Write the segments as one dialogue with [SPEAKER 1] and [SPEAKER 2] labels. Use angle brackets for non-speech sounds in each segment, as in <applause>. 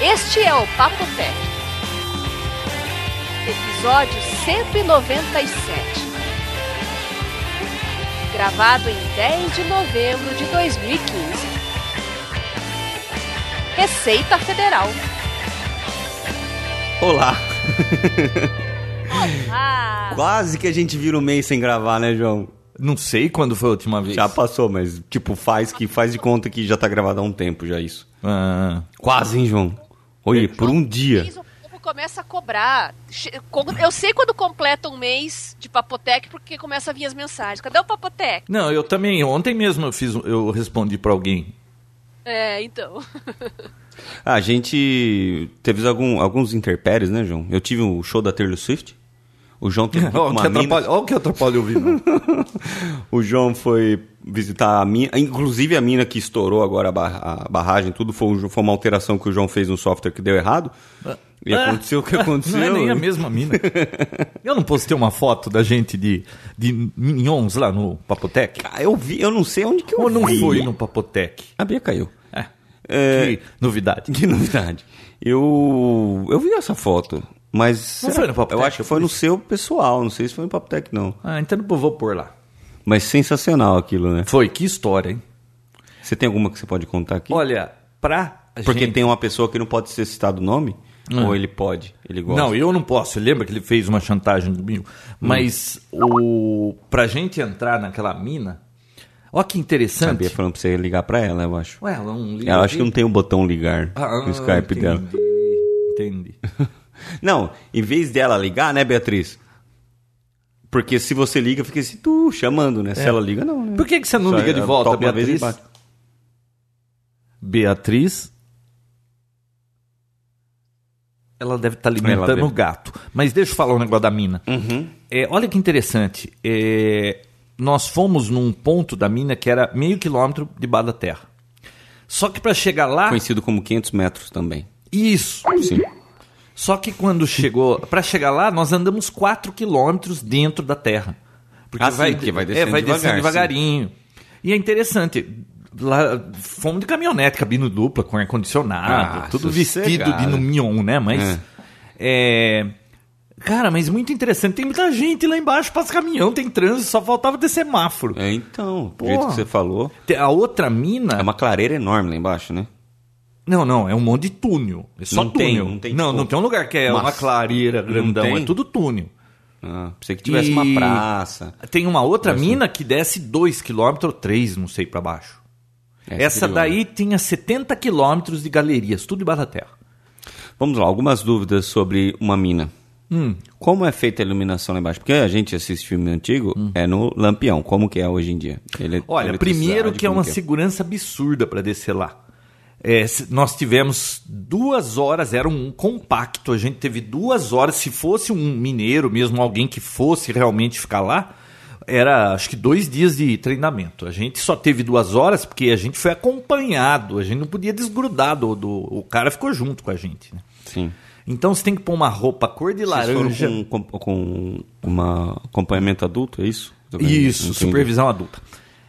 [SPEAKER 1] Este é o Papo Tech, episódio 197, gravado em 10 de novembro de 2015. Receita Federal.
[SPEAKER 2] Olá!
[SPEAKER 1] Olá!
[SPEAKER 2] Quase que a gente vira um mês sem gravar, né, João?
[SPEAKER 3] Não sei quando foi a última vez.
[SPEAKER 2] Já passou, mas tipo, faz que faz de conta que já tá gravado há um tempo já isso.
[SPEAKER 3] Ah,
[SPEAKER 2] Quase, hein, João?
[SPEAKER 3] É,
[SPEAKER 2] Oi, por um dia.
[SPEAKER 1] Mês, O povo começa a cobrar. Che- co- Eu sei quando completa um mês de Papotec porque começa a vir as mensagens. Cadê o Papotec?
[SPEAKER 3] não, eu também. Ontem mesmo eu fiz, eu respondi pra <laughs> alguém.
[SPEAKER 1] É, então. <laughs>
[SPEAKER 2] Ah, A gente teve algum, alguns interpéries, né, João? Eu tive o show da Taylor Swift. O João
[SPEAKER 3] <laughs>
[SPEAKER 2] teve
[SPEAKER 3] Olha
[SPEAKER 2] uma mina.
[SPEAKER 3] o que atrapalha o ouvido.
[SPEAKER 2] O João foi visitar a mina. Inclusive a mina que estourou agora a, barra- a barragem, tudo foi, um- foi uma alteração que o João fez no software que deu errado. E
[SPEAKER 3] Ah.
[SPEAKER 2] aconteceu o que aconteceu.
[SPEAKER 3] <laughs>
[SPEAKER 2] né?
[SPEAKER 3] Não é nem a mesma <laughs> mina. Eu não postei uma foto da gente de, de Mignons lá no Papotec?
[SPEAKER 2] Ah, Eu vi, eu não sei onde que eu
[SPEAKER 3] Ou não
[SPEAKER 2] vi.
[SPEAKER 3] foi no Papotec?
[SPEAKER 2] A Bia caiu. <laughs>
[SPEAKER 3] É.
[SPEAKER 2] É.
[SPEAKER 3] Que novidade.
[SPEAKER 2] Que novidade. Eu eu vi essa foto, mas
[SPEAKER 3] Não foi no Papo
[SPEAKER 2] eu
[SPEAKER 3] Tech,
[SPEAKER 2] acho que foi no seu pessoal, não sei se foi no Papotec não.
[SPEAKER 3] Ah, então eu vou pôr lá.
[SPEAKER 2] Mas sensacional aquilo, né?
[SPEAKER 3] Foi, que história, hein?
[SPEAKER 2] Você tem alguma que você pode contar aqui?
[SPEAKER 3] Olha, pra
[SPEAKER 2] Porque
[SPEAKER 3] gente...
[SPEAKER 2] tem uma pessoa que não pode ser citado o nome, ou ele pode, ele gosta.
[SPEAKER 3] Não, eu não posso. Lembra que ele fez uma chantagem comigo?
[SPEAKER 2] Hum.
[SPEAKER 3] Mas o pra gente entrar naquela mina, ó que interessante.
[SPEAKER 2] sabia falando pra você ligar pra ela, eu acho.
[SPEAKER 3] Ué, ela é não liga.
[SPEAKER 2] Eu acho que não tem o botão ligar
[SPEAKER 3] Ah,
[SPEAKER 2] no Skype
[SPEAKER 3] entendi,
[SPEAKER 2] dela.
[SPEAKER 3] Entendi.
[SPEAKER 2] Não, em vez dela ligar, né, Beatriz? Porque se você liga, fica assim, tu chamando, né? Se ela liga, não. Né?
[SPEAKER 3] Por que, que você É. não
[SPEAKER 2] Só
[SPEAKER 3] liga de
[SPEAKER 2] ela
[SPEAKER 3] volta,
[SPEAKER 2] toca uma vez e
[SPEAKER 3] Beatriz?
[SPEAKER 2] bate.
[SPEAKER 3] Beatriz. Ela deve estar
[SPEAKER 2] Ela
[SPEAKER 3] alimentando
[SPEAKER 2] deve.
[SPEAKER 3] o gato. Mas deixa eu falar um negócio da mina. É, olha que interessante. É, nós fomos num ponto da mina que era meio quilômetro debaixo da terra. Só que para chegar lá.
[SPEAKER 2] Conhecido como 500 metros também.
[SPEAKER 3] Isso.
[SPEAKER 2] Sim.
[SPEAKER 3] Só que quando chegou, para chegar lá, nós andamos 4 quilômetros dentro da terra. Porque
[SPEAKER 2] Ah, sim, porque vai descendo
[SPEAKER 3] é, vai
[SPEAKER 2] devagar,
[SPEAKER 3] descendo
[SPEAKER 2] sim.
[SPEAKER 3] devagarinho. E é interessante, lá fomos de caminhonete, cabine dupla, com ar-condicionado,
[SPEAKER 2] Ah,
[SPEAKER 3] tudo
[SPEAKER 2] sossegado.
[SPEAKER 3] vestido de Numion, né? Mas. É. Cara, mas muito interessante. Tem muita gente lá embaixo, passa caminhão, tem trânsito, só faltava ter semáforo.
[SPEAKER 2] É, então, do jeito que
[SPEAKER 3] Porra.
[SPEAKER 2] você falou.
[SPEAKER 3] Tem A outra mina.
[SPEAKER 2] É uma clareira enorme lá embaixo, né?
[SPEAKER 3] Não, não, é um monte de túnel. É só
[SPEAKER 2] Não tem,
[SPEAKER 3] túnel.
[SPEAKER 2] não tem,
[SPEAKER 3] não,
[SPEAKER 2] tipo,
[SPEAKER 3] não tem um lugar que é uma
[SPEAKER 2] massa.
[SPEAKER 3] clareira
[SPEAKER 2] Não
[SPEAKER 3] grandão,
[SPEAKER 2] tem?
[SPEAKER 3] é tudo túnel.
[SPEAKER 2] Ah, pensei que tivesse
[SPEAKER 3] E
[SPEAKER 2] uma praça.
[SPEAKER 3] Tem uma outra mina que desce 2 km ou 3, não sei, pra baixo.
[SPEAKER 2] É,
[SPEAKER 3] Essa
[SPEAKER 2] exterior, né?
[SPEAKER 3] daí tinha 70 km de galerias, tudo debaixo da terra.
[SPEAKER 2] né? Vamos lá, algumas dúvidas sobre uma mina.
[SPEAKER 3] Hum.
[SPEAKER 2] Como é feita a iluminação lá embaixo? Porque a gente assiste filme antigo, é no lampião. Como que é hoje em dia? Ele-
[SPEAKER 3] Hum. Olha,
[SPEAKER 2] eletricidade,
[SPEAKER 3] primeiro que é
[SPEAKER 2] como
[SPEAKER 3] uma segurança absurda para descer lá. É, se- nós tivemos duas horas, era um compacto. A gente teve duas horas. Se fosse um mineiro mesmo, alguém que fosse realmente ficar lá, era acho que dois dias de treinamento. A gente só teve duas horas porque a gente foi acompanhado. A gente não podia desgrudar do. do- o cara ficou junto com a gente. né?
[SPEAKER 2] Sim.
[SPEAKER 3] Então você tem que pôr uma roupa cor de
[SPEAKER 2] Vocês foram
[SPEAKER 3] laranja.
[SPEAKER 2] com, um, né? com, com uma acompanhamento adulto, é isso?
[SPEAKER 3] Isso,
[SPEAKER 2] Entendi.
[SPEAKER 3] supervisão adulta.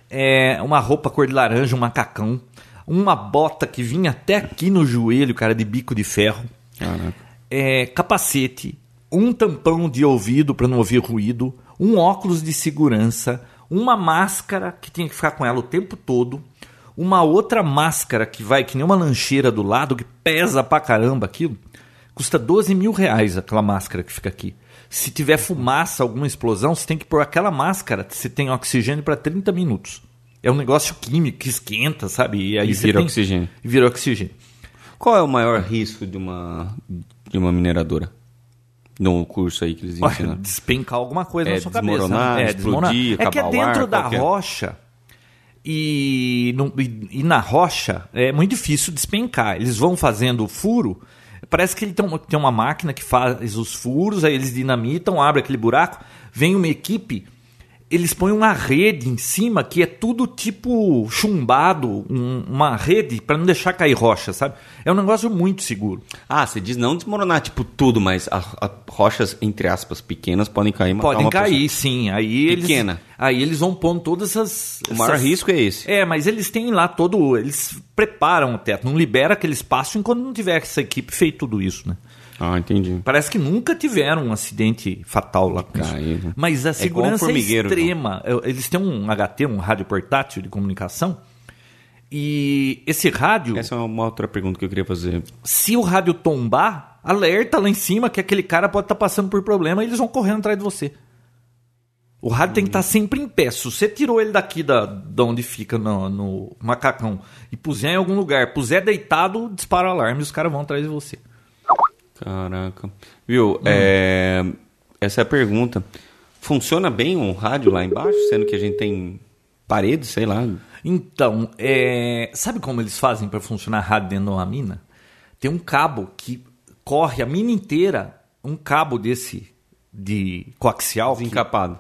[SPEAKER 3] É, uma roupa cor de laranja, um macacão, uma bota que vinha até aqui no joelho, cara, de bico de ferro,
[SPEAKER 2] Caraca.
[SPEAKER 3] é, capacete, um tampão de ouvido para não ouvir ruído, um óculos de segurança, uma máscara que tinha que ficar com ela o tempo todo, uma outra máscara que vai que nem uma lancheira do lado, que pesa pra caramba aquilo, custa 12 mil reais aquela máscara que fica aqui. Se tiver fumaça, alguma explosão, você tem que pôr aquela máscara, você tem oxigênio para 30 minutos. É um negócio químico que esquenta, sabe? E aí
[SPEAKER 2] E
[SPEAKER 3] você
[SPEAKER 2] vira
[SPEAKER 3] tem-
[SPEAKER 2] oxigênio.
[SPEAKER 3] E vira oxigênio.
[SPEAKER 2] Qual é o maior risco de uma, de uma mineradora? No curso aí que eles
[SPEAKER 3] Olha,
[SPEAKER 2] ensinam.
[SPEAKER 3] despencar alguma coisa
[SPEAKER 2] né? É,
[SPEAKER 3] na sua cabeça.
[SPEAKER 2] desmoronar,
[SPEAKER 3] né?
[SPEAKER 2] explodir,
[SPEAKER 3] É que é
[SPEAKER 2] acabar o ar,
[SPEAKER 3] dentro da
[SPEAKER 2] qualquer.
[SPEAKER 3] rocha e, não- e- e na rocha é muito difícil despencar. Eles vão fazendo o furo. Parece que ele tem, um- tem uma máquina que faz os furos, aí eles dinamitam, abre aquele buraco, vem uma equipe eles põem uma rede em cima que é tudo tipo chumbado, um- uma rede para não deixar cair rocha, sabe? É um negócio muito seguro.
[SPEAKER 2] Ah, você diz não desmoronar, tipo, tudo, mas a, a rochas, entre aspas, pequenas podem cair. e matar
[SPEAKER 3] Podem
[SPEAKER 2] uma pessoa.
[SPEAKER 3] cair, sim. Aí eles,
[SPEAKER 2] Pequena.
[SPEAKER 3] aí eles vão pondo todas as.
[SPEAKER 2] O maior
[SPEAKER 3] essas-
[SPEAKER 2] risco é esse.
[SPEAKER 3] É, mas eles têm lá todo. Eles preparam o teto, não libera aquele espaço enquanto não tiver essa equipe feito tudo isso, né?
[SPEAKER 2] Ah, entendi.
[SPEAKER 3] Parece que nunca tiveram um acidente fatal lá com isso.
[SPEAKER 2] Caído.
[SPEAKER 3] Mas
[SPEAKER 2] igual
[SPEAKER 3] a
[SPEAKER 2] um
[SPEAKER 3] segurança é,
[SPEAKER 2] formigueiro,
[SPEAKER 3] extrema. Eu- Eles têm um HT, um rádio portátil de comunicação. E esse rádio,
[SPEAKER 2] Essa é uma outra pergunta que eu queria fazer.
[SPEAKER 3] se o rádio tombar, alerta lá em cima que aquele cara pode estar passando por problema e eles vão correndo atrás de você. O rádio tem que estar sempre em pé. Se você tirou ele daqui da, da onde fica no, no macacão e puser em algum lugar, puser deitado, dispara o alarme e os caras vão atrás de você.
[SPEAKER 2] Caraca. Viu,
[SPEAKER 3] Hum.
[SPEAKER 2] é, essa é a pergunta. Funciona bem um rádio lá embaixo, sendo que a gente tem paredes, sei lá.
[SPEAKER 3] Então, é, sabe como eles fazem para funcionar rádio dentro de uma mina? Tem um cabo que corre a mina inteira, um cabo desse de coaxial. que-
[SPEAKER 2] Desencapado.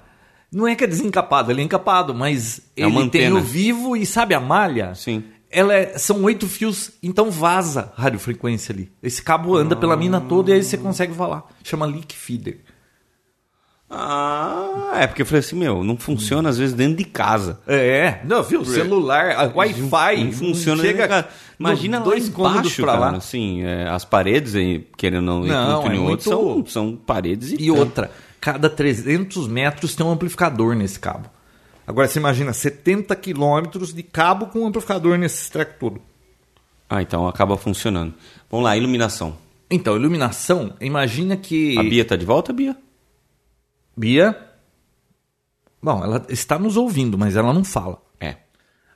[SPEAKER 3] não é que é desencapado, ele é encapado, mas
[SPEAKER 2] É
[SPEAKER 3] ele
[SPEAKER 2] uma
[SPEAKER 3] tem
[SPEAKER 2] antena.
[SPEAKER 3] o vivo e sabe a malha?
[SPEAKER 2] Sim.
[SPEAKER 3] Ela é- são oito fios, então vaza radiofrequência ali. Esse cabo anda pela mina toda e aí você consegue falar. Chama leak feeder.
[SPEAKER 2] Ah, é porque eu falei assim, meu, não funciona às vezes dentro de casa.
[SPEAKER 3] É, não, viu? Celular, a Wi-Fi,
[SPEAKER 2] Não funciona
[SPEAKER 3] chega
[SPEAKER 2] dentro de casa. Imagina
[SPEAKER 3] no-
[SPEAKER 2] lá
[SPEAKER 3] dois cômodos
[SPEAKER 2] embaixo,
[SPEAKER 3] pra
[SPEAKER 2] cara.
[SPEAKER 3] lá.
[SPEAKER 2] Assim, é, as paredes, aí, querendo ou não, entre
[SPEAKER 3] Não,
[SPEAKER 2] um túnel
[SPEAKER 3] é
[SPEAKER 2] e outro, são,
[SPEAKER 3] muito-
[SPEAKER 2] são paredes e...
[SPEAKER 3] E outra, cada 300 metros tem um amplificador nesse cabo. Agora você imagina 70 quilômetros de cabo com um amplificador nesse treco todo.
[SPEAKER 2] Ah, então acaba funcionando. Vamos lá, iluminação.
[SPEAKER 3] Então, iluminação, imagina que.
[SPEAKER 2] A Bia tá de volta, Bia?
[SPEAKER 3] Bia. Bom, ela está nos ouvindo, mas ela não fala.
[SPEAKER 2] É.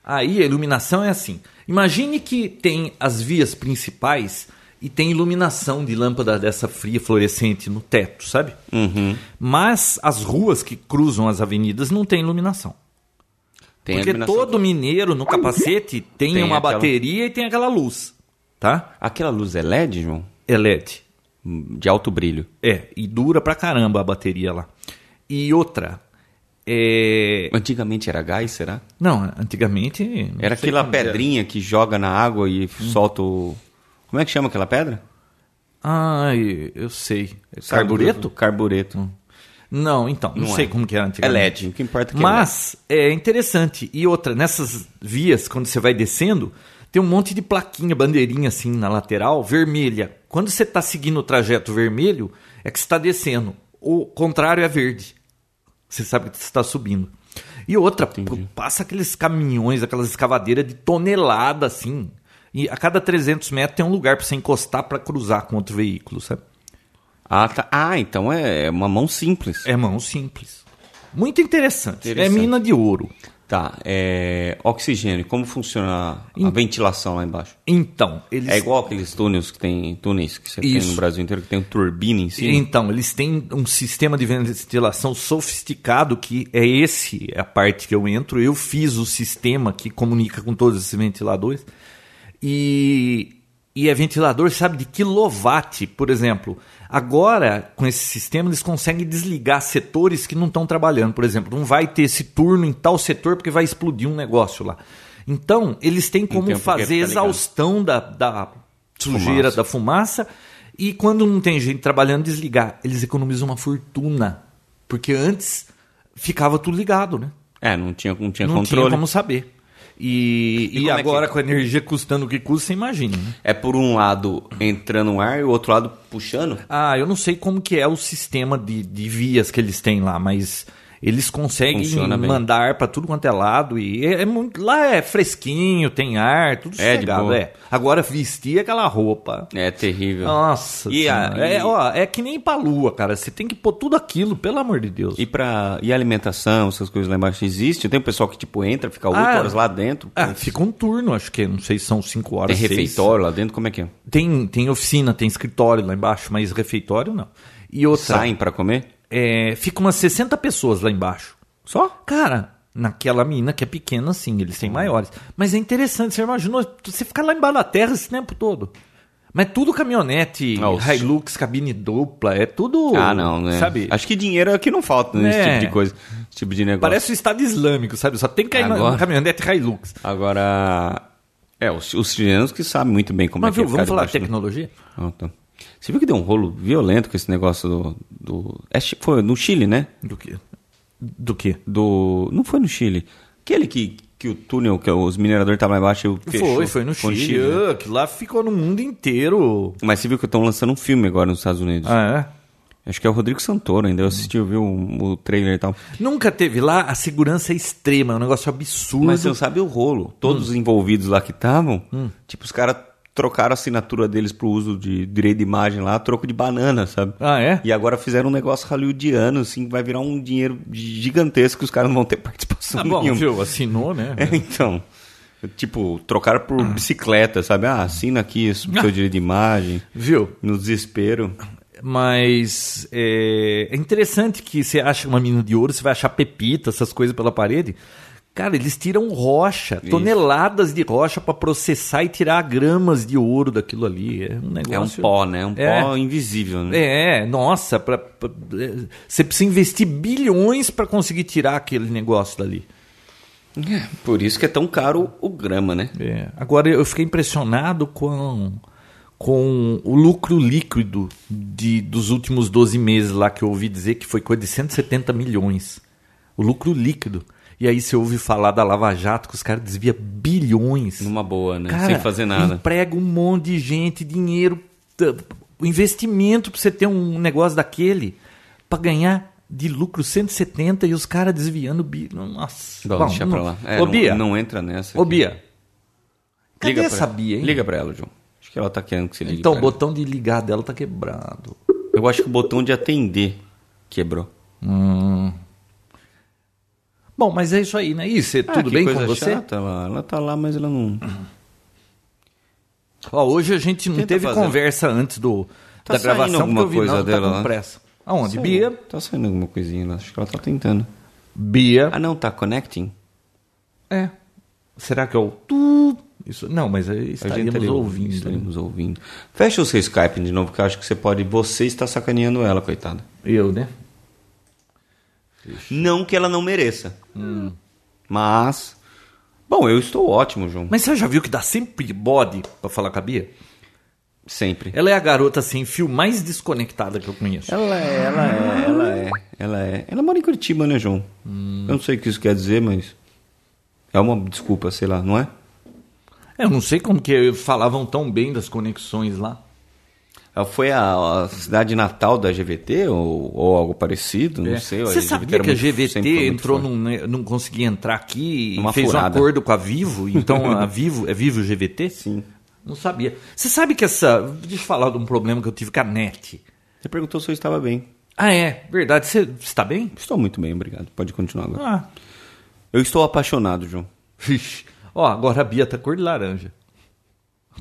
[SPEAKER 3] Aí a iluminação é assim. Imagine que tem as vias principais e tem iluminação de lâmpada dessa fria fluorescente no teto, sabe?
[SPEAKER 2] Uhum.
[SPEAKER 3] Mas as ruas que cruzam as avenidas não tem iluminação.
[SPEAKER 2] Tem a
[SPEAKER 3] Porque
[SPEAKER 2] iluminação.
[SPEAKER 3] todo mineiro no capacete tem,
[SPEAKER 2] Tem
[SPEAKER 3] uma
[SPEAKER 2] aquela-
[SPEAKER 3] bateria e tem aquela luz, tá?
[SPEAKER 2] Aquela luz é LED, João?
[SPEAKER 3] É LED.
[SPEAKER 2] De alto brilho.
[SPEAKER 3] É, e dura pra caramba a bateria lá. E outra, é...
[SPEAKER 2] Antigamente era gás, será?
[SPEAKER 3] Não, antigamente... não
[SPEAKER 2] Era
[SPEAKER 3] sei
[SPEAKER 2] aquela
[SPEAKER 3] como era. Hum.
[SPEAKER 2] pedrinha que joga na água e solta o... Como é que chama aquela pedra?
[SPEAKER 3] Ai, eu sei.
[SPEAKER 2] Sabe do-
[SPEAKER 3] Carbureto?
[SPEAKER 2] Carbureto.
[SPEAKER 3] Não, então, não,
[SPEAKER 2] Não
[SPEAKER 3] sei
[SPEAKER 2] é.
[SPEAKER 3] como que era
[SPEAKER 2] É
[SPEAKER 3] antigamente.
[SPEAKER 2] LED, o que importa é que é
[SPEAKER 3] Mas é interessante. E outra, nessas vias, quando você vai descendo, tem um monte de plaquinha, bandeirinha assim na lateral, vermelha. Quando você está seguindo o trajeto vermelho, é que você está descendo. O contrário é verde. Você sabe que você está subindo. E outra, pô, passa aqueles caminhões, aquelas escavadeiras de tonelada assim. E a cada 300 metros tem um lugar para você encostar para cruzar com outro veículo, sabe?
[SPEAKER 2] Ah, tá. ah, então é uma mão simples.
[SPEAKER 3] É mão simples. Muito interessante.
[SPEAKER 2] Interessante.
[SPEAKER 3] É mina de ouro.
[SPEAKER 2] Tá, é... oxigênio, como funciona a ventilação lá embaixo?
[SPEAKER 3] Então, eles
[SPEAKER 2] É igual aqueles túneis que tem túneis que você tem
[SPEAKER 3] Isso.
[SPEAKER 2] no Brasil inteiro que tem um turbina em cima.
[SPEAKER 3] Então, eles têm um sistema de ventilação sofisticado que é esse, é a parte que eu entro. Eu fiz o sistema que comunica com todos esses ventiladores. E, e é ventilador, sabe, de quilowatt, por exemplo. Agora, com esse sistema, eles conseguem desligar setores que não estão trabalhando. Por exemplo, não vai ter esse turno em tal setor porque vai explodir um negócio lá. Então, eles têm como
[SPEAKER 2] tem um porquê
[SPEAKER 3] fazer
[SPEAKER 2] ficar ligado.
[SPEAKER 3] exaustão da, da sujeira da fumaça. E quando não tem gente trabalhando, desligar. Eles economizam uma fortuna. Porque antes ficava tudo ligado, né?
[SPEAKER 2] É, não tinha, não tinha
[SPEAKER 3] não
[SPEAKER 2] controle.
[SPEAKER 3] tinha como saber. E,
[SPEAKER 2] E
[SPEAKER 3] e
[SPEAKER 2] como é que-
[SPEAKER 3] agora, com a energia custando o que custa, você imagina, né?
[SPEAKER 2] É por um lado entrando um ar e o outro lado puxando.
[SPEAKER 3] Ah, eu não sei como que é o sistema de, de vias que eles têm lá, mas eles conseguem
[SPEAKER 2] Funciona bem.
[SPEAKER 3] mandar ar pra tudo quanto é lado e é, é muito- lá é fresquinho, tem ar, tudo
[SPEAKER 2] É, de
[SPEAKER 3] sossegado,
[SPEAKER 2] boa.
[SPEAKER 3] é. Agora vestir aquela roupa.
[SPEAKER 2] É terrível.
[SPEAKER 3] Ah. Nossa,
[SPEAKER 2] E a-
[SPEAKER 3] senhora.
[SPEAKER 2] e-
[SPEAKER 3] é, ó, é que nem pra lua, cara. Você tem que pôr tudo aquilo, pelo amor de Deus.
[SPEAKER 2] E para e alimentação, essas coisas lá embaixo existe? Tem o pessoal que tipo entra, fica oito
[SPEAKER 3] Ah.
[SPEAKER 2] horas lá dentro.
[SPEAKER 3] Ah, fica um turno, acho que não sei se são cinco
[SPEAKER 2] Tem
[SPEAKER 3] horas. seis.
[SPEAKER 2] refeitório lá dentro, como é que é?
[SPEAKER 3] Tem, tem oficina, tem escritório lá embaixo, mas refeitório não. E outra,
[SPEAKER 2] Saem pra comer?
[SPEAKER 3] é, fica umas 60 pessoas lá embaixo.
[SPEAKER 2] Só?
[SPEAKER 3] Cara, naquela mina que é pequena, sim, eles têm maiores. Mas é interessante, você imaginou você ficar lá embaixo da terra esse tempo todo. Mas tudo caminhonete,
[SPEAKER 2] Ah, os-
[SPEAKER 3] Hilux, cabine dupla, é tudo.
[SPEAKER 2] Ah, não, né?
[SPEAKER 3] Sabe?
[SPEAKER 2] Acho que dinheiro aqui não falta nesse
[SPEAKER 3] É.
[SPEAKER 2] tipo de coisa. tipo de negócio.
[SPEAKER 3] Parece o Estado Islâmico, sabe? Só tem cair na
[SPEAKER 2] Agora-
[SPEAKER 3] caminhonete Hilux.
[SPEAKER 2] Agora. É, os, os chilenos que sabem muito bem como
[SPEAKER 3] Mas
[SPEAKER 2] é que
[SPEAKER 3] viu,
[SPEAKER 2] é
[SPEAKER 3] vamos
[SPEAKER 2] ficar
[SPEAKER 3] falar de
[SPEAKER 2] debaixo do-
[SPEAKER 3] tecnologia?
[SPEAKER 2] Ah, tá. Você viu que deu um rolo violento com esse negócio do. do... é chi- foi no Chile, né?
[SPEAKER 3] Do que? Do que?
[SPEAKER 2] Do. Não foi no Chile. Aquele que, que o túnel, que os mineradores estavam lá embaixo e o fechou.
[SPEAKER 3] Foi, foi no Chile.
[SPEAKER 2] né?
[SPEAKER 3] Ah, Que lá ficou no mundo inteiro.
[SPEAKER 2] Mas você viu que estão lançando um filme agora nos Estados Unidos.
[SPEAKER 3] Ah, é?
[SPEAKER 2] Acho que é o Rodrigo Santoro ainda. Eu assisti, eu vi um, o, o trailer e tal.
[SPEAKER 3] Nunca teve lá a segurança é extrema, é um negócio absurdo.
[SPEAKER 2] Mas você não sabe o rolo. Todos
[SPEAKER 3] Hum.
[SPEAKER 2] os envolvidos lá que estavam, tipo, os caras trocaram a assinatura deles pro uso de direito de imagem lá, a troco de banana, sabe?
[SPEAKER 3] Ah, é?
[SPEAKER 2] E agora fizeram um negócio hollywoodiano, assim, que vai virar um dinheiro gigantesco que os caras não vão ter participação
[SPEAKER 3] Ah, bom,
[SPEAKER 2] nenhuma.
[SPEAKER 3] viu? Assinou, né?
[SPEAKER 2] um <laughs> É, então. Tipo, trocaram
[SPEAKER 3] Ah.
[SPEAKER 2] por bicicleta, sabe? Ah, assina
[SPEAKER 3] <laughs>
[SPEAKER 2] aqui isso, seu direito de imagem.
[SPEAKER 3] Viu?
[SPEAKER 2] No desespero.
[SPEAKER 3] Mas é, é interessante que você acha uma mina de ouro, você vai achar pepita, essas coisas pela parede. Cara, eles tiram rocha, toneladas de rocha pra processar e tirar gramas de ouro daquilo ali. É um negócio.
[SPEAKER 2] É um pó, né? Um
[SPEAKER 3] É.
[SPEAKER 2] pó invisível, né?
[SPEAKER 3] É, nossa, pra, pra- é, você precisa investir bilhões pra conseguir tirar aquele negócio dali.
[SPEAKER 2] É, Por isso que é tão caro o grama, né?
[SPEAKER 3] É, Agora eu fiquei impressionado com, com o lucro líquido de, dos últimos 12 meses lá que eu ouvi dizer que foi coisa de 170 milhões. O lucro líquido. E aí você ouve falar da Lava Jato que os caras desviam bilhões.
[SPEAKER 2] Numa boa, né?
[SPEAKER 3] Cara,
[SPEAKER 2] Sem fazer nada.
[SPEAKER 3] Emprega um monte de gente, dinheiro, t- o investimento pra você ter um negócio daquele pra ganhar de lucro 170 e os caras desviando bi. Nossa.
[SPEAKER 2] Bom,
[SPEAKER 3] então, Bom,
[SPEAKER 2] deixa
[SPEAKER 3] não-
[SPEAKER 2] pra lá. É,
[SPEAKER 3] Ô,
[SPEAKER 2] não,
[SPEAKER 3] Bia.
[SPEAKER 2] não entra nessa.
[SPEAKER 3] Ô,
[SPEAKER 2] aqui.
[SPEAKER 3] Bia. Cadê
[SPEAKER 2] Liga pra
[SPEAKER 3] essa
[SPEAKER 2] ela.
[SPEAKER 3] Bia, hein?
[SPEAKER 2] Liga pra ela, João. Acho que ela tá querendo que você ligue
[SPEAKER 3] Então, o
[SPEAKER 2] pra ela.
[SPEAKER 3] botão de ligar dela tá quebrado.
[SPEAKER 2] Eu acho que o botão de atender quebrou.
[SPEAKER 3] Bom, mas é isso aí, né? E você,
[SPEAKER 2] Ah,
[SPEAKER 3] tudo
[SPEAKER 2] que
[SPEAKER 3] bem com
[SPEAKER 2] coisa
[SPEAKER 3] você?
[SPEAKER 2] chata, ela, ela tá lá, mas ela não...
[SPEAKER 3] Ó, hoje a gente não
[SPEAKER 2] Tenta
[SPEAKER 3] teve
[SPEAKER 2] fazer.
[SPEAKER 3] conversa antes do,
[SPEAKER 2] Tá
[SPEAKER 3] da gravação,
[SPEAKER 2] saindo alguma
[SPEAKER 3] porque eu vi
[SPEAKER 2] coisa
[SPEAKER 3] não,
[SPEAKER 2] dela,
[SPEAKER 3] tá com
[SPEAKER 2] né?
[SPEAKER 3] pressa. Aonde?
[SPEAKER 2] Sei
[SPEAKER 3] Bia?
[SPEAKER 2] lá, Tá saindo alguma coisinha lá. Acho que ela tá tentando.
[SPEAKER 3] Bia.
[SPEAKER 2] Ah, não. Tá connecting?
[SPEAKER 3] É. Será que é o tu? Isso, não, mas aí
[SPEAKER 2] A gente tá
[SPEAKER 3] estaríamos
[SPEAKER 2] estaria
[SPEAKER 3] ouvindo. né?
[SPEAKER 2] Estaríamos ouvindo. Fecha o seu Skype de novo, que eu acho que você pode... Você está sacaneando ela, coitada.
[SPEAKER 3] Eu, né?
[SPEAKER 2] Não que ela não mereça.
[SPEAKER 3] Hum.
[SPEAKER 2] Mas... Bom, eu estou ótimo, João.
[SPEAKER 3] Mas você já viu que dá sempre bode pra falar com a Bia?
[SPEAKER 2] Sempre.
[SPEAKER 3] Ela é a garota sem fio mais desconectada que eu conheço.
[SPEAKER 2] Ela é, ela é, ela é, ela é. Ela mora em Curitiba, né, João?
[SPEAKER 3] Hum.
[SPEAKER 2] Eu não sei o que isso quer dizer, mas. É uma desculpa, sei lá, não é?
[SPEAKER 3] Eu não sei como que falavam tão bem das conexões lá.
[SPEAKER 2] Ela foi a, a cidade natal da GVT ou, ou algo parecido, não
[SPEAKER 3] É.
[SPEAKER 2] sei.
[SPEAKER 3] Você
[SPEAKER 2] era
[SPEAKER 3] sabia que a
[SPEAKER 2] muito- sempre foi
[SPEAKER 3] GVT
[SPEAKER 2] muito
[SPEAKER 3] entrou
[SPEAKER 2] forte.
[SPEAKER 3] num, ne- não conseguia entrar aqui e
[SPEAKER 2] Uma
[SPEAKER 3] fez
[SPEAKER 2] furada.
[SPEAKER 3] um acordo com
[SPEAKER 2] <laughs>
[SPEAKER 3] a Vivo, então a Vivo é Vivo GVT?
[SPEAKER 2] Sim.
[SPEAKER 3] Não sabia. Você sabe que essa. Deixa eu falar de um problema que eu tive com a NET.
[SPEAKER 2] Você perguntou se eu estava bem.
[SPEAKER 3] Ah, é, verdade. Você está bem?
[SPEAKER 2] Estou muito bem, obrigado. Pode continuar agora.
[SPEAKER 3] Ah.
[SPEAKER 2] Eu estou apaixonado, João.
[SPEAKER 3] Vixe. Ó, agora a Bia tá cor de laranja.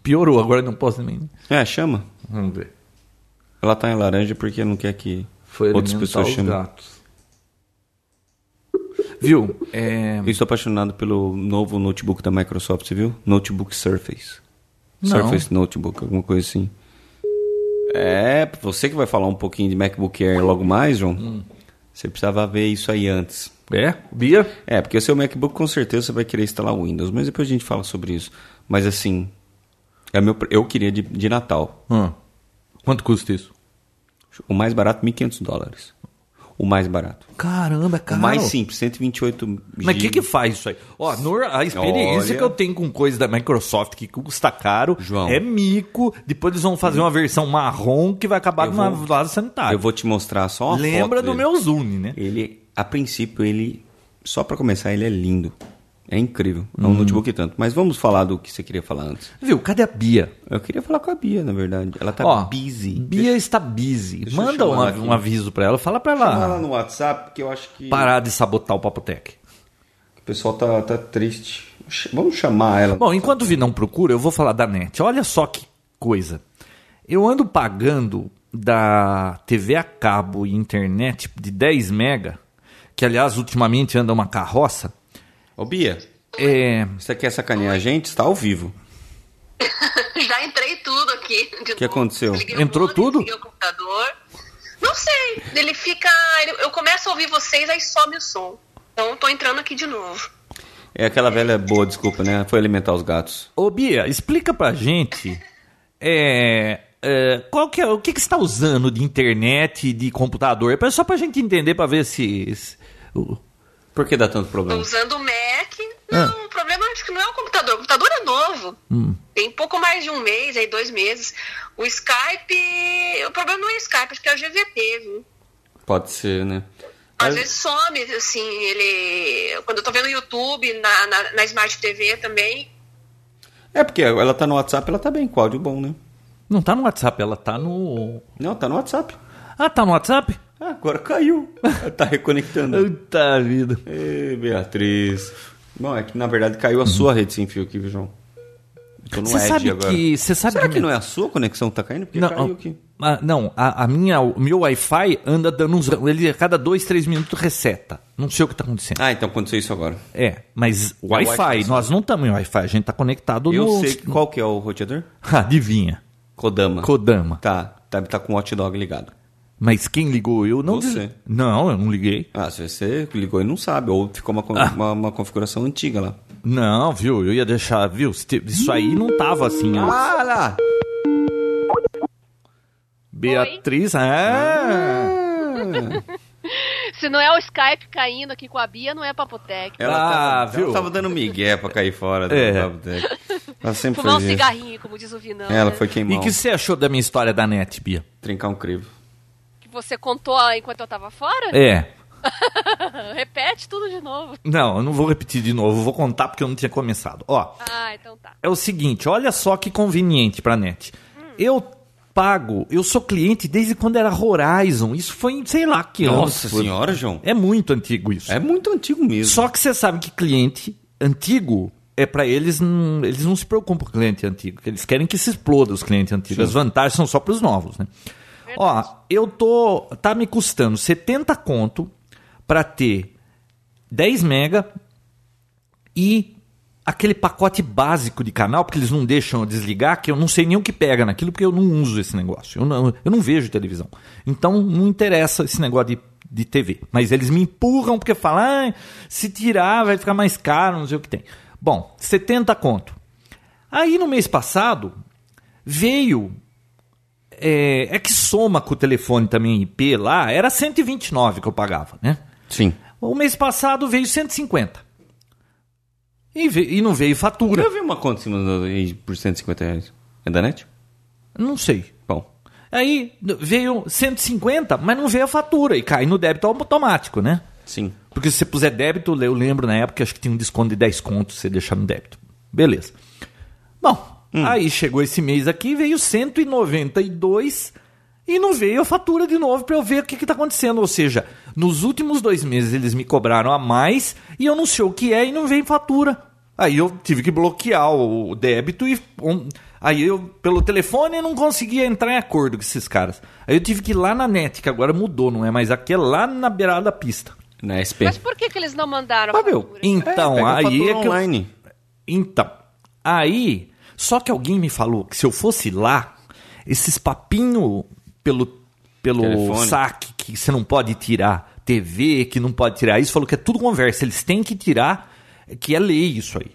[SPEAKER 3] Piorou, agora não posso nem.
[SPEAKER 2] É, chama.
[SPEAKER 3] Vamos ver.
[SPEAKER 2] Ela tá em laranja porque não quer que
[SPEAKER 3] Foi
[SPEAKER 2] outras
[SPEAKER 3] alimentar
[SPEAKER 2] pessoas
[SPEAKER 3] os
[SPEAKER 2] chamem.
[SPEAKER 3] gatos. Viu? É...
[SPEAKER 2] Eu estou apaixonado pelo novo notebook da Microsoft, você viu? Notebook Surface.
[SPEAKER 3] Não.
[SPEAKER 2] Surface Notebook, alguma coisa assim. É, você que vai falar um pouquinho de MacBook Air logo mais, João.
[SPEAKER 3] Hum.
[SPEAKER 2] Você precisava ver isso aí antes.
[SPEAKER 3] É? Bia?
[SPEAKER 2] É, porque o seu MacBook com certeza você vai querer instalar o Windows, mas depois a gente fala sobre isso. Mas assim, é meu, pre- eu queria de, de Natal.
[SPEAKER 3] Hã. Hum. Quanto custa isso?
[SPEAKER 2] O mais barato, 1.500 dólares. O mais barato.
[SPEAKER 3] Caramba, é cara.
[SPEAKER 2] O mais simples, 128
[SPEAKER 3] Mas o que,
[SPEAKER 2] GB.
[SPEAKER 3] que faz isso aí? Ó, no- a experiência
[SPEAKER 2] Olha.
[SPEAKER 3] que eu tenho com coisa da Microsoft que custa caro
[SPEAKER 2] João.
[SPEAKER 3] é mico. Depois eles vão fazer uma versão marrom que vai acabar
[SPEAKER 2] Eu
[SPEAKER 3] numa
[SPEAKER 2] vou-
[SPEAKER 3] vaso sanitário.
[SPEAKER 2] Eu vou te mostrar só uma
[SPEAKER 3] Lembra
[SPEAKER 2] foto
[SPEAKER 3] do
[SPEAKER 2] dele.
[SPEAKER 3] meu Zune, né?
[SPEAKER 2] Ele, a princípio, ele. Só pra começar, ele é lindo. É incrível. É um
[SPEAKER 3] Uhum.
[SPEAKER 2] notebook e tanto. Mas vamos falar do que você queria falar antes.
[SPEAKER 3] Viu? Cadê a Bia?
[SPEAKER 2] Eu queria falar com a Bia, na verdade. Ela tá
[SPEAKER 3] Ó,
[SPEAKER 2] busy.
[SPEAKER 3] Bia está busy.
[SPEAKER 2] deixa eu
[SPEAKER 3] Manda um,
[SPEAKER 2] chamar
[SPEAKER 3] av-
[SPEAKER 2] aqui.
[SPEAKER 3] um aviso pra ela. Fala pra
[SPEAKER 2] Chama ela
[SPEAKER 3] ela
[SPEAKER 2] no WhatsApp, que eu acho que.
[SPEAKER 3] parar de sabotar o Papotec.
[SPEAKER 2] O pessoal tá, tá triste. Ch- Vamos chamar ela.
[SPEAKER 3] Bom, enquanto o Vinão procura, eu vou falar da NET. Olha só que coisa. Eu ando pagando da TV a cabo e internet de 10 mega, que aliás ultimamente anda uma carroça.
[SPEAKER 2] Ô, Bia,
[SPEAKER 3] É,
[SPEAKER 2] você quer sacanear a gente? Está ao vivo.
[SPEAKER 4] Já entrei tudo aqui. O
[SPEAKER 2] que aconteceu?
[SPEAKER 3] Entrou tudo?
[SPEAKER 4] Liguei o computador. Não sei. ele fica. ele- eu começo a ouvir vocês, aí sobe o som. Então tô entrando aqui de novo.
[SPEAKER 2] É aquela velha boa desculpa, né? Foi alimentar os gatos.
[SPEAKER 3] Ô Bia, explica pra gente é, é, qual que é, o que, que você está usando de internet e de computador? É Só pra gente entender, pra ver se. se- o-
[SPEAKER 2] Por que dá tanto
[SPEAKER 4] Tô
[SPEAKER 2] problema?
[SPEAKER 4] usando o Mac. Não, o problema acho que não é o computador. O computador é novo. Tem pouco mais de um mês, aí dois meses. O Skype. O problema não é o Skype, acho que é o GVT, viu?
[SPEAKER 2] Pode ser, né?
[SPEAKER 4] Às
[SPEAKER 2] Mas-
[SPEAKER 4] vezes some, assim, ele. Quando eu tô vendo o YouTube, na, na, na Smart TV também.
[SPEAKER 2] É porque ela tá no WhatsApp, ela tá bem com áudio bom, né?
[SPEAKER 3] Não tá no WhatsApp, ela tá no.
[SPEAKER 2] Não, tá no WhatsApp.
[SPEAKER 3] Ah, tá no WhatsApp?
[SPEAKER 2] Ah, agora caiu. Ela tá <laughs> reconectando.
[SPEAKER 3] Puta vida.
[SPEAKER 2] Ê, Beatriz. Bom, é que na verdade caiu a sua rede sem fio aqui, viu, João? Tô no
[SPEAKER 3] Você
[SPEAKER 2] Edge
[SPEAKER 3] sabe
[SPEAKER 2] é agora.
[SPEAKER 3] que. Você sabe um
[SPEAKER 2] Será que
[SPEAKER 3] me-
[SPEAKER 2] não é a sua conexão que tá caindo? Porque caiu
[SPEAKER 3] Não,
[SPEAKER 2] aqui.
[SPEAKER 3] ah, não a, a minha, o meu Wi-Fi anda dando uns. Ele a cada dois, três minutos reseta. Não sei o que tá acontecendo.
[SPEAKER 2] Ah, então aconteceu isso agora.
[SPEAKER 3] É, mas
[SPEAKER 2] o Wi-Fi, é assim.
[SPEAKER 3] Wi-Fi, nós não estamos em Wi-Fi, a gente tá conectado
[SPEAKER 2] Eu
[SPEAKER 3] no. <laughs>
[SPEAKER 2] sei que- qual que é o roteador?
[SPEAKER 3] Adivinha.
[SPEAKER 2] Kodama.
[SPEAKER 3] Kodama.
[SPEAKER 2] Tá, tá, tá com o hot dog ligado.
[SPEAKER 3] Mas quem ligou? Eu não.
[SPEAKER 2] Você.
[SPEAKER 3] Não, eu não liguei.
[SPEAKER 2] Ah, se você ligou e não sabe, ou ficou uma,
[SPEAKER 3] Ah.
[SPEAKER 2] con- uma, uma configuração antiga lá.
[SPEAKER 3] Não, viu? Eu ia deixar, viu? Se te- Isso aí não tava assim. ó.
[SPEAKER 2] Ah lá!
[SPEAKER 3] Beatriz,
[SPEAKER 2] Ah,
[SPEAKER 3] é.
[SPEAKER 1] Se não é o Skype caindo aqui com a Bia, não é papotec.
[SPEAKER 2] Ela,
[SPEAKER 3] Ah,
[SPEAKER 2] tava,
[SPEAKER 3] viu?
[SPEAKER 2] ela tava dando migué pra cair fora do
[SPEAKER 3] É.
[SPEAKER 2] Papo Tech. Ela sempre
[SPEAKER 1] Fumar um
[SPEAKER 2] fez isso.
[SPEAKER 1] cigarrinho, como diz o Vinão.
[SPEAKER 2] Ela
[SPEAKER 1] né?
[SPEAKER 2] foi
[SPEAKER 3] E
[SPEAKER 2] queimar,
[SPEAKER 3] o
[SPEAKER 2] um-
[SPEAKER 3] que você achou da minha história da net, Bia?
[SPEAKER 2] trincar um crivo.
[SPEAKER 1] Que você contou lá enquanto eu tava fora?
[SPEAKER 3] É.
[SPEAKER 1] Repete tudo de novo.
[SPEAKER 3] Não, eu não vou repetir de novo, eu vou contar porque eu não tinha começado. Ó,
[SPEAKER 1] Ah, então tá.
[SPEAKER 3] é o seguinte, olha só que conveniente pra net. Eu pago, eu sou cliente desde quando era Horizon. Isso foi em sei lá que ano.
[SPEAKER 2] Nossa
[SPEAKER 3] foi.
[SPEAKER 2] senhora, João.
[SPEAKER 3] É muito antigo isso.
[SPEAKER 2] É muito antigo mesmo.
[SPEAKER 3] Só que você sabe que cliente antigo é pra eles, não- eles não se preocupam com cliente antigo, que eles querem que se exploda os clientes antigos. As vantagens são só pros novos, né? Ó, eu tô tá me custando 70 conto pra ter 10 mega e aquele pacote básico de canal, porque eles não deixam eu desligar, que eu não sei nem o que pega naquilo, porque eu não uso esse negócio. Eu não, eu não vejo televisão. Então não interessa esse negócio de, de TV. Mas eles me empurram porque falam, "Ah, se tirar vai ficar mais caro, não sei o que tem. Bom, 70 conto. Aí no mês passado veio. É, é que soma com o telefone também IP lá, era 129 que eu pagava, né?
[SPEAKER 2] Sim.
[SPEAKER 3] O mês passado veio 150. E, ve- e não veio fatura.
[SPEAKER 2] Eu vi uma conta em cima do, aí por 150 reais. É da net?
[SPEAKER 3] Não sei.
[SPEAKER 2] Bom.
[SPEAKER 3] Aí d- veio 150, mas não veio a fatura. E cai no débito automático, né?
[SPEAKER 2] Sim.
[SPEAKER 3] Porque se você puser débito, eu lembro na época, acho que tinha um desconto de 10 contos se você deixar no débito. Beleza. Bom, aí chegou esse mês aqui, veio 192 e não veio a fatura de novo para eu ver o que está acontecendo. Ou seja, nos últimos dois meses eles me cobraram a mais e eu não sei o que é e não veio fatura. Aí eu tive que bloquear o o débito e um, aí eu pelo telefone eu não conseguia entrar em acordo com esses caras. Aí eu tive que ir lá na net, que agora mudou, não é mais aqui, é lá na beirada da pista.
[SPEAKER 2] Na SP.
[SPEAKER 1] Mas por que, que eles não mandaram a
[SPEAKER 3] É. Mas, meu,
[SPEAKER 1] fatura?
[SPEAKER 3] então,
[SPEAKER 2] É, pega a
[SPEAKER 3] aí
[SPEAKER 2] fatura
[SPEAKER 3] é que eu-
[SPEAKER 2] online.
[SPEAKER 3] Então, aí, só que alguém me falou que se eu fosse lá, esses papinho pelo pelo
[SPEAKER 2] Telefone.
[SPEAKER 3] saque que você não pode tirar TV, que não pode tirar isso, falou que é tudo conversa, eles têm que tirar, que é lei isso aí.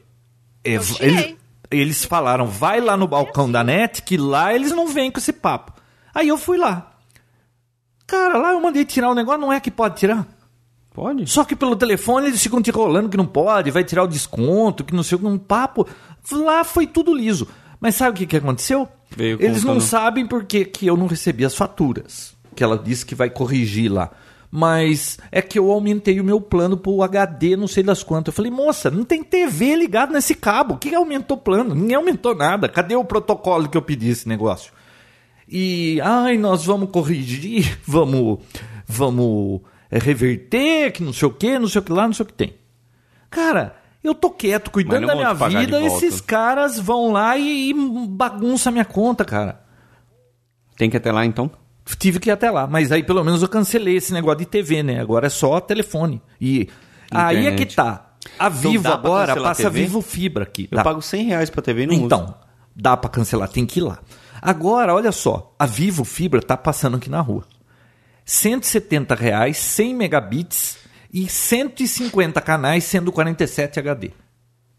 [SPEAKER 3] É,
[SPEAKER 1] Eu
[SPEAKER 3] v-
[SPEAKER 1] tirei.
[SPEAKER 3] eles, eles falaram, vai lá no
[SPEAKER 2] é assim.
[SPEAKER 3] balcão da net, que lá eles não vêm com esse papo. Aí eu fui lá. Cara, lá eu mandei tirar o negócio, não é que pode tirar?
[SPEAKER 2] Pode?
[SPEAKER 3] Só que pelo telefone eles ficam te rolando que não pode, vai tirar o desconto, que não sei o que, um papo. Lá foi tudo liso. Mas sabe o que, que aconteceu?
[SPEAKER 2] Veio
[SPEAKER 3] eles não
[SPEAKER 2] contando.
[SPEAKER 3] sabem por que que eu não recebi as faturas. Que ela disse que vai corrigir lá. Mas é que eu aumentei o meu plano pro HD, não sei das quantas. Eu falei, moça, não tem TV ligado nesse cabo. Quem aumentou o plano? Ninguém aumentou nada. Cadê o protocolo que eu pedi esse negócio? e ai nós vamos corrigir, <laughs> vamos vamos eh, reverter, que não sei o que, não sei o que lá, não sei o que tem. Cara, eu tô quieto
[SPEAKER 2] Mas
[SPEAKER 3] cuidando
[SPEAKER 2] não
[SPEAKER 3] da
[SPEAKER 2] vão
[SPEAKER 3] minha
[SPEAKER 2] te pagar de
[SPEAKER 3] vida,
[SPEAKER 2] volta.
[SPEAKER 3] esses caras vão lá e, e bagunça a minha conta, cara.
[SPEAKER 2] Tem que ir até lá então?
[SPEAKER 3] Tive que ir até lá, mas aí pelo menos eu cancelei esse negócio de TV, né? Agora é só telefone. E aí é que
[SPEAKER 2] Internet.
[SPEAKER 3] tá. A
[SPEAKER 2] Então
[SPEAKER 3] Vivo
[SPEAKER 2] dá pra
[SPEAKER 3] agora
[SPEAKER 2] cancelar a
[SPEAKER 3] passa
[SPEAKER 2] TV?
[SPEAKER 3] Vivo Fibra aqui.
[SPEAKER 2] Eu
[SPEAKER 3] Dá.
[SPEAKER 2] pago 100 reais pra TV e não uso.
[SPEAKER 3] Tá. Então, dá pra cancelar, tem que ir lá. Agora, olha só, a Vivo Fibra tá passando aqui na rua. 170 reais, 100 megabits e 150 canais, sendo 47 HD.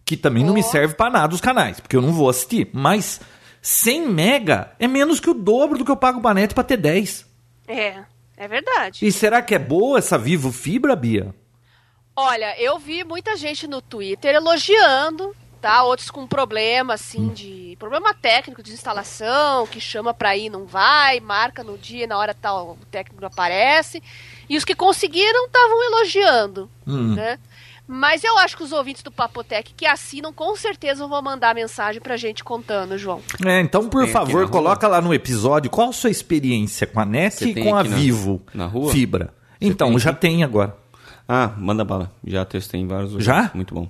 [SPEAKER 3] Que também não me serve para nada os canais, porque eu não vou assistir. Mas 100 mega é menos que o dobro do que eu pago o Banete para ter 10.
[SPEAKER 1] É, é verdade.
[SPEAKER 3] E será que é boa essa Vivo Fibra, Bia?
[SPEAKER 1] Olha, eu vi muita gente no Twitter elogiando, tá? Outros com problema, assim, de. Problema técnico de instalação, que chama pra ir não vai, marca no dia, na hora tal, o técnico não aparece. E os que conseguiram estavam elogiando,
[SPEAKER 3] Hum.
[SPEAKER 1] né? Mas eu acho que os ouvintes do Papotec que assinam com certeza vão mandar mensagem pra gente contando, João.
[SPEAKER 3] É, então, por
[SPEAKER 2] Tem aqui na
[SPEAKER 3] favor,
[SPEAKER 2] rua.
[SPEAKER 3] coloca lá no episódio qual a sua experiência com a NET
[SPEAKER 2] Você
[SPEAKER 3] e
[SPEAKER 2] tem
[SPEAKER 3] com a
[SPEAKER 2] aqui na-
[SPEAKER 3] Vivo
[SPEAKER 2] na rua?
[SPEAKER 3] Fibra. então,
[SPEAKER 2] tem
[SPEAKER 3] já tem agora.
[SPEAKER 2] Ah, manda bala. Já testei em vários lugares.
[SPEAKER 3] Já?
[SPEAKER 2] Muito bom.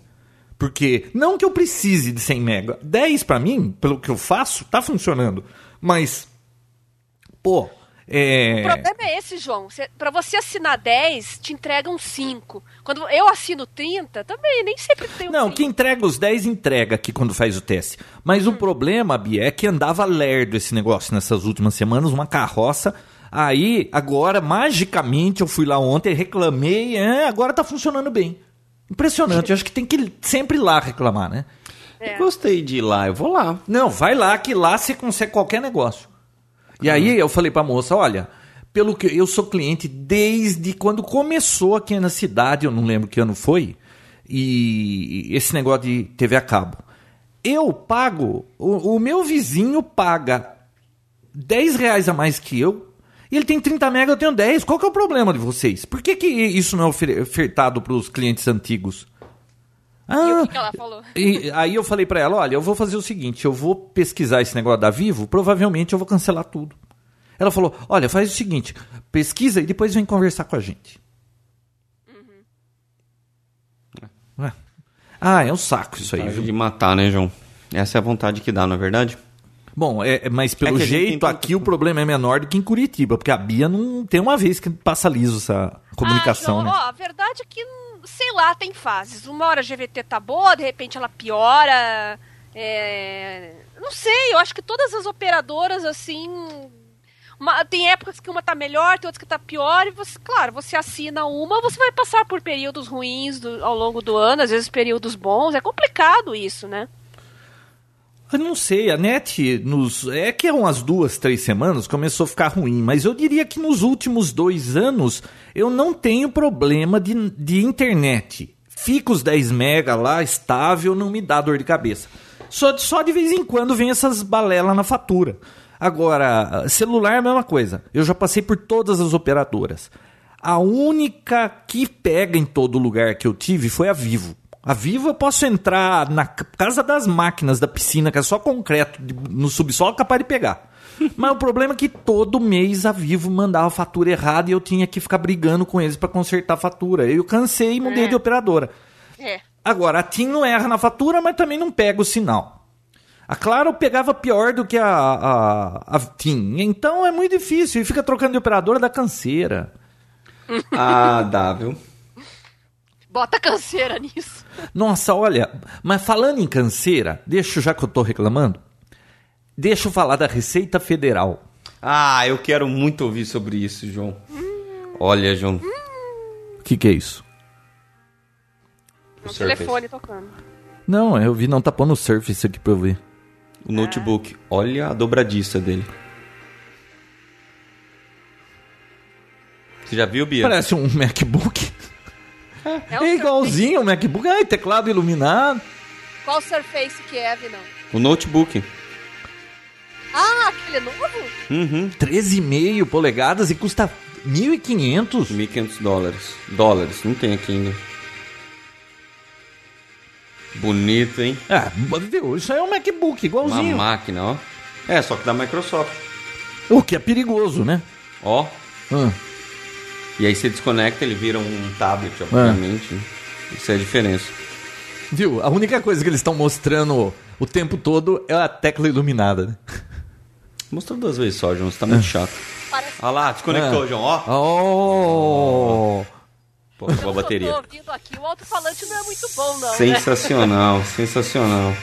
[SPEAKER 3] Porque não que eu precise de 100 mega. 10 pra mim, pelo que eu faço, tá funcionando. Mas, pô,
[SPEAKER 1] O
[SPEAKER 3] é...
[SPEAKER 1] problema é esse, João. Cê, pra você assinar 10, te entregam 5. Quando eu assino 30, também nem sempre tem
[SPEAKER 3] Não, quem entrega os 10 entrega aqui quando faz o teste. Mas o problema, Bia, é que andava lerdo esse negócio nessas últimas semanas, uma carroça. Aí, agora, magicamente, eu fui lá ontem, reclamei, é, agora tá funcionando bem. Impressionante, eu acho que tem que sempre ir lá reclamar, né?
[SPEAKER 1] É.
[SPEAKER 2] Eu gostei de ir lá, eu vou lá.
[SPEAKER 3] Não, vai lá que lá você consegue qualquer negócio. E aí eu falei pra moça, olha, pelo que eu sou cliente desde quando começou aqui na cidade, eu não lembro que ano foi, e esse negócio de TV a cabo. Eu pago, o, o meu vizinho paga 10 reais a mais que eu, e ele tem 30 mega, eu tenho 10. Qual que é o problema de vocês? Por que, que isso não é ofer- ofertado para os clientes antigos? Ah,
[SPEAKER 1] E <laughs> o que que ela falou?
[SPEAKER 3] e aí eu falei pra ela, olha, eu vou fazer o seguinte, eu vou pesquisar esse negócio da Vivo, provavelmente eu vou cancelar tudo. Ela falou, olha, faz o seguinte, pesquisa e depois vem conversar com a gente.
[SPEAKER 2] Uhum.
[SPEAKER 3] Ué. Ah, é um saco isso aí.
[SPEAKER 2] Vontade
[SPEAKER 3] viu?
[SPEAKER 2] de matar, né, João? Essa é a vontade que dá, não é verdade? <laughs>
[SPEAKER 3] Bom, é, é- mas pelo
[SPEAKER 2] É que a gente tem
[SPEAKER 3] jeito
[SPEAKER 2] tanto-
[SPEAKER 3] aqui o problema é menor do que em Curitiba, porque a Bia não tem uma vez que passa liso essa comunicação,
[SPEAKER 1] Ah, João,
[SPEAKER 3] né?
[SPEAKER 1] ó, a verdade é que, hum, sei lá, tem fases. Uma hora a GVT tá boa, de repente ela piora. é, Não sei, eu acho que todas as operadoras, assim. uma- Tem épocas que uma tá melhor, tem outras que tá pior, e você, claro, você assina uma, você vai passar por períodos ruins do- ao longo do ano, às vezes períodos bons. É complicado isso, né?
[SPEAKER 3] Eu não sei, a net nos. É que há umas duas, três semanas começou a ficar ruim, mas eu diria que nos últimos dois anos eu não tenho problema de, de internet. Fica os 10 mega lá, estável, não me dá dor de cabeça. Só, só de vez em quando vem essas balelas na fatura. Agora, celular é a mesma coisa. Eu já passei por todas as operadoras. A única que pega em todo lugar que eu tive foi a Vivo. A Vivo eu posso entrar na c- casa das máquinas da piscina, que é só concreto, de- no subsolo, capaz de pegar. Mas o problema é que todo mês a Vivo mandava a fatura errada e eu tinha que ficar brigando com eles para consertar a fatura. Eu cansei e mudei de operadora.
[SPEAKER 1] É.
[SPEAKER 3] Agora, a TIM não erra na fatura, mas também não pega o sinal. A Claro pegava pior do que a, a, a TIM. Então é muito difícil. E fica trocando de operadora da canseira.
[SPEAKER 2] ah, dá, viu?
[SPEAKER 1] Bota canseira nisso.
[SPEAKER 3] Nossa, olha, mas falando em canseira, deixa eu- já que eu tô reclamando, deixa eu falar da Receita Federal.
[SPEAKER 2] Ah, eu quero muito ouvir sobre isso, João. Olha, João.
[SPEAKER 1] Hum,
[SPEAKER 3] O que, que é isso?
[SPEAKER 1] O
[SPEAKER 2] Surface.
[SPEAKER 1] um telefone tocando.
[SPEAKER 3] Não, eu vi não tá pondo o Surface aqui pra eu ver.
[SPEAKER 2] O notebook. Olha a dobradiça dele. Você já viu, Bia?
[SPEAKER 3] Parece um MacBook.
[SPEAKER 1] É, um
[SPEAKER 3] É igualzinho o MacBook. Ai, teclado iluminado.
[SPEAKER 1] Surface. Qual Surface que é, Vinão?
[SPEAKER 2] O notebook.
[SPEAKER 1] Ah, aquele novo?
[SPEAKER 2] Uhum.
[SPEAKER 3] 13,5 polegadas e custa 1.500.
[SPEAKER 2] 1.500 dólares. Dólares, não tem aqui ainda. Bonito, hein?
[SPEAKER 3] Ah, viu? Isso aí é um
[SPEAKER 2] Uma
[SPEAKER 3] MacBook, igualzinho.
[SPEAKER 2] máquina, ó. É, só que da Microsoft.
[SPEAKER 3] O que é perigoso, né?
[SPEAKER 2] Ó.
[SPEAKER 3] Ah.
[SPEAKER 2] E aí você desconecta, ele vira um tablet, obviamente. Isso é a diferença.
[SPEAKER 3] Viu? A única coisa que eles estão mostrando o tempo todo é a tecla iluminada, né?
[SPEAKER 2] Mostrou duas vezes só, João. Você tá muito chato.
[SPEAKER 1] Parece
[SPEAKER 2] Olha lá, desconectou,
[SPEAKER 3] Ah.
[SPEAKER 2] João. Ó.
[SPEAKER 3] Oh!
[SPEAKER 2] Pô, acabou a
[SPEAKER 1] Eu só tô
[SPEAKER 2] bateria.
[SPEAKER 1] ouvindo aqui, o alto-falante não é muito <laughs> bom, não, né?
[SPEAKER 2] Sensacional, sensacional.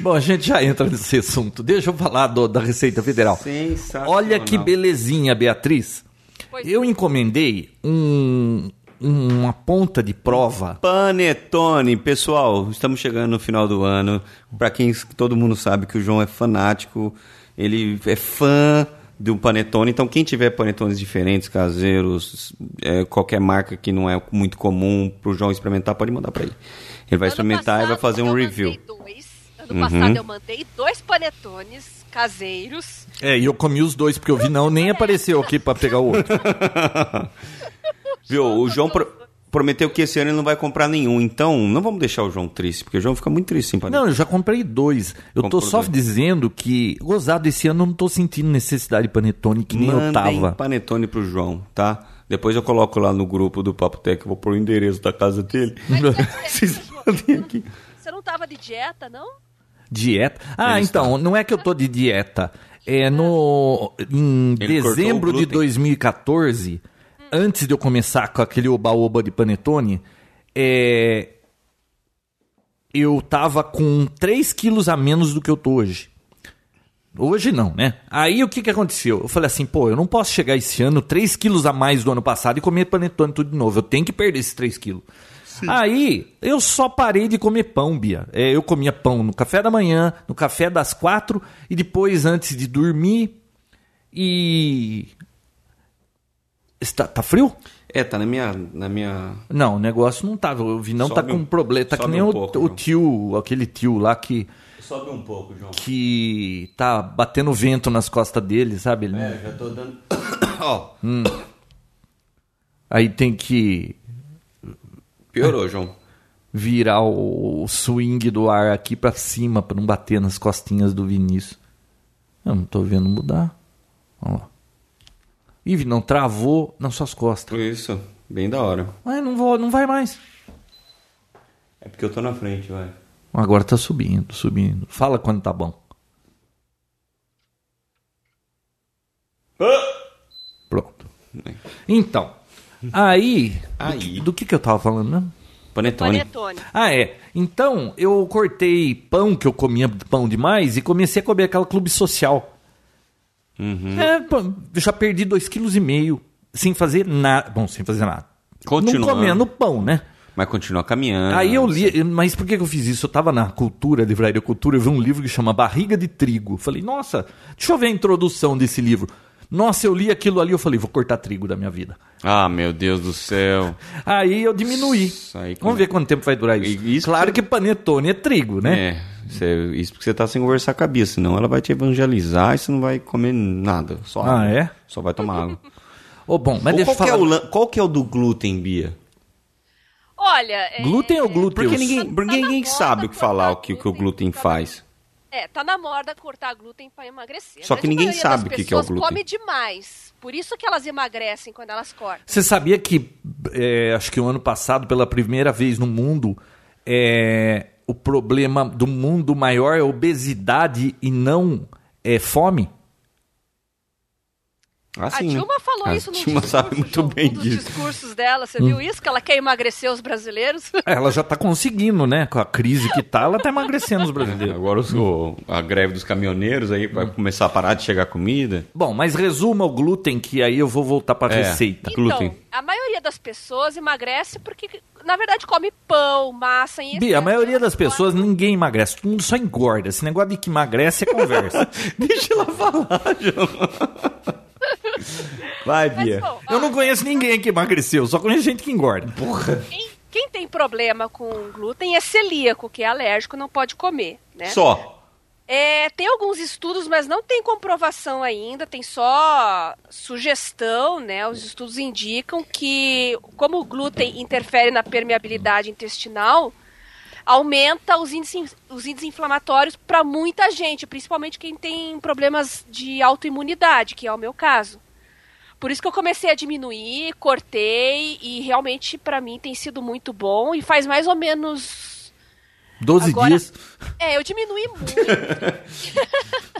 [SPEAKER 3] Bom, a gente já entra nesse assunto. Deixa eu falar do- da Receita Federal.
[SPEAKER 2] Sensacional.
[SPEAKER 3] Olha que belezinha, Beatriz.
[SPEAKER 1] Pois
[SPEAKER 3] Eu encomendei um, uma ponta de prova.
[SPEAKER 2] Panetone, pessoal, estamos chegando no final do ano. Pra quem todo mundo sabe que o João é fanático, ele é fã do Panetone. Então, quem tiver panetones diferentes, caseiros, é, qualquer marca que não é muito comum pro João experimentar, pode mandar pra ele. Ele vai
[SPEAKER 1] Ano
[SPEAKER 2] experimentar e vai
[SPEAKER 1] passado,
[SPEAKER 2] fazer um
[SPEAKER 1] eu
[SPEAKER 2] review. Uhum.
[SPEAKER 1] mandei dois. Ano passado eu mandei dois panetones caseiros.
[SPEAKER 3] É, e eu comi os dois porque eu vi não, nem apareceu aqui pra pegar o outro.
[SPEAKER 2] Viu? O João pro- prometeu que esse ano ele não vai comprar nenhum. Então, não vamos deixar o João triste, porque o João fica muito triste sem panetone.
[SPEAKER 3] <laughs> Não, eu já comprei dois. Eu
[SPEAKER 2] Comprou
[SPEAKER 3] tô só
[SPEAKER 2] dois.
[SPEAKER 3] dizendo que, gozado, esse ano eu não tô sentindo necessidade de panetone que nem eu
[SPEAKER 2] Mandem
[SPEAKER 3] tava.
[SPEAKER 2] panetone pro João, tá? Depois eu coloco lá no grupo do Papo Tech, eu vou pôr o endereço da casa dele. <laughs>
[SPEAKER 1] Mas tá certo,
[SPEAKER 2] Vocês
[SPEAKER 1] João.
[SPEAKER 2] mandem aqui.
[SPEAKER 1] Você não tava de dieta, não?
[SPEAKER 3] Dieta? Ah,
[SPEAKER 2] Ele
[SPEAKER 3] então, não é que eu tô de dieta. É no. Em
[SPEAKER 2] Ele cortou o
[SPEAKER 3] dezembro de
[SPEAKER 2] glúten.
[SPEAKER 3] 2014, antes de eu começar com aquele oba-oba de panetone, é, eu tava com 3 quilos a menos do que eu tô hoje. Hoje não, né? Aí o que que aconteceu? Eu falei assim, pô, eu não posso chegar esse ano 3 quilos a mais do ano passado e comer panetone tudo de novo. Eu tenho que perder esses 3 quilos. Aí, eu só parei de comer pão, Bia. É, eu comia pão no café da manhã, no café das quatro e depois antes de dormir. E. Está, tá frio?
[SPEAKER 2] É, tá na minha. Na minha...
[SPEAKER 3] Não, o negócio não tá. Eu vi não tá
[SPEAKER 2] Sobe
[SPEAKER 3] com
[SPEAKER 2] um-
[SPEAKER 3] problema. Tá que
[SPEAKER 2] sobe
[SPEAKER 3] nem
[SPEAKER 2] um
[SPEAKER 3] o,
[SPEAKER 2] pouco,
[SPEAKER 3] o
[SPEAKER 2] João.
[SPEAKER 3] tio, aquele tio lá que,
[SPEAKER 2] Sobe um pouco, João.
[SPEAKER 3] que tá batendo vento nas costas dele, sabe? Ele-
[SPEAKER 2] É, já tô dando. <coughs> Ó,
[SPEAKER 3] Aí tem que
[SPEAKER 2] piorou, João.
[SPEAKER 3] virar o, o swing do ar aqui pra cima pra não bater nas costinhas do Vinícius. Eu não tô vendo mudar. Olha lá. Ih, não travou nas suas costas.
[SPEAKER 2] Isso, bem da hora.
[SPEAKER 3] Ai, não vou, não vai mais.
[SPEAKER 2] É porque eu tô na frente, vai.
[SPEAKER 3] Agora tá subindo, subindo. Fala quando tá bom. Pronto. Então, aí,
[SPEAKER 2] Aí.
[SPEAKER 3] Do, que que eu tava falando mesmo?
[SPEAKER 2] Panetone.
[SPEAKER 1] Panetone.
[SPEAKER 3] Ah, é. Então, eu cortei pão, que eu comia pão demais, e comecei a comer aquela clube social.
[SPEAKER 2] Uhum.
[SPEAKER 3] É, pô, eu já perdi 2,5 kg sem fazer nada. Bom, sem fazer nada. Não
[SPEAKER 2] Continuando.
[SPEAKER 3] comendo pão, né?
[SPEAKER 2] Mas continua caminhando.
[SPEAKER 3] Aí eu li, mas por que que eu fiz isso? Eu tava na cultura, livraria cultura, eu vi um livro que chama Barriga de Trigo. Falei, nossa, deixa eu ver a introdução desse livro. Nossa, eu li aquilo ali, eu falei, vou cortar trigo da minha vida.
[SPEAKER 2] Ah, meu Deus do céu.
[SPEAKER 3] Aí eu diminuí.
[SPEAKER 2] Isso aí,
[SPEAKER 3] Vamos
[SPEAKER 2] como-
[SPEAKER 3] ver quanto tempo vai durar isso.
[SPEAKER 2] E isso
[SPEAKER 3] claro
[SPEAKER 2] porque-
[SPEAKER 3] que panetone <laughs> é trigo, né?
[SPEAKER 2] É, você- isso porque você tá sem conversar com a Bia, senão ela vai te evangelizar e você não vai comer nada. Só
[SPEAKER 3] Ah,
[SPEAKER 2] água.
[SPEAKER 3] é?
[SPEAKER 2] Só vai tomar água.
[SPEAKER 3] Ô, bom, mas
[SPEAKER 2] Ou
[SPEAKER 3] deixa eu
[SPEAKER 2] qual, que é
[SPEAKER 3] falar.
[SPEAKER 2] o, lan- qual que é o do glúten, Bia?
[SPEAKER 1] Olha. é-
[SPEAKER 3] Glúten ou glúteos?
[SPEAKER 2] Porque ninguém, porque
[SPEAKER 1] Tá na
[SPEAKER 2] ninguém
[SPEAKER 1] moda
[SPEAKER 2] sabe o que falar, o
[SPEAKER 1] cortar
[SPEAKER 2] que, o que o
[SPEAKER 1] glúten,
[SPEAKER 2] glúten
[SPEAKER 1] tá na-
[SPEAKER 2] faz.
[SPEAKER 1] É, tá na moda cortar glúten pra emagrecer.
[SPEAKER 2] Só
[SPEAKER 1] A
[SPEAKER 2] que
[SPEAKER 1] grande
[SPEAKER 2] ninguém
[SPEAKER 1] maioria
[SPEAKER 2] sabe
[SPEAKER 1] das
[SPEAKER 2] o que que é o
[SPEAKER 1] pessoas
[SPEAKER 2] glúten.
[SPEAKER 1] come demais. Por isso que elas emagrecem quando elas cortam.
[SPEAKER 3] Você sabia que, é, acho que o ano passado, pela primeira vez no mundo, é, o problema do mundo maior é obesidade e não é, fome?
[SPEAKER 2] Ah,
[SPEAKER 1] A
[SPEAKER 2] sim, né?
[SPEAKER 1] Dilma falou
[SPEAKER 2] A
[SPEAKER 1] isso no
[SPEAKER 2] Dilma
[SPEAKER 1] discurso,
[SPEAKER 2] sabe muito
[SPEAKER 1] João,
[SPEAKER 2] bem
[SPEAKER 1] um dos
[SPEAKER 2] disso.
[SPEAKER 1] discursos dela.
[SPEAKER 3] Hum.
[SPEAKER 1] Você viu isso? Que ela quer emagrecer os brasileiros?
[SPEAKER 3] Ela já tá conseguindo, né? Com a crise que tá, ela tá emagrecendo os brasileiros.
[SPEAKER 2] Agora os- o- a greve dos caminhoneiros aí vai começar a parar de chegar comida. <laughs>
[SPEAKER 3] Bom, mas resuma o glúten que aí eu vou voltar pra
[SPEAKER 2] É.
[SPEAKER 3] receita.
[SPEAKER 1] Então,
[SPEAKER 2] Glúten.
[SPEAKER 1] a maioria das pessoas emagrece porque, na verdade, come pão, massa em
[SPEAKER 3] Bia,
[SPEAKER 2] é
[SPEAKER 1] excesso.
[SPEAKER 3] a maioria das
[SPEAKER 1] Elas
[SPEAKER 3] pessoas ninguém emagrece, todo mundo só engorda. Esse negócio de que emagrece é
[SPEAKER 2] <laughs>
[SPEAKER 3] conversa.
[SPEAKER 2] Deixa ela falar,
[SPEAKER 1] <laughs>
[SPEAKER 2] João. Vai,
[SPEAKER 1] Mas,
[SPEAKER 2] Bia.
[SPEAKER 1] bom, é ó,
[SPEAKER 3] Eu não conheço ninguém que emagreceu, só conheço gente que engorda.
[SPEAKER 1] quem, quem tem problema com glúten é celíaco, que é alérgico, não pode comer, né?
[SPEAKER 2] Só.
[SPEAKER 1] É, tem alguns estudos, mas não tem comprovação ainda, tem só sugestão, né? Os estudos indicam que, como o glúten interfere na permeabilidade intestinal, aumenta os índices, os índices inflamatórios para muita gente, principalmente quem tem problemas de autoimunidade, que é o meu caso. Por isso que eu comecei a diminuir, cortei e realmente para mim tem sido muito bom e faz mais ou menos
[SPEAKER 3] 12
[SPEAKER 1] Agora-
[SPEAKER 3] dias.
[SPEAKER 1] é, eu diminui muito.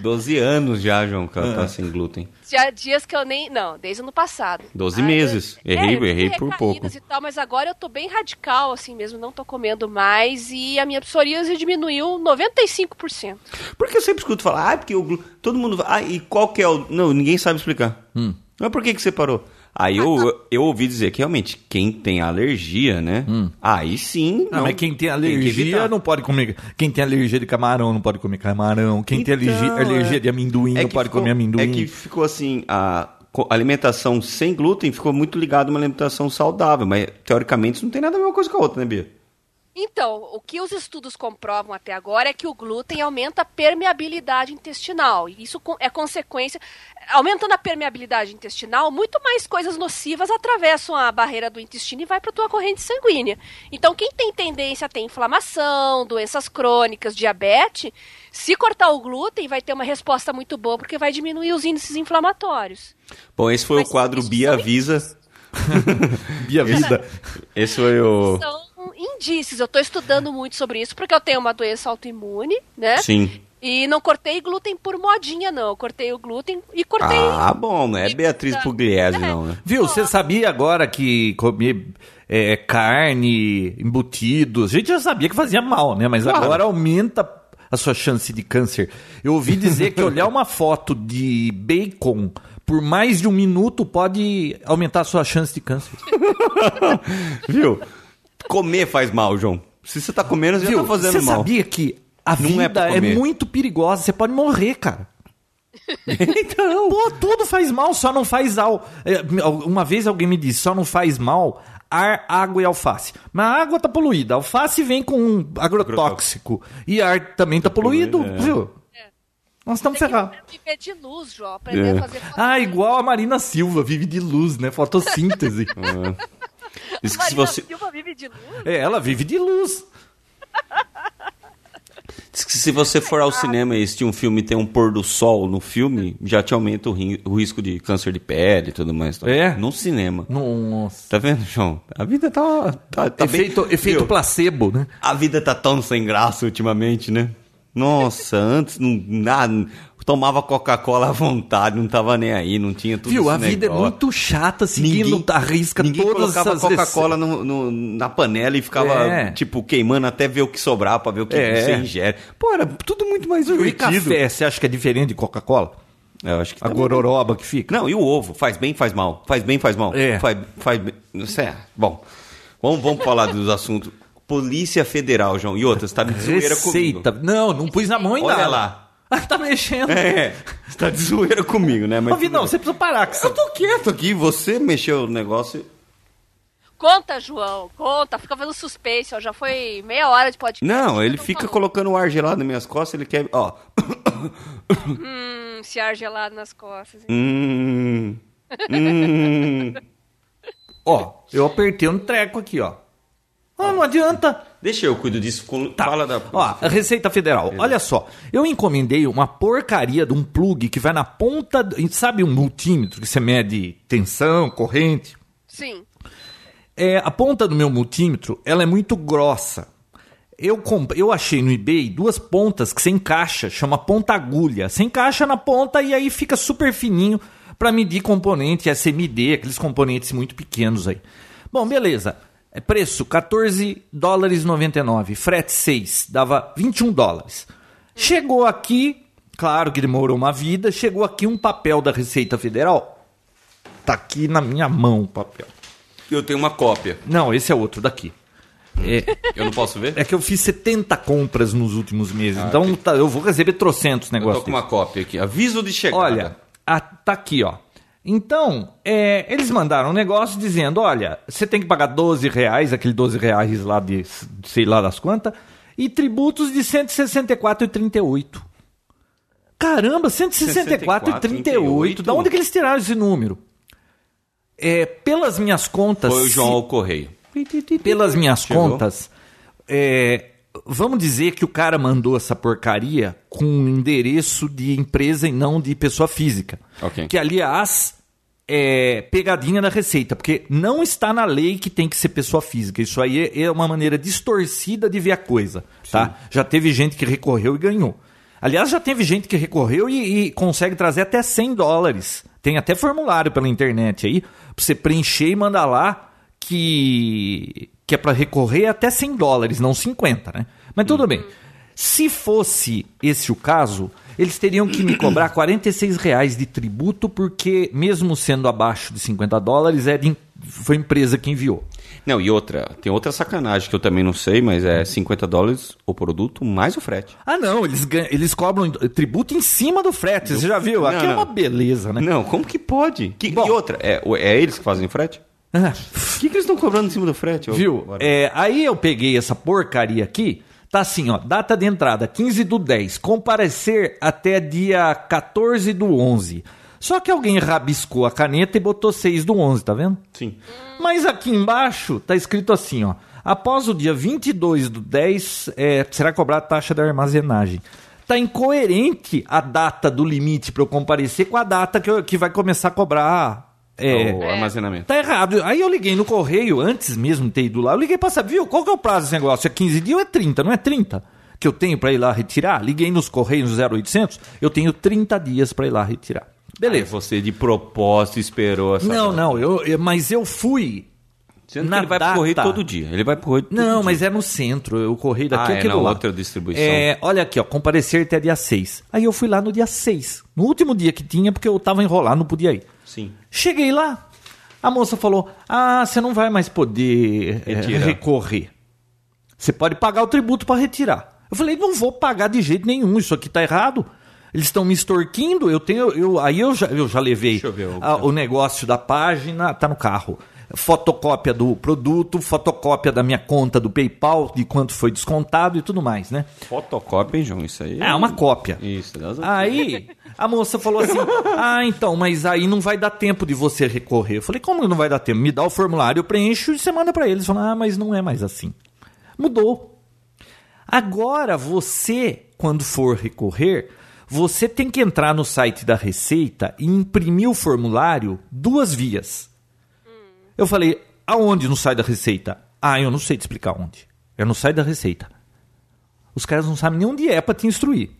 [SPEAKER 2] 12 anos já, João, que
[SPEAKER 3] Ah.
[SPEAKER 2] ela tá sem glúten.
[SPEAKER 1] Já dias que eu nem. Não, desde o ano passado.
[SPEAKER 2] 12
[SPEAKER 1] Ah,
[SPEAKER 2] meses.
[SPEAKER 1] eu-
[SPEAKER 2] Errei-
[SPEAKER 1] eu tive
[SPEAKER 2] errei por
[SPEAKER 1] recaídas
[SPEAKER 2] pouco.
[SPEAKER 1] E assim, tal, mas agora eu tô bem radical, assim mesmo, não tô comendo mais. E a minha psoríase diminuiu 95%.
[SPEAKER 2] Porque eu sempre escuto
[SPEAKER 3] Hum.
[SPEAKER 2] falar, ah, porque o glúten. Todo mundo. Ah, e qual que é o. Não, ninguém sabe explicar. Mas por que, que você parou? Aí
[SPEAKER 1] tá.
[SPEAKER 2] eu, eu ouvi dizer que realmente quem tem alergia, né? Aí sim.
[SPEAKER 3] Não, Hum. Ah, mas quem tem alergia
[SPEAKER 2] evitar.
[SPEAKER 3] não pode comer. Quem tem alergia de camarão não pode comer camarão. Quem tem
[SPEAKER 2] Então,
[SPEAKER 3] alergia, alergia
[SPEAKER 2] é.
[SPEAKER 3] de amendoim não
[SPEAKER 2] que
[SPEAKER 3] pode
[SPEAKER 2] ficou-
[SPEAKER 3] comer amendoim.
[SPEAKER 2] É que ficou assim, a co- alimentação sem glúten ficou muito ligada a uma alimentação saudável, mas teoricamente isso não tem nada a ver uma coisa com a outra, né, Bia?
[SPEAKER 1] Então, o que os estudos comprovam até agora é que o glúten aumenta a permeabilidade intestinal. E isso co- é consequência. Aumentando a permeabilidade intestinal, muito mais coisas nocivas atravessam a barreira do intestino e vai para a tua corrente sanguínea. Então, quem tem tendência a ter inflamação, doenças crônicas, diabetes, se cortar o glúten, vai ter uma resposta muito boa, porque vai diminuir os índices inflamatórios.
[SPEAKER 2] Bom, esse foi
[SPEAKER 1] Mas
[SPEAKER 2] o quadro
[SPEAKER 1] isso
[SPEAKER 2] Bia
[SPEAKER 1] são
[SPEAKER 2] Avisa.
[SPEAKER 3] Bia vida.
[SPEAKER 2] Esse foi o.
[SPEAKER 1] né? São indícios. Eu estou estudando muito sobre isso, porque eu tenho uma doença autoimune, né?
[SPEAKER 2] Sim.
[SPEAKER 1] E não cortei glúten por modinha, não. Eu cortei o glúten e cortei.
[SPEAKER 2] Ah, bom, não é Beatriz Pugliese,
[SPEAKER 1] É.
[SPEAKER 2] não, né?
[SPEAKER 3] Viu, você sabia agora que comer é, carne, embutidos, a gente já sabia que fazia mal, né? Mas
[SPEAKER 2] Claro.
[SPEAKER 3] agora aumenta a sua chance de câncer. Eu ouvi dizer que olhar uma foto de bacon por mais de um minuto pode aumentar a sua chance de câncer.
[SPEAKER 2] Viu? Comer faz mal, João. Se você tá comendo, você já
[SPEAKER 3] Viu,
[SPEAKER 2] tá fazendo
[SPEAKER 3] você
[SPEAKER 2] mal.
[SPEAKER 3] sabia que a
[SPEAKER 2] Não é
[SPEAKER 3] vida
[SPEAKER 2] pra
[SPEAKER 3] é,
[SPEAKER 2] comer.
[SPEAKER 3] muito perigosa, você pode morrer, <laughs> cara. então, pô, tudo faz mal, só não faz mal. Uma vez alguém me disse, só não faz mal ar, água e alface. Mas a água tá poluída, a alface vem com um agrotóxico e ar também tá poluído,
[SPEAKER 2] poluído, é.
[SPEAKER 3] viu? Nós estamos
[SPEAKER 1] Tem
[SPEAKER 3] ferrados.
[SPEAKER 1] que viver de luz, João. Aprender
[SPEAKER 2] É.
[SPEAKER 1] a fazer. foto-
[SPEAKER 3] Ah, igual a Marina Silva, vive de luz, né? <laughs> Fotossíntese.
[SPEAKER 2] Diz que se
[SPEAKER 1] Marina
[SPEAKER 2] você,
[SPEAKER 1] Silva vive de luz.
[SPEAKER 3] é, ela vive de luz.
[SPEAKER 2] Diz que se você for
[SPEAKER 1] Ah.
[SPEAKER 2] ao cinema e assistir um filme e tem um pôr do sol no filme, já te aumenta o, ri- o risco de câncer de pele e tudo mais. tá?
[SPEAKER 3] É?
[SPEAKER 2] No cinema.
[SPEAKER 3] Nossa.
[SPEAKER 2] Tá vendo, João? A vida tá, tá, tá bem-
[SPEAKER 3] efeito efeito
[SPEAKER 2] Viu?
[SPEAKER 3] placebo, né?
[SPEAKER 2] A vida tá tão sem graça ultimamente, né? Nossa, <laughs> antes não nada, tomava Coca-Cola à vontade, não tava nem aí, não tinha tudo
[SPEAKER 3] Viu,
[SPEAKER 2] esse
[SPEAKER 3] a vida é
[SPEAKER 2] negócio.
[SPEAKER 3] muito chata, seguindo a risca
[SPEAKER 2] ninguém
[SPEAKER 3] todas
[SPEAKER 2] colocava
[SPEAKER 3] essas
[SPEAKER 2] Coca-Cola no- no- na panela e ficava,
[SPEAKER 3] É.
[SPEAKER 2] tipo, queimando até ver o que sobrava pra ver o que
[SPEAKER 3] É.
[SPEAKER 2] você ingere. Pô, era tudo muito mais
[SPEAKER 3] receitas. E
[SPEAKER 2] divertido.
[SPEAKER 3] café, você acha que é diferente de Coca-Cola?
[SPEAKER 2] Eu acho que
[SPEAKER 3] A
[SPEAKER 2] tá-
[SPEAKER 3] gororoba que fica?
[SPEAKER 2] Não, e o ovo? Faz bem, faz mal. Faz bem, faz mal.
[SPEAKER 3] É.
[SPEAKER 2] Faz, faz bem. Não sei. é. Bom, vamos, vamos falar dos assuntos. Polícia Federal, João. E outras, tá de zoeira comigo.
[SPEAKER 3] Receita. Não, não pus na mão ainda.
[SPEAKER 2] Olha lá.
[SPEAKER 3] Ah, <laughs> tá mexendo.
[SPEAKER 2] É, você tá de zoeira comigo, né? Mas
[SPEAKER 3] Ô, Vinão, você precisa parar com
[SPEAKER 2] Eu
[SPEAKER 3] isso.
[SPEAKER 2] tô tá quieto aqui, você mexeu no negócio.
[SPEAKER 1] Conta, João. Conta. Fica fazendo suspense. Ó. Já foi meia hora de podcast.
[SPEAKER 2] Não,
[SPEAKER 1] Já
[SPEAKER 2] ele
[SPEAKER 1] tô
[SPEAKER 2] fica
[SPEAKER 1] falando.
[SPEAKER 2] colocando o ar gelado nas minhas costas, ele quer... Ó. <coughs>
[SPEAKER 1] Hum, se ar gelado nas costas.
[SPEAKER 2] Hum... Hum...
[SPEAKER 3] Ó, eu apertei um treco aqui, ó. Ah, não adianta.
[SPEAKER 2] Deixa eu cuido disso. com-
[SPEAKER 3] Tá.
[SPEAKER 2] Fala da...
[SPEAKER 3] Ó, a Receita Federal. Olha só, eu encomendei uma porcaria de um plug que vai na ponta, do- sabe um multímetro que você mede tensão, corrente?
[SPEAKER 1] Sim.
[SPEAKER 3] É, a ponta do meu multímetro, ela é muito grossa. Eu, comp- eu achei no eBay duas pontas que se encaixa, chama ponta agulha. Se encaixa na ponta e aí fica super fininho para medir componente é SMD, aqueles componentes muito pequenos aí. Bom, beleza. É preço 14 dólares 99, frete 6, dava 21 dólares. Chegou aqui, claro que demorou uma vida, chegou aqui um papel da Receita Federal. Tá aqui na minha mão o papel.
[SPEAKER 2] Eu tenho uma cópia.
[SPEAKER 3] Não, esse é outro daqui. É,
[SPEAKER 2] Eu não posso ver?
[SPEAKER 3] é que eu fiz 70 compras nos últimos meses, então tá, eu vou receber
[SPEAKER 2] Ah,
[SPEAKER 3] trocentos
[SPEAKER 2] Eu tô
[SPEAKER 3] negócios.
[SPEAKER 2] com uma cópia aqui. Aviso de chegada.
[SPEAKER 3] Olha, a- tá aqui, ó. Então, é, eles mandaram um negócio dizendo, olha, você tem que pagar 12 reais, aquele 12 reais lá de s- sei lá das quantas, e tributos de 164,38. Caramba, 164,38. Da onde que eles tiraram esse número? É, pelas minhas contas...
[SPEAKER 2] Foi o João
[SPEAKER 3] se-
[SPEAKER 2] ao correio.
[SPEAKER 3] pelas minhas
[SPEAKER 2] Chegou.
[SPEAKER 3] contas, é, vamos dizer que o cara mandou essa porcaria com um endereço de empresa e não de pessoa física.
[SPEAKER 2] Ok.
[SPEAKER 3] Que, aliás, é pegadinha da Receita, porque não está na lei que tem que ser pessoa física. Isso aí é- é uma maneira distorcida de ver a coisa. Tá? Já teve gente que recorreu e ganhou. Aliás, já teve gente que recorreu e, e consegue trazer até 100 dólares. Tem até formulário pela internet aí, pra você preencher e mandar lá que, que é para recorrer até 100 dólares, não 50, né? Mas tudo bem. Se fosse esse o caso, eles teriam que me cobrar 46 reais de tributo, porque mesmo sendo abaixo de 50 dólares, é de- foi a empresa que enviou.
[SPEAKER 2] Não, e outra, tem outra sacanagem que eu também não sei, mas é 50 dólares o produto mais o frete.
[SPEAKER 3] Ah, não, eles, ganham- eles cobram em- tributo em cima do frete, você já viu?
[SPEAKER 2] Não,
[SPEAKER 3] Aqui é
[SPEAKER 2] não.
[SPEAKER 3] uma beleza, né?
[SPEAKER 2] Não, como que pode? Que-
[SPEAKER 3] Bom.
[SPEAKER 2] e outra, é, é eles que fazem o frete?
[SPEAKER 3] Ah, <laughs>
[SPEAKER 2] O que, que eles estão cobrando em cima do frete? ô?
[SPEAKER 3] viu?
[SPEAKER 2] Bora.
[SPEAKER 3] É, aí eu peguei essa porcaria aqui, tá assim, ó, data de entrada 15 do 10, comparecer até dia 14 do 11. Só que alguém rabiscou a caneta e botou 6 do 11, tá vendo?
[SPEAKER 2] Sim.
[SPEAKER 3] Mas aqui embaixo tá escrito assim, ó. Após o dia 22 do 10, é, será cobrada a taxa da armazenagem. Tá incoerente a data do limite para eu comparecer com a data que, eu- que vai começar a cobrar. é,
[SPEAKER 2] O armazenamento.
[SPEAKER 3] Tá errado. Aí eu liguei no correio, antes mesmo de ter ido lá, eu liguei pra saber, viu, qual que é o prazo desse negócio? É 15 dias ou é 30? Não é 30 que eu tenho pra ir lá retirar? Liguei nos correios 0800, eu tenho 30 dias pra ir lá retirar.
[SPEAKER 2] Aí
[SPEAKER 3] Beleza.
[SPEAKER 2] você de propósito esperou essa.
[SPEAKER 3] Não, não, eu, eu- mas eu fui.
[SPEAKER 2] Sendo
[SPEAKER 3] na
[SPEAKER 2] que ele vai
[SPEAKER 3] data.
[SPEAKER 2] correr todo dia. Ele vai correr todo
[SPEAKER 3] Não,
[SPEAKER 2] dia.
[SPEAKER 3] mas é no centro, eu corri daqui
[SPEAKER 2] Ah, é
[SPEAKER 3] aqui
[SPEAKER 2] na
[SPEAKER 3] do lado.
[SPEAKER 2] outra distribuição.
[SPEAKER 3] É, olha aqui, ó, comparecer até dia 6. Aí eu fui lá no dia 6, no último dia que tinha, porque eu tava enrolado, não podia ir.
[SPEAKER 2] Sim.
[SPEAKER 3] Cheguei lá, a moça falou: Ah, você não vai mais poder eh,
[SPEAKER 2] Retirar.
[SPEAKER 3] recorrer. Você pode pagar o tributo para retirar. Eu falei: Não vou pagar de jeito nenhum, isso aqui tá errado. Eles estão me extorquindo, eu tenho. Eu, aí eu já, eu já levei
[SPEAKER 2] Deixa eu ver o-
[SPEAKER 3] a- o negócio da página, tá no carro. Fotocópia do produto, fotocópia da minha conta do PayPal, de quanto foi descontado e tudo mais, né?
[SPEAKER 2] Fotocópia, hein, João? Isso aí.
[SPEAKER 3] É uma cópia. Ah,
[SPEAKER 2] Isso, das
[SPEAKER 3] Aí a moça falou assim: Ah, então, mas aí não vai dar tempo de você recorrer. Eu falei: Como não vai dar tempo? Me dá o formulário, eu preencho e você manda pra eles. Falaram: Ah, mas não é mais assim. Mudou. Agora você, quando for recorrer, você tem que entrar no site da Receita e imprimir o formulário duas vias. Eu falei: Aonde no site da Receita? Ah, eu não sei te explicar onde. É no site da Receita. Os caras não sabem nem onde é pra te instruir.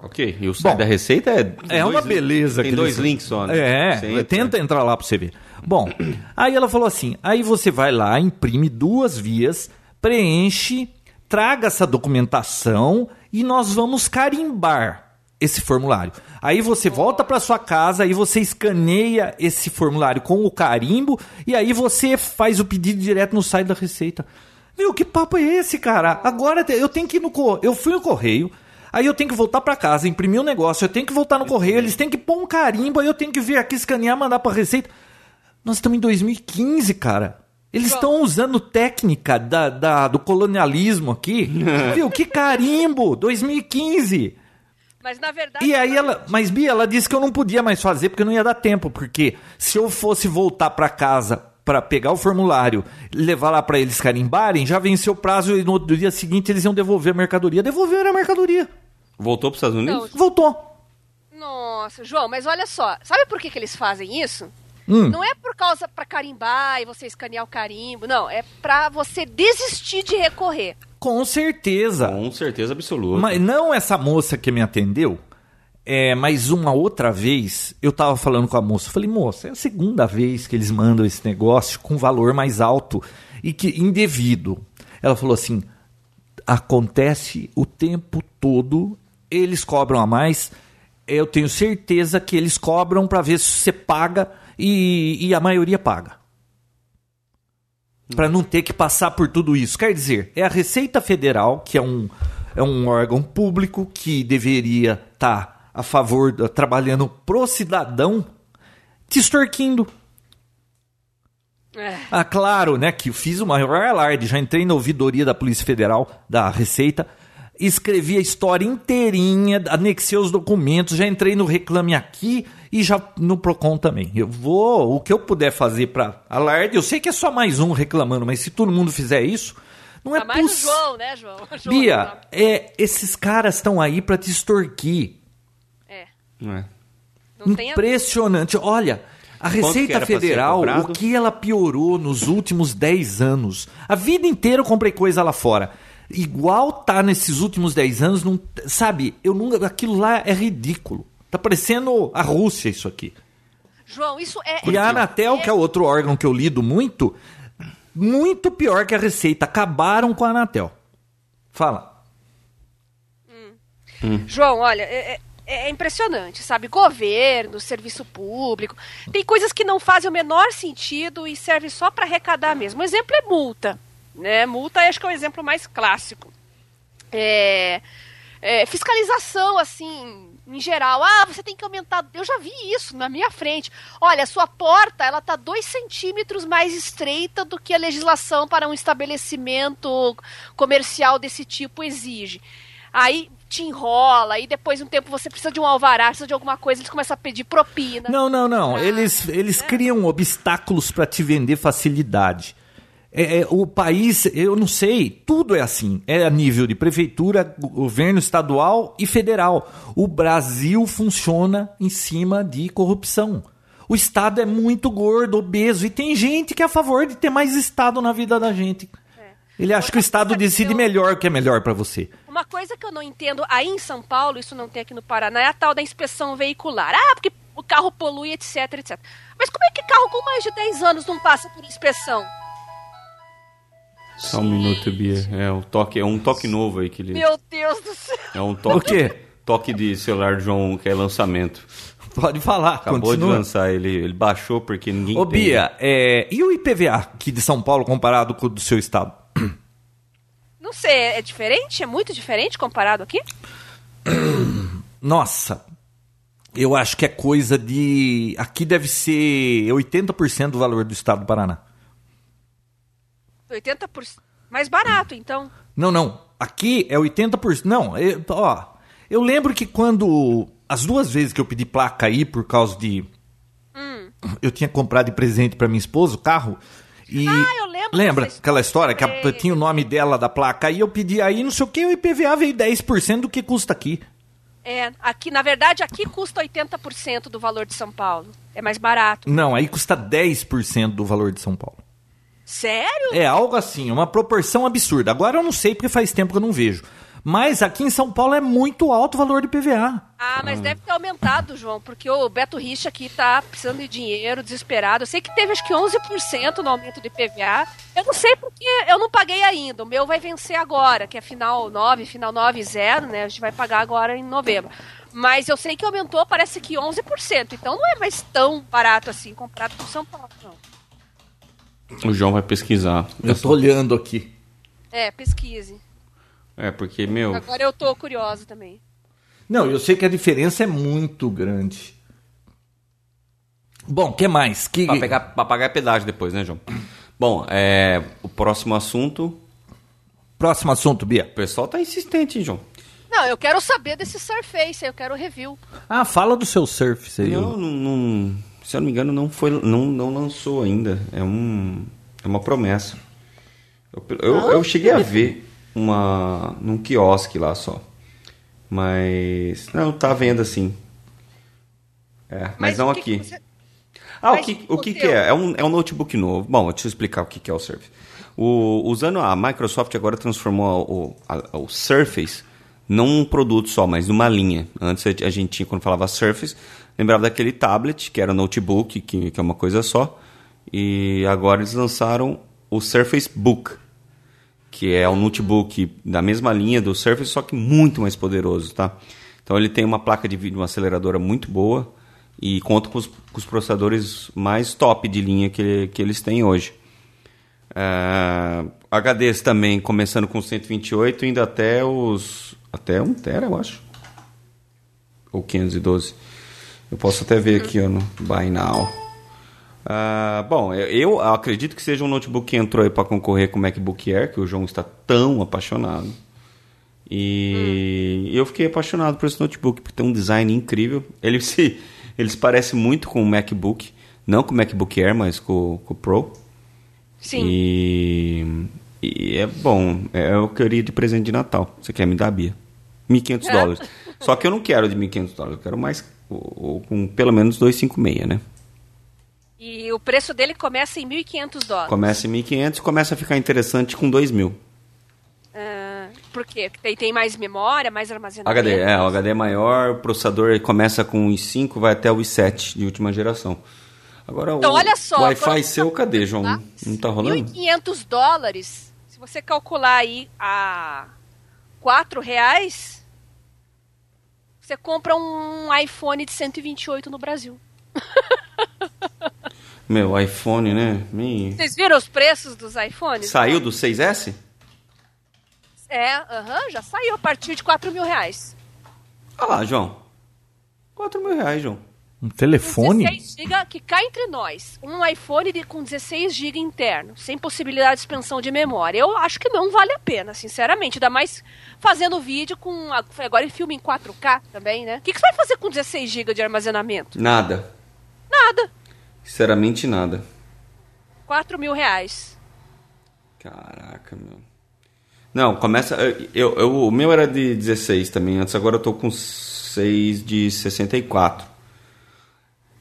[SPEAKER 2] Ok, e o site
[SPEAKER 3] é. Bom,
[SPEAKER 2] da receita é.
[SPEAKER 3] É uma
[SPEAKER 2] dois-
[SPEAKER 3] beleza.
[SPEAKER 2] Tem
[SPEAKER 3] que
[SPEAKER 2] dois
[SPEAKER 3] eles-
[SPEAKER 2] links só, né?
[SPEAKER 3] É,
[SPEAKER 2] Você entra.
[SPEAKER 3] tenta entrar lá pra você ver. Bom, aí ela falou assim, aí você vai lá, imprime duas vias, preenche, traga essa documentação e nós vamos carimbar esse formulário. Aí você volta pra sua casa e você escaneia esse formulário com o carimbo e aí você faz o pedido direto no site da Receita. Meu, que papo é esse, cara? Agora te- eu tenho que ir no correio. Eu fui no correio, aí eu tenho que voltar pra casa, imprimir um negócio, eu tenho que voltar no correio, eles têm que pôr um carimbo, aí eu tenho que vir aqui escanear, mandar pra Receita. Nós estamos em 2015, cara. Eles estão usando técnica da, da- do colonialismo aqui. Viu? Que carimbo! 2015!
[SPEAKER 1] Mas na verdade.
[SPEAKER 3] E aí ela, mas Bia, ela disse que eu não podia mais fazer porque não ia dar tempo, porque se eu fosse voltar pra casa pra pegar o formulário, levar lá pra eles carimbarem, já venceu o prazo e no outro dia seguinte eles iam devolver a mercadoria. Devolveram a mercadoria.
[SPEAKER 2] Voltou para os Estados Unidos?
[SPEAKER 3] Voltou.
[SPEAKER 1] Nossa, João, mas olha só, sabe por que, que eles fazem isso?
[SPEAKER 3] Hum.
[SPEAKER 1] Não é por causa pra carimbar e você escanear o carimbo, não, é pra você desistir de recorrer.
[SPEAKER 3] Com certeza.
[SPEAKER 2] Com certeza absoluta.
[SPEAKER 3] Mas não essa moça que me atendeu. É, mas uma outra vez eu tava falando com a moça, eu falei, moça, é a segunda vez que eles mandam esse negócio com valor mais alto e que indevido. Ela falou assim: acontece o tempo todo, eles cobram a mais. Eu tenho certeza que eles cobram para ver se você paga e, e a maioria paga. Para não ter que passar por tudo isso. Quer dizer, é a Receita Federal, que é um, é um órgão público que deveria estar a favor, da- trabalhando pro cidadão, te extorquindo.
[SPEAKER 1] É.
[SPEAKER 3] Ah, claro, né? Que eu fiz o maior alarde. Já entrei na ouvidoria da Polícia Federal, da Receita. Escrevi a história inteirinha, anexei os documentos, já entrei no Reclame Aqui e já no Procon também. Eu vou, o que eu puder fazer pra alarde, eu sei que é só mais um reclamando, mas se todo mundo fizer isso, não é
[SPEAKER 1] Ainda mais o
[SPEAKER 3] possível.
[SPEAKER 1] João, né, João? <laughs> O João
[SPEAKER 3] Bia, é, esses caras estão aí pra te extorquir.
[SPEAKER 1] É,
[SPEAKER 2] É.
[SPEAKER 3] Um
[SPEAKER 1] não tem a-
[SPEAKER 3] Impressionante. Olha, a
[SPEAKER 2] que
[SPEAKER 3] Receita
[SPEAKER 2] era pra ser
[SPEAKER 3] Federal,
[SPEAKER 2] cobrado?
[SPEAKER 3] o que ela piorou nos últimos 10 anos? A vida inteira eu comprei coisa lá fora. Igual tá nesses últimos 10 anos, não, sabe? Eu nunca, aquilo lá é ridículo. Tá parecendo a Rússia isso aqui.
[SPEAKER 1] João, isso é.
[SPEAKER 3] E a Anatel,
[SPEAKER 1] é-
[SPEAKER 3] que é outro órgão que eu lido muito, muito pior que a Receita. Acabaram com a Anatel. Fala.
[SPEAKER 1] João, olha, é, é- é impressionante, sabe? Governo, serviço público, tem coisas que não fazem o menor sentido e servem só para arrecadar mesmo. Um exemplo é multa, né? Multa acho que é o exemplo mais clássico. É, é, fiscalização, assim, em geral. Ah, você tem que aumentar. Eu já vi isso na minha frente. Olha, a sua porta, ela tá dois centímetros mais estreita do que a legislação para um estabelecimento comercial desse tipo exige. Aí te enrola, e depois de um tempo você precisa de um alvará, precisa de alguma coisa, eles começam a pedir propina.
[SPEAKER 3] Não, não, não. Eles, eles criam obstáculos para te vender facilidade. É, é, o país, eu não sei, tudo é assim. É a nível de prefeitura, go- governo estadual e federal. O Brasil funciona em cima de corrupção. O Estado é muito gordo, obeso, e tem gente que é a favor de ter mais Estado na vida da gente. Ele
[SPEAKER 1] É.
[SPEAKER 3] acha
[SPEAKER 1] Outra
[SPEAKER 3] que o Estado
[SPEAKER 1] coisa que
[SPEAKER 3] decide
[SPEAKER 1] eu-
[SPEAKER 3] melhor o que é melhor para você. <laughs>
[SPEAKER 1] Uma coisa que eu não entendo aí em São Paulo, isso não tem aqui no Paraná, é a tal da inspeção veicular. Ah, porque o carro polui, etc, etc. Mas como é que carro com mais de 10 anos não passa por inspeção?
[SPEAKER 2] Só um minuto, Bia. É um toque, é um toque novo aí que ele.
[SPEAKER 1] Meu Deus do céu.
[SPEAKER 2] É um toque.
[SPEAKER 3] O quê?
[SPEAKER 2] Toque de celular do João, que é lançamento.
[SPEAKER 3] Pode falar,
[SPEAKER 2] Acabou
[SPEAKER 3] continua.
[SPEAKER 2] de lançar, ele, ele baixou porque ninguém.
[SPEAKER 3] Ô,
[SPEAKER 2] tem.
[SPEAKER 3] Bia, é, e o IPVA aqui de São Paulo comparado com o do seu estado?
[SPEAKER 1] Não sei, é diferente? É muito diferente comparado aqui?
[SPEAKER 3] Nossa, eu acho que é coisa de. Aqui deve ser 80% do valor do estado do Paraná.
[SPEAKER 1] 80%. Mais barato, então.
[SPEAKER 3] Não, não. Aqui é 80%. Não, eu, ó. Eu lembro que quando. As duas vezes que eu pedi placa aí por causa de.
[SPEAKER 1] Hum.
[SPEAKER 3] Eu tinha comprado de presente pra minha esposa o carro. E
[SPEAKER 1] Ah, eu lembro
[SPEAKER 3] Lembra
[SPEAKER 1] dessa
[SPEAKER 3] aquela história que a-
[SPEAKER 1] Sei.
[SPEAKER 3] tinha o nome dela da placa aí? Eu pedi aí, não sei o que, o IPVA veio 10% do que custa aqui.
[SPEAKER 1] É, aqui, na verdade, aqui custa 80% do valor de São Paulo. É mais barato.
[SPEAKER 3] Não, aí custa 10% do valor de São Paulo.
[SPEAKER 1] Sério?
[SPEAKER 3] É algo assim, uma proporção absurda. Agora eu não sei porque faz tempo que eu não vejo. Mas aqui em São Paulo é muito alto o valor de PVA.
[SPEAKER 1] Ah, mas deve ter aumentado, João, porque o Beto Rich aqui tá precisando de dinheiro, desesperado. Eu sei que teve acho que 11% no aumento do IPVA. Eu não sei porque eu não paguei ainda. O meu vai vencer agora, que é final 9, final 9 e 0, né? A gente vai pagar agora em novembro. Mas eu sei que aumentou, parece que 11%. Então não é mais tão barato assim comparado com São Paulo, não.
[SPEAKER 2] O João vai pesquisar.
[SPEAKER 3] tô olhando aqui.
[SPEAKER 1] É, pesquise.
[SPEAKER 2] É, porque, meu.
[SPEAKER 3] Tá
[SPEAKER 1] Agora eu tô curiosa também.
[SPEAKER 3] Não, eu sei que a diferença é muito grande. Bom, o que mais? Que...
[SPEAKER 2] Pra, pegar, pra pagar pedágio depois, né, João? Bom, é, o próximo assunto.
[SPEAKER 3] Próximo assunto,
[SPEAKER 2] O
[SPEAKER 3] Bia.
[SPEAKER 2] pessoal tá insistente, hein, João?
[SPEAKER 1] Não, eu quero saber desse Surface, eu quero review.
[SPEAKER 3] Ah, fala do seu surf aí.
[SPEAKER 2] Não, não, não- se eu não me engano, não, foi, não, não lançou ainda. É, um, é uma promessa. Eu,
[SPEAKER 1] Ah,
[SPEAKER 2] eu, eu cheguei a ver uma, num quiosque lá só. Mas. Não, tá à venda sim. É, mas, não
[SPEAKER 1] o que que
[SPEAKER 2] aqui.
[SPEAKER 1] você-
[SPEAKER 2] Ah, o
[SPEAKER 1] Mas
[SPEAKER 2] que,
[SPEAKER 1] o
[SPEAKER 2] o que, que
[SPEAKER 1] teu?
[SPEAKER 2] é? É um, é um notebook novo. Bom, deixa eu explicar o que, que é o Surface. O- usando a Microsoft agora transformou o, a- o Surface num produto só, mas numa linha. Antes a, a gente tinha, quando falava Surface, lembrava daquele tablet, que era notebook, que, que é uma coisa só. E agora eles lançaram o Surface Book, que é um notebook da mesma linha do Surface, só que muito mais poderoso, tá? Então ele tem uma placa de vídeo, uma aceleradora muito boa e conta com os, com os processadores mais top de linha que, que eles têm hoje. Ah, HDs também, começando com 128, indo até os... até 1 tera, eu acho. Ou 512. Eu posso até ver aqui, ó, no Buy Now. Ah, bom, eu, eu acredito que seja um notebook que entrou aí para concorrer com o MacBook Air, que o João está tão apaixonado. E eu fiquei apaixonado por esse notebook, porque tem um design incrível. Ele <laughs> se, ele se parece muito com o MacBook, não com o MacBook Air, mas com, com o Pro.
[SPEAKER 1] Sim.
[SPEAKER 2] E, e é bom, é o que eu queria de presente de Natal. Você quer me dar, Bia? 1.500 dólares. Só que eu não quero de 1.500 dólares, eu quero mais, ou, ou com pelo menos 256, né?
[SPEAKER 1] E o preço dele começa em 1.500 dólares.
[SPEAKER 2] Começa em 1.500, começa a ficar interessante com 2.000.
[SPEAKER 1] Ah, por quê? Porque Tem, tem mais memória, mais armazenamento.
[SPEAKER 2] HD, é, o HD é maior, o processador começa com o i5, vai até o i7 de última geração. Agora
[SPEAKER 1] Então,
[SPEAKER 2] o
[SPEAKER 1] olha só,
[SPEAKER 2] Wi-Fi
[SPEAKER 1] agora-
[SPEAKER 2] seu, cadê, João?
[SPEAKER 1] Tá?
[SPEAKER 2] Não tá rolando?
[SPEAKER 1] 1.500 dólares, se você calcular aí a 4 reais, Você compra um iPhone de 128 no Brasil.
[SPEAKER 2] Meu, iPhone, né? Me...
[SPEAKER 1] Vocês viram os preços dos iPhones?
[SPEAKER 2] Saiu do 6S?
[SPEAKER 1] É, aham, já saiu a partir de 4 mil reais.
[SPEAKER 2] Olha lá, João. 4 mil reais, João.
[SPEAKER 3] Um
[SPEAKER 1] Um
[SPEAKER 3] telefone?
[SPEAKER 1] 16 GB que cai entre nós. Um iPhone de- com 16 GB interno, sem possibilidade de expansão de memória. Eu acho que não vale a pena, sinceramente. Ainda mais fazendo vídeo com. a- Agora em filme em 4K também, né? O que, que você vai fazer com 16 GB de armazenamento?
[SPEAKER 2] Nada.
[SPEAKER 1] Nada.
[SPEAKER 2] Sinceramente, nada.
[SPEAKER 1] 4 mil reais.
[SPEAKER 2] Caraca, meu. Não, começa. Eu, eu- o meu era de 16 também, antes agora eu tô com 6 de 64.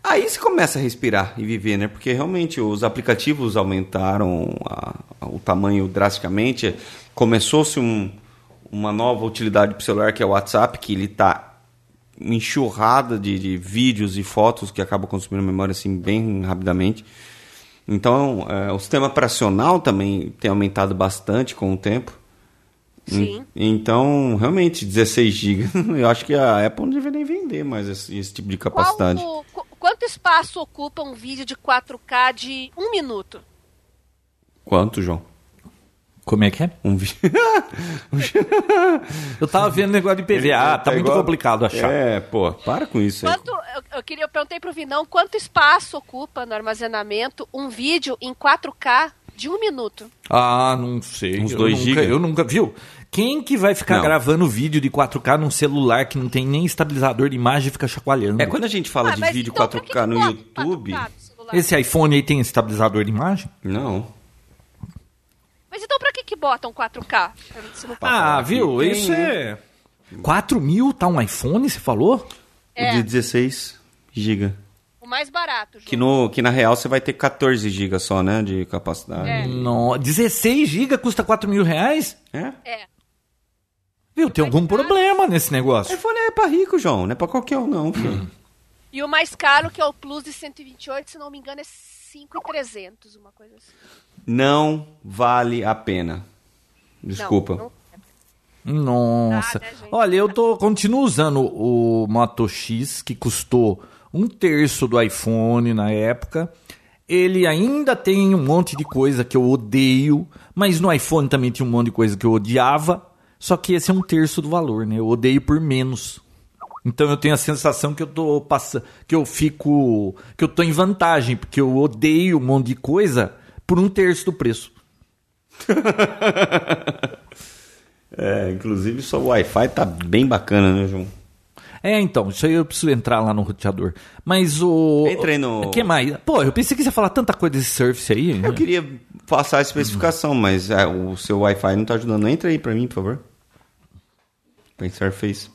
[SPEAKER 2] Aí você começa a respirar e viver, né? Porque realmente os aplicativos aumentaram a- a- o tamanho drasticamente. Começou-se um- uma nova utilidade pro celular que é o WhatsApp, que ele tá enxurrada de, de vídeos e fotos que acaba consumindo memória assim bem rapidamente. Então, é, o sistema operacional também tem aumentado bastante com o tempo.
[SPEAKER 1] Sim.
[SPEAKER 2] Então, realmente, 16 GB. <laughs> Eu acho que a Apple não deveria nem vender mais esse, esse tipo de
[SPEAKER 1] Qual
[SPEAKER 2] capacidade.
[SPEAKER 1] o- qu- quanto espaço ocupa um vídeo de 4K de um minuto?
[SPEAKER 2] Quanto, João?
[SPEAKER 3] Como é que é?
[SPEAKER 2] Um
[SPEAKER 3] <laughs>
[SPEAKER 2] vídeo.
[SPEAKER 3] Eu tava vendo negócio de PVA, tá
[SPEAKER 2] É
[SPEAKER 3] muito
[SPEAKER 2] igual-
[SPEAKER 3] complicado achar.
[SPEAKER 2] É, pô, para com isso aí.
[SPEAKER 1] Quanto, eu, eu queria, eu perguntei pro Vinão quanto espaço ocupa no armazenamento um vídeo em 4K de um minuto.
[SPEAKER 3] Ah, não sei.
[SPEAKER 2] Uns
[SPEAKER 3] eu
[SPEAKER 2] dois
[SPEAKER 3] nunca-
[SPEAKER 2] giga.
[SPEAKER 3] Eu nunca, viu? Quem que vai ficar
[SPEAKER 2] Não.
[SPEAKER 3] gravando vídeo de 4K num celular que não tem nem estabilizador de imagem e fica chacoalhando?
[SPEAKER 2] É, quando a gente fala
[SPEAKER 1] Ah,
[SPEAKER 2] de
[SPEAKER 1] mas
[SPEAKER 2] vídeo
[SPEAKER 1] então pra que
[SPEAKER 2] 4K no
[SPEAKER 1] bota
[SPEAKER 2] YouTube.
[SPEAKER 1] 4K no celular?
[SPEAKER 3] Esse iPhone aí tem estabilizador de imagem?
[SPEAKER 2] Não.
[SPEAKER 1] Mas então pra que que botam É 4K? Se não-
[SPEAKER 3] Ah, viu?
[SPEAKER 2] Tem,
[SPEAKER 3] Isso é... 4 mil tá um iPhone, você falou?
[SPEAKER 1] É.
[SPEAKER 2] O de 16 GB.
[SPEAKER 1] O mais barato, João.
[SPEAKER 2] Que, no, que na real você vai ter 14 GB só, né? De capacidade.
[SPEAKER 1] É.
[SPEAKER 3] Não, 16 GB custa 4 mil reais?
[SPEAKER 2] É?
[SPEAKER 1] É.
[SPEAKER 3] Viu, tem algum problema nesse negócio.
[SPEAKER 2] iPhone é pra rico, João. Não é pra qualquer um, não, filho.
[SPEAKER 1] E o mais caro, que é o Plus de 128, se não me engano, é 5,300, uma coisa assim.
[SPEAKER 2] Não vale a pena. Desculpa.
[SPEAKER 1] Não, não-
[SPEAKER 3] Nossa.
[SPEAKER 1] Ah, né, gente?
[SPEAKER 3] Olha, eu tô continuo usando o Moto X, que custou um terço do iPhone na época. Ele ainda tem um monte de coisa que eu odeio, mas no iPhone também tinha um monte de coisa que eu odiava. Só que esse é um terço do valor, né? Eu odeio por menos. Então eu tenho a sensação que eu tô passando, que eu fico, que eu tô em vantagem, porque eu odeio um monte de coisa por um terço do preço.
[SPEAKER 2] É, inclusive só o Wi-Fi tá bem bacana, né, João?
[SPEAKER 3] É, então, isso aí eu preciso entrar lá no roteador. Mas o.
[SPEAKER 2] Entra aí no-
[SPEAKER 3] O que mais? Pô, eu pensei que você ia falar tanta coisa desse Surface aí.
[SPEAKER 1] Hum.
[SPEAKER 2] Eu queria passar a especificação, mas é, o seu Wi-Fi não tá ajudando. Entra aí pra mim, por favor. Pra Surface.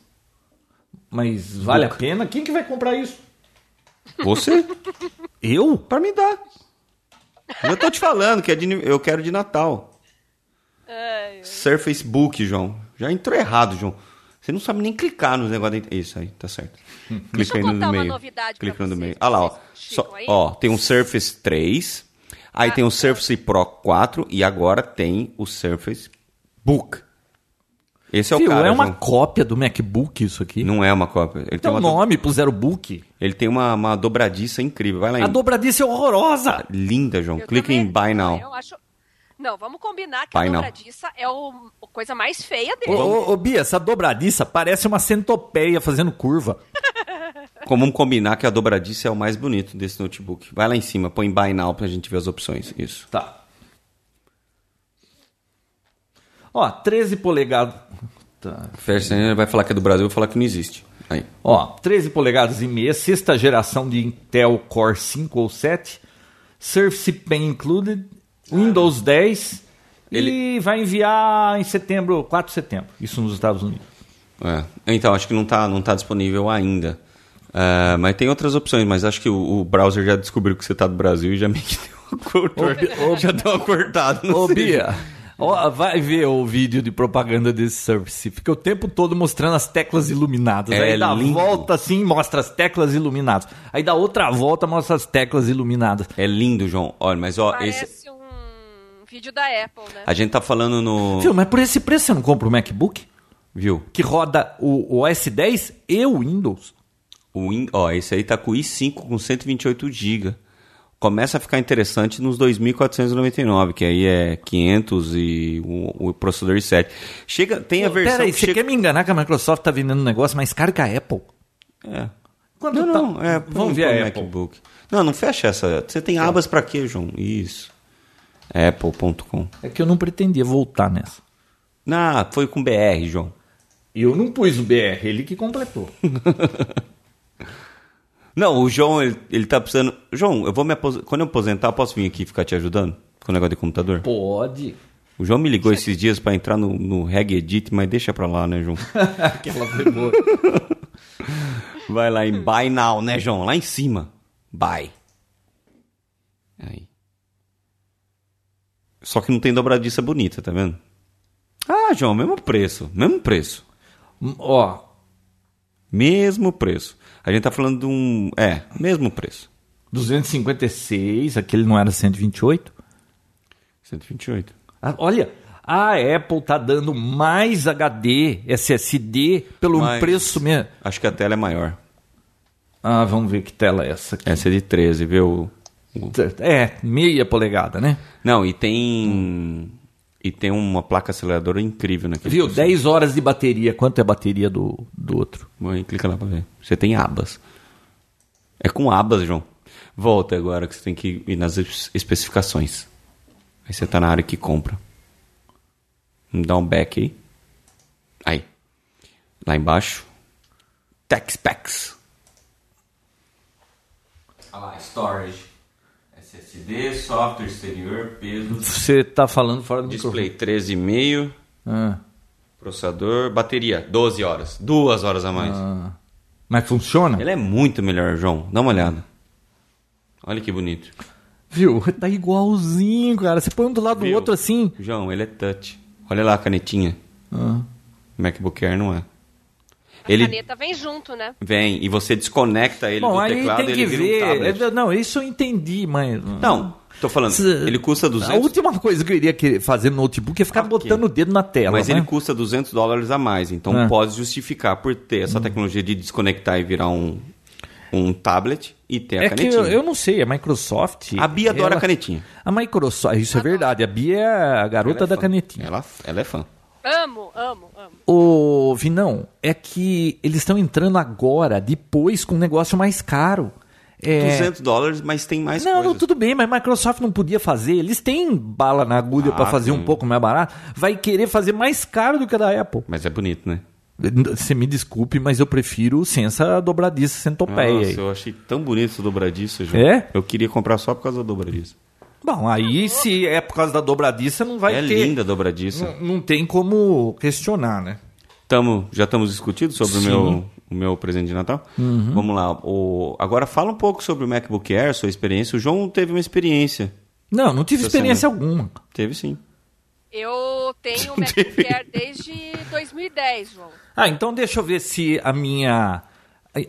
[SPEAKER 3] Mas vale a pena? Quem que vai comprar isso?
[SPEAKER 2] Você?
[SPEAKER 3] Eu?
[SPEAKER 2] pra me dar. Eu tô te falando que é de ni- eu quero de Natal. Surface Book, João. Já entrou errado, João. Você não sabe nem clicar nos negócios. da- Isso aí, tá certo. Clica
[SPEAKER 1] Hum. Deixa eu
[SPEAKER 2] aí no do
[SPEAKER 1] contar uma
[SPEAKER 2] meio.
[SPEAKER 1] novidade pra
[SPEAKER 2] Clica no do
[SPEAKER 1] vocês,
[SPEAKER 2] meio. Olha lá, ó.
[SPEAKER 1] vocês que
[SPEAKER 2] Só-
[SPEAKER 1] ficam aí. Ah.
[SPEAKER 2] ó, tem um Surface 3, aí tem o Surface Pro 4 e agora tem o Surface Book. Esse é
[SPEAKER 3] Fio,
[SPEAKER 2] o cara,
[SPEAKER 3] é uma
[SPEAKER 2] João.
[SPEAKER 3] cópia do MacBook isso aqui.
[SPEAKER 2] Não é uma cópia. Ele tem,
[SPEAKER 3] Tem um
[SPEAKER 2] uma, do-
[SPEAKER 3] nome, puseram book.
[SPEAKER 2] ele tem uma, uma dobradiça incrível. Vai lá
[SPEAKER 3] A
[SPEAKER 2] em...
[SPEAKER 3] dobradiça é horrorosa.
[SPEAKER 2] Linda, João.
[SPEAKER 1] Eu
[SPEAKER 2] Clica
[SPEAKER 1] também-
[SPEAKER 2] em Buy
[SPEAKER 1] Não,
[SPEAKER 2] Now.
[SPEAKER 1] eu acho- Não, vamos combinar que
[SPEAKER 2] Buy
[SPEAKER 1] a
[SPEAKER 2] now.
[SPEAKER 1] dobradiça é o... a coisa mais feia
[SPEAKER 3] Ô,
[SPEAKER 1] dele.
[SPEAKER 3] ô, ô, Bia, essa dobradiça parece uma centopeia fazendo curva.
[SPEAKER 2] Como um combinar que a dobradiça é o mais bonito desse notebook. Vai lá em cima, põe Buy Now pra gente ver as opções. Isso.
[SPEAKER 3] Tá. Ó, 13 polegadas. Tá.
[SPEAKER 2] Fersen vai falar que é do Brasil, eu vou falar que não existe. Aí.
[SPEAKER 3] Ó, 13 polegadas e meia, sexta geração de Intel Core 5 ou 7, Surface Pen included, Windows 10 e vai enviar em setembro, 4 de setembro, isso nos Estados Unidos.
[SPEAKER 2] É. Então, acho que não tá, não tá disponível ainda. Ah, mas tem outras opções, mas acho que o, o browser já descobriu que você tá do Brasil e já meio que <laughs> deu uma cortada.
[SPEAKER 3] Ô, Bi- ô,
[SPEAKER 2] já deu uma cortada. não
[SPEAKER 3] Ô <laughs>
[SPEAKER 2] sei.
[SPEAKER 3] Bia, ó, vai ver o vídeo de propaganda desse Surface, fica o tempo todo mostrando as teclas iluminadas,
[SPEAKER 2] É
[SPEAKER 3] aí dá
[SPEAKER 2] lindo.
[SPEAKER 3] volta assim, mostra as teclas iluminadas, aí dá outra volta, mostra as teclas iluminadas.
[SPEAKER 2] É lindo, João. Olha, mas ó,
[SPEAKER 1] Parece
[SPEAKER 2] esse.
[SPEAKER 1] um vídeo da Apple, né?
[SPEAKER 2] A gente tá falando no.
[SPEAKER 3] Viu, mas por esse preço você não compra o MacBook?
[SPEAKER 2] Viu?
[SPEAKER 3] que roda o OS 10 e o Windows.
[SPEAKER 2] O Win- Ó, esse aí tá com o i5 com 128 GB. Começa a ficar interessante nos 2.499, que aí é 500 e o, o processador i7. Chega, tem a versão
[SPEAKER 3] Pera aí,
[SPEAKER 2] que
[SPEAKER 3] você
[SPEAKER 2] chega...
[SPEAKER 3] quer me enganar que a Microsoft tá vendendo um negócio mais caro que a Apple?
[SPEAKER 2] É. Não,
[SPEAKER 3] Quanto tá?
[SPEAKER 2] não, é, põe
[SPEAKER 3] Vamos ver
[SPEAKER 2] o
[SPEAKER 3] a Apple. Tá.
[SPEAKER 2] MacBook. Não, não fecha essa. Você tem abas pra quê, João? Isso. Apple.com.
[SPEAKER 3] É que eu não pretendia voltar nessa.
[SPEAKER 2] Ah, foi com BR, João.
[SPEAKER 3] Eu não pus o BR, ele que completou.
[SPEAKER 2] Não, o João, ele, ele tá precisando. João, eu vou me aposentar. Quando eu aposentar, eu posso vir aqui ficar te ajudando? Com o negócio de computador?
[SPEAKER 3] <laughs> Pode.
[SPEAKER 2] O João me ligou esses dias pra entrar no, no Reg Edit, mas deixa pra lá, né, João?
[SPEAKER 3] Aquela foi boa.
[SPEAKER 2] Vai lá em Buy Now, né, João? Lá em cima. Buy. Aí. Só que não tem dobradiça bonita, tá vendo? Ah, João, mesmo preço. Mesmo preço.
[SPEAKER 3] Hum, Ó,
[SPEAKER 2] Mesmo preço. A gente tá falando de um. É, mesmo preço.
[SPEAKER 3] 256, aquele não era 128.
[SPEAKER 2] 128.
[SPEAKER 3] Ah, olha, a Apple tá dando mais HD SSD pelo
[SPEAKER 2] Mas-
[SPEAKER 3] preço mesmo.
[SPEAKER 2] Acho que a tela é maior.
[SPEAKER 3] Ah, vamos ver que tela é essa aqui.
[SPEAKER 2] Essa é de 13, viu?
[SPEAKER 3] É, meia polegada, né?
[SPEAKER 2] Não, e tem. E tem uma placa aceleradora incrível naquele.
[SPEAKER 3] Viu?
[SPEAKER 2] PC.
[SPEAKER 3] 10 horas de bateria. Quanto é a bateria do, do outro?
[SPEAKER 2] Mãe, clica lá pra ver. Você tem abas. É com abas, João. Volta agora que você tem que ir nas es- especificações. Aí você tá na área que compra. Me Dá um back aí. Aí. Lá embaixo. Tech specs. Olha lá, storage. SSD, software exterior, peso.
[SPEAKER 3] Você tá falando fora do
[SPEAKER 2] Display 13,5.
[SPEAKER 3] microfone. Ah,
[SPEAKER 2] Processador, bateria, 12 horas. Duas horas a mais.
[SPEAKER 3] Ah. mas funciona?
[SPEAKER 2] Ele é muito melhor, João. Dá uma olhada. Olha que bonito.
[SPEAKER 3] Viu? Tá igualzinho, cara. Você põe um do lado do
[SPEAKER 2] Viu?
[SPEAKER 3] outro assim.
[SPEAKER 2] João, ele é touch. Olha lá a canetinha.
[SPEAKER 3] Ah.
[SPEAKER 2] MacBook Air não é.
[SPEAKER 1] A
[SPEAKER 2] Ele
[SPEAKER 1] caneta vem junto, né?
[SPEAKER 2] vem e você desconecta ele
[SPEAKER 3] Bom,
[SPEAKER 2] do
[SPEAKER 3] aí
[SPEAKER 2] teclado
[SPEAKER 3] tem
[SPEAKER 2] e
[SPEAKER 3] que
[SPEAKER 2] ele vira um
[SPEAKER 3] ver.
[SPEAKER 2] tablet.
[SPEAKER 3] É, não, isso eu entendi, mas.
[SPEAKER 2] Não, tô falando.
[SPEAKER 3] Se-
[SPEAKER 2] Ele custa
[SPEAKER 3] A
[SPEAKER 2] 200,
[SPEAKER 3] última coisa que eu iria querer fazer no notebook é ficar
[SPEAKER 2] Ok.
[SPEAKER 3] botando o dedo na tela.
[SPEAKER 2] mas
[SPEAKER 3] né?
[SPEAKER 2] ele custa 200 dólares a mais. Então
[SPEAKER 3] É. Hum.
[SPEAKER 2] pode justificar por ter essa tecnologia de desconectar e virar um, um tablet e ter a
[SPEAKER 3] É que
[SPEAKER 2] canetinha.
[SPEAKER 3] eu, eu não sei, a Microsoft.
[SPEAKER 2] A Bia adora
[SPEAKER 3] ela-
[SPEAKER 2] canetinha. Ah,
[SPEAKER 3] A Microsoft, isso é verdade. A Bia é a
[SPEAKER 2] Ela é
[SPEAKER 3] garota da
[SPEAKER 2] fã.
[SPEAKER 3] canetinha.
[SPEAKER 2] Ela, ela é fã.
[SPEAKER 1] Amo, amo, amo.
[SPEAKER 3] Ô, Vinão, é que eles estão entrando agora, depois, com um negócio mais caro. É...
[SPEAKER 2] 200 dólares, mas tem mais
[SPEAKER 3] Não, não,
[SPEAKER 2] coisas.
[SPEAKER 3] tudo bem, mas Microsoft não podia fazer. Eles têm bala na agulha
[SPEAKER 2] Ah,
[SPEAKER 3] pra fazer um
[SPEAKER 2] tem.
[SPEAKER 3] pouco mais barato. Vai querer fazer mais caro do que a da Apple.
[SPEAKER 2] Mas é bonito, né?
[SPEAKER 3] Você me desculpe, mas eu prefiro sem essa dobradiça centopeia.
[SPEAKER 2] Nossa,
[SPEAKER 3] aí.
[SPEAKER 2] eu achei tão bonito essa dobradiça, João.
[SPEAKER 3] É?
[SPEAKER 2] Eu queria comprar só por causa da dobradiça.
[SPEAKER 3] Bom, aí se é por causa da dobradiça, não vai
[SPEAKER 2] é
[SPEAKER 3] ter. Hum.
[SPEAKER 2] linda a dobradiça.
[SPEAKER 3] Não, não tem como questionar, né?
[SPEAKER 2] Tamo, já estamos discutindo sobre o
[SPEAKER 3] Sim. Uhum.
[SPEAKER 2] meu, o meu presente de Natal? Vamos lá. o- agora fala um pouco sobre o MacBook Air, sua experiência. O João teve uma experiência.
[SPEAKER 3] Não, não tive
[SPEAKER 2] Essa
[SPEAKER 3] experiência alguma.
[SPEAKER 2] Teve sim.
[SPEAKER 1] Eu
[SPEAKER 2] <laughs>
[SPEAKER 1] tenho o MacBook Air desde 2010, João.
[SPEAKER 3] Ah, então deixa eu ver se a minha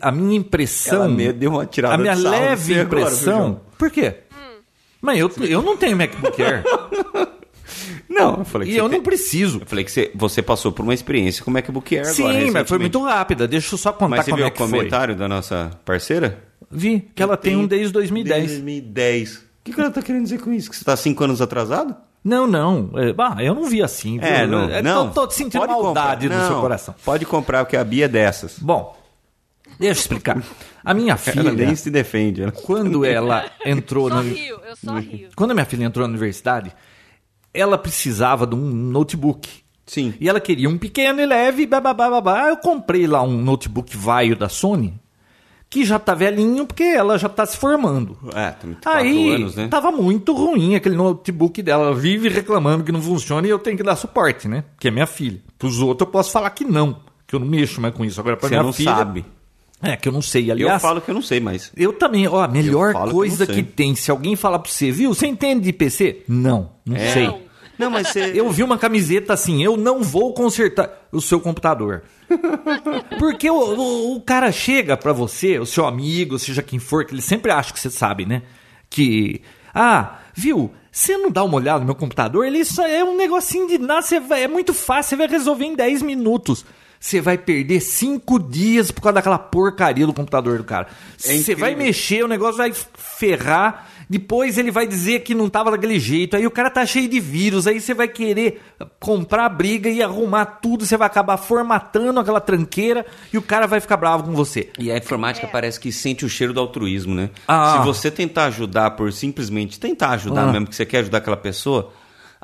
[SPEAKER 3] a minha impressão,
[SPEAKER 2] Ela me deu uma tirada
[SPEAKER 3] a minha
[SPEAKER 2] de sarro de
[SPEAKER 3] leve
[SPEAKER 2] você agora, viu,
[SPEAKER 3] impressão.
[SPEAKER 2] João? Hum.
[SPEAKER 3] por quê? Mas eu, eu não tenho MacBook Air
[SPEAKER 2] <laughs> Não, eu falei que
[SPEAKER 3] e
[SPEAKER 2] você
[SPEAKER 3] eu não
[SPEAKER 2] tem-
[SPEAKER 3] preciso.
[SPEAKER 2] Eu falei que você, você passou por uma experiência com o MacBook Air agora.
[SPEAKER 3] Sim, mas foi
[SPEAKER 2] recentemente.
[SPEAKER 3] muito rápida. Deixa eu só contar
[SPEAKER 2] Mas você
[SPEAKER 3] como
[SPEAKER 2] viu
[SPEAKER 3] é
[SPEAKER 2] o
[SPEAKER 3] que foi.
[SPEAKER 2] comentário da nossa parceira?
[SPEAKER 3] Vi que ela tem um desde 2010.
[SPEAKER 2] 2010. O que, que ela tá querendo dizer com isso? Que você tá cinco anos atrasado?
[SPEAKER 3] Não, não. É, bah, eu não vi assim. viu?
[SPEAKER 2] É, não.
[SPEAKER 3] Eu
[SPEAKER 2] não.
[SPEAKER 3] Tô, tô sentindo
[SPEAKER 2] Pode
[SPEAKER 3] maldade
[SPEAKER 2] comprar.
[SPEAKER 3] no seu
[SPEAKER 2] Não,
[SPEAKER 3] coração.
[SPEAKER 2] Pode comprar, porque a Bia é dessas.
[SPEAKER 3] Bom, deixa eu explicar. A minha filha,
[SPEAKER 2] <laughs> Ela nem se defende. Ela...
[SPEAKER 3] quando ela entrou
[SPEAKER 1] Só
[SPEAKER 3] na
[SPEAKER 1] rio, eu só rio.
[SPEAKER 3] quando a minha filha entrou na universidade, ela precisava de um notebook.
[SPEAKER 2] Sim.
[SPEAKER 3] E ela queria um pequeno e leve, bababá, babá. Eu comprei lá um notebook vaio da Sony, que já tá velhinho, porque ela já tá se formando.
[SPEAKER 2] É, tem quatro
[SPEAKER 3] Aí, tá,
[SPEAKER 2] anos, né?
[SPEAKER 3] tava muito ruim aquele notebook dela. Ela vive reclamando que não funciona e eu tenho que dar suporte, né? Porque é minha filha. Pros outros eu posso falar que não, que eu não mexo mais com isso. Agora, pra
[SPEAKER 2] Você
[SPEAKER 3] minha
[SPEAKER 2] não
[SPEAKER 3] filha...
[SPEAKER 2] sabe.
[SPEAKER 3] É, que eu não sei. Aliás,
[SPEAKER 2] eu falo que eu não sei, mas...
[SPEAKER 3] eu também, ó, a melhor
[SPEAKER 2] falo que
[SPEAKER 3] coisa
[SPEAKER 2] eu não sei.
[SPEAKER 3] que, tem, se alguém falar pra você, viu? Você entende de PC? Não, não
[SPEAKER 2] É.
[SPEAKER 3] sei.
[SPEAKER 1] Não.
[SPEAKER 2] Não, mas você...
[SPEAKER 3] <laughs> Eu vi uma camiseta assim, eu não vou consertar o seu computador. <laughs> Porque o, o- o cara chega pra você, o seu amigo, seja quem for, que ele sempre acha que você sabe, né? Que, ah, viu? Você não dá uma olhada no meu computador, ele só é um negocinho de nada, você vai- é muito fácil, você vai resolver em 10 minutos. Você vai perder 5 dias por causa daquela porcaria do computador do cara. Você
[SPEAKER 2] incrível.
[SPEAKER 3] vai mexer, o negócio vai ferrar, depois ele vai dizer que não tava daquele jeito, aí o cara tá cheio de vírus, aí você vai querer comprar briga e arrumar tudo, você vai acabar formatando aquela tranqueira e o cara vai ficar bravo com você.
[SPEAKER 2] E a informática parece que sente o cheiro do altruísmo, né?
[SPEAKER 3] Ah.
[SPEAKER 2] Se você tentar ajudar por simplesmente tentar ajudar
[SPEAKER 3] Ah.
[SPEAKER 2] mesmo, que você quer ajudar aquela pessoa,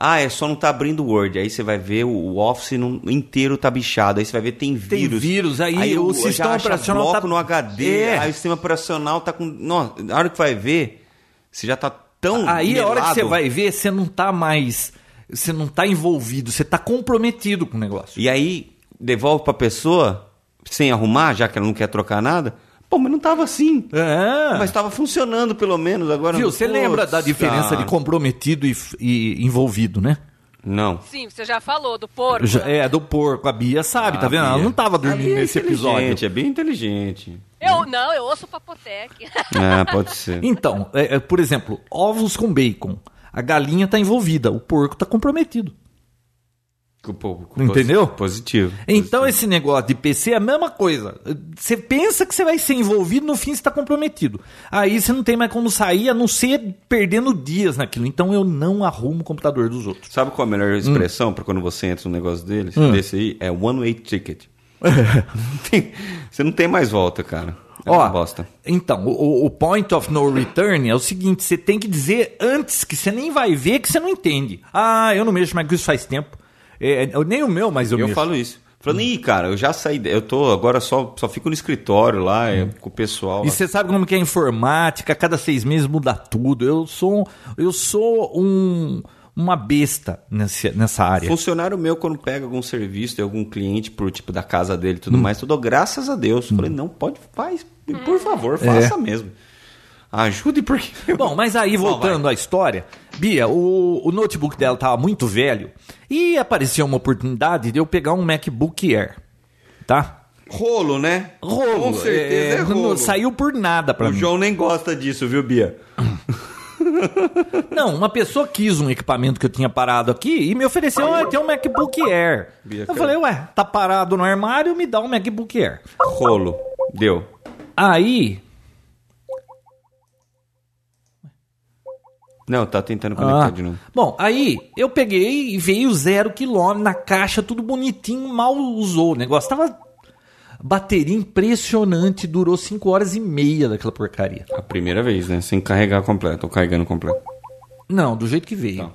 [SPEAKER 2] ah, é só não tá abrindo o Word. Aí você vai ver o- o Office não- inteiro tá bichado. Aí você vai ver tem
[SPEAKER 3] Tem
[SPEAKER 2] vírus.
[SPEAKER 3] vírus, aí o
[SPEAKER 2] já
[SPEAKER 3] sistema
[SPEAKER 2] acha
[SPEAKER 3] operacional
[SPEAKER 2] bloco
[SPEAKER 3] tá-
[SPEAKER 2] no HD,
[SPEAKER 3] É.
[SPEAKER 2] aí o sistema operacional tá com... Nossa, na hora que vai ver, você já tá tão
[SPEAKER 3] Aí a hora que você
[SPEAKER 2] melado.
[SPEAKER 3] vai ver, você não tá mais. Você não tá envolvido, você tá comprometido com o negócio.
[SPEAKER 2] E aí devolve pra pessoa, sem arrumar, já que ela não quer trocar nada. Pô, mas não tava assim.
[SPEAKER 3] É.
[SPEAKER 2] Mas estava funcionando pelo menos agora.
[SPEAKER 3] Viu, você
[SPEAKER 2] Pô,
[SPEAKER 3] lembra da diferença de
[SPEAKER 2] cara.
[SPEAKER 3] comprometido e, e envolvido, né?
[SPEAKER 2] Não.
[SPEAKER 1] Sim, você já falou do porco. né?
[SPEAKER 3] Já- É, do porco. A Bia sabe, tá
[SPEAKER 2] Ah,
[SPEAKER 3] vendo? Ela
[SPEAKER 2] Bia.
[SPEAKER 3] não tava dormindo
[SPEAKER 2] Aí é
[SPEAKER 3] nesse episódio.
[SPEAKER 2] inteligente, É bem inteligente.
[SPEAKER 3] é-
[SPEAKER 1] Eu não, eu ouço o Papotec. <laughs>
[SPEAKER 2] Ah, pode
[SPEAKER 3] <laughs>
[SPEAKER 2] ser.
[SPEAKER 3] Então, é, é, por exemplo, ovos com bacon. A galinha tá envolvida, o porco tá comprometido.
[SPEAKER 2] Com- com- com-
[SPEAKER 3] Entendeu?
[SPEAKER 2] Positivo.
[SPEAKER 3] Então, esse negócio de PC é a mesma coisa. Você pensa que você vai ser envolvido, no fim você está comprometido. Aí você não tem mais como sair, a não ser perdendo dias naquilo. Então eu não arrumo o computador dos outros.
[SPEAKER 2] Sabe qual é a
[SPEAKER 3] Hum.
[SPEAKER 2] melhor expressão pra quando você entra num negócio deles? Desse aí? É one way
[SPEAKER 3] <laughs>
[SPEAKER 2] ticket. Tem- você não tem mais volta, cara. É uma bosta.
[SPEAKER 3] Então, o, o- o point of no return é o seguinte: você tem que dizer antes que você nem vai ver que você não entende. Ah, eu não mexo mais com isso faz tempo. É, eu- nem o meu, mas eu,
[SPEAKER 2] Eu
[SPEAKER 3] mexo.
[SPEAKER 2] falo isso. Falando, ih, cara, eu já saí. de- Eu tô agora só, só fico no escritório lá, é, com o pessoal.
[SPEAKER 3] Hum. E
[SPEAKER 2] lá.
[SPEAKER 3] você sabe como que é a informática, cada seis meses muda tudo. Eu sou, eu sou um, uma besta nessa, nessa área.
[SPEAKER 2] Funcionário meu, quando pega algum serviço de algum cliente pro tipo da casa dele e tudo
[SPEAKER 3] Hum.
[SPEAKER 2] mais, tudo graças a Deus. Falei, não, pode, faz, por favor, faça mesmo. Ajude porque. <laughs>
[SPEAKER 3] É. Bom, mas aí voltando à história, Bia, o, o notebook dela tava muito velho e apareceu uma oportunidade de eu pegar um MacBook Air, tá?
[SPEAKER 2] Rolo, né? Com certeza é,
[SPEAKER 3] não-
[SPEAKER 2] rolo.
[SPEAKER 3] não saiu por nada pra
[SPEAKER 2] O
[SPEAKER 3] mim.
[SPEAKER 2] João nem gosta disso, viu, Bia?
[SPEAKER 3] Não, uma pessoa quis um equipamento que eu tinha parado aqui e me ofereceu ah, tem um MacBook Air.
[SPEAKER 2] Bia,
[SPEAKER 3] eu
[SPEAKER 2] cara.
[SPEAKER 3] falei, ué, tá parado no armário, me dá um MacBook Air.
[SPEAKER 2] Rolo. Deu.
[SPEAKER 3] Aí,
[SPEAKER 2] Não, tá tentando conectar
[SPEAKER 3] Ah.
[SPEAKER 2] de novo.
[SPEAKER 3] Bom, aí eu peguei e veio zero quilômetro na caixa, tudo bonitinho, mal usou o negócio. Tava bateria impressionante, durou 5 horas e meia daquela porcaria.
[SPEAKER 2] A primeira vez, né? Sem carregar completo, ou carregando completo.
[SPEAKER 3] Não, do jeito que veio.
[SPEAKER 2] Não.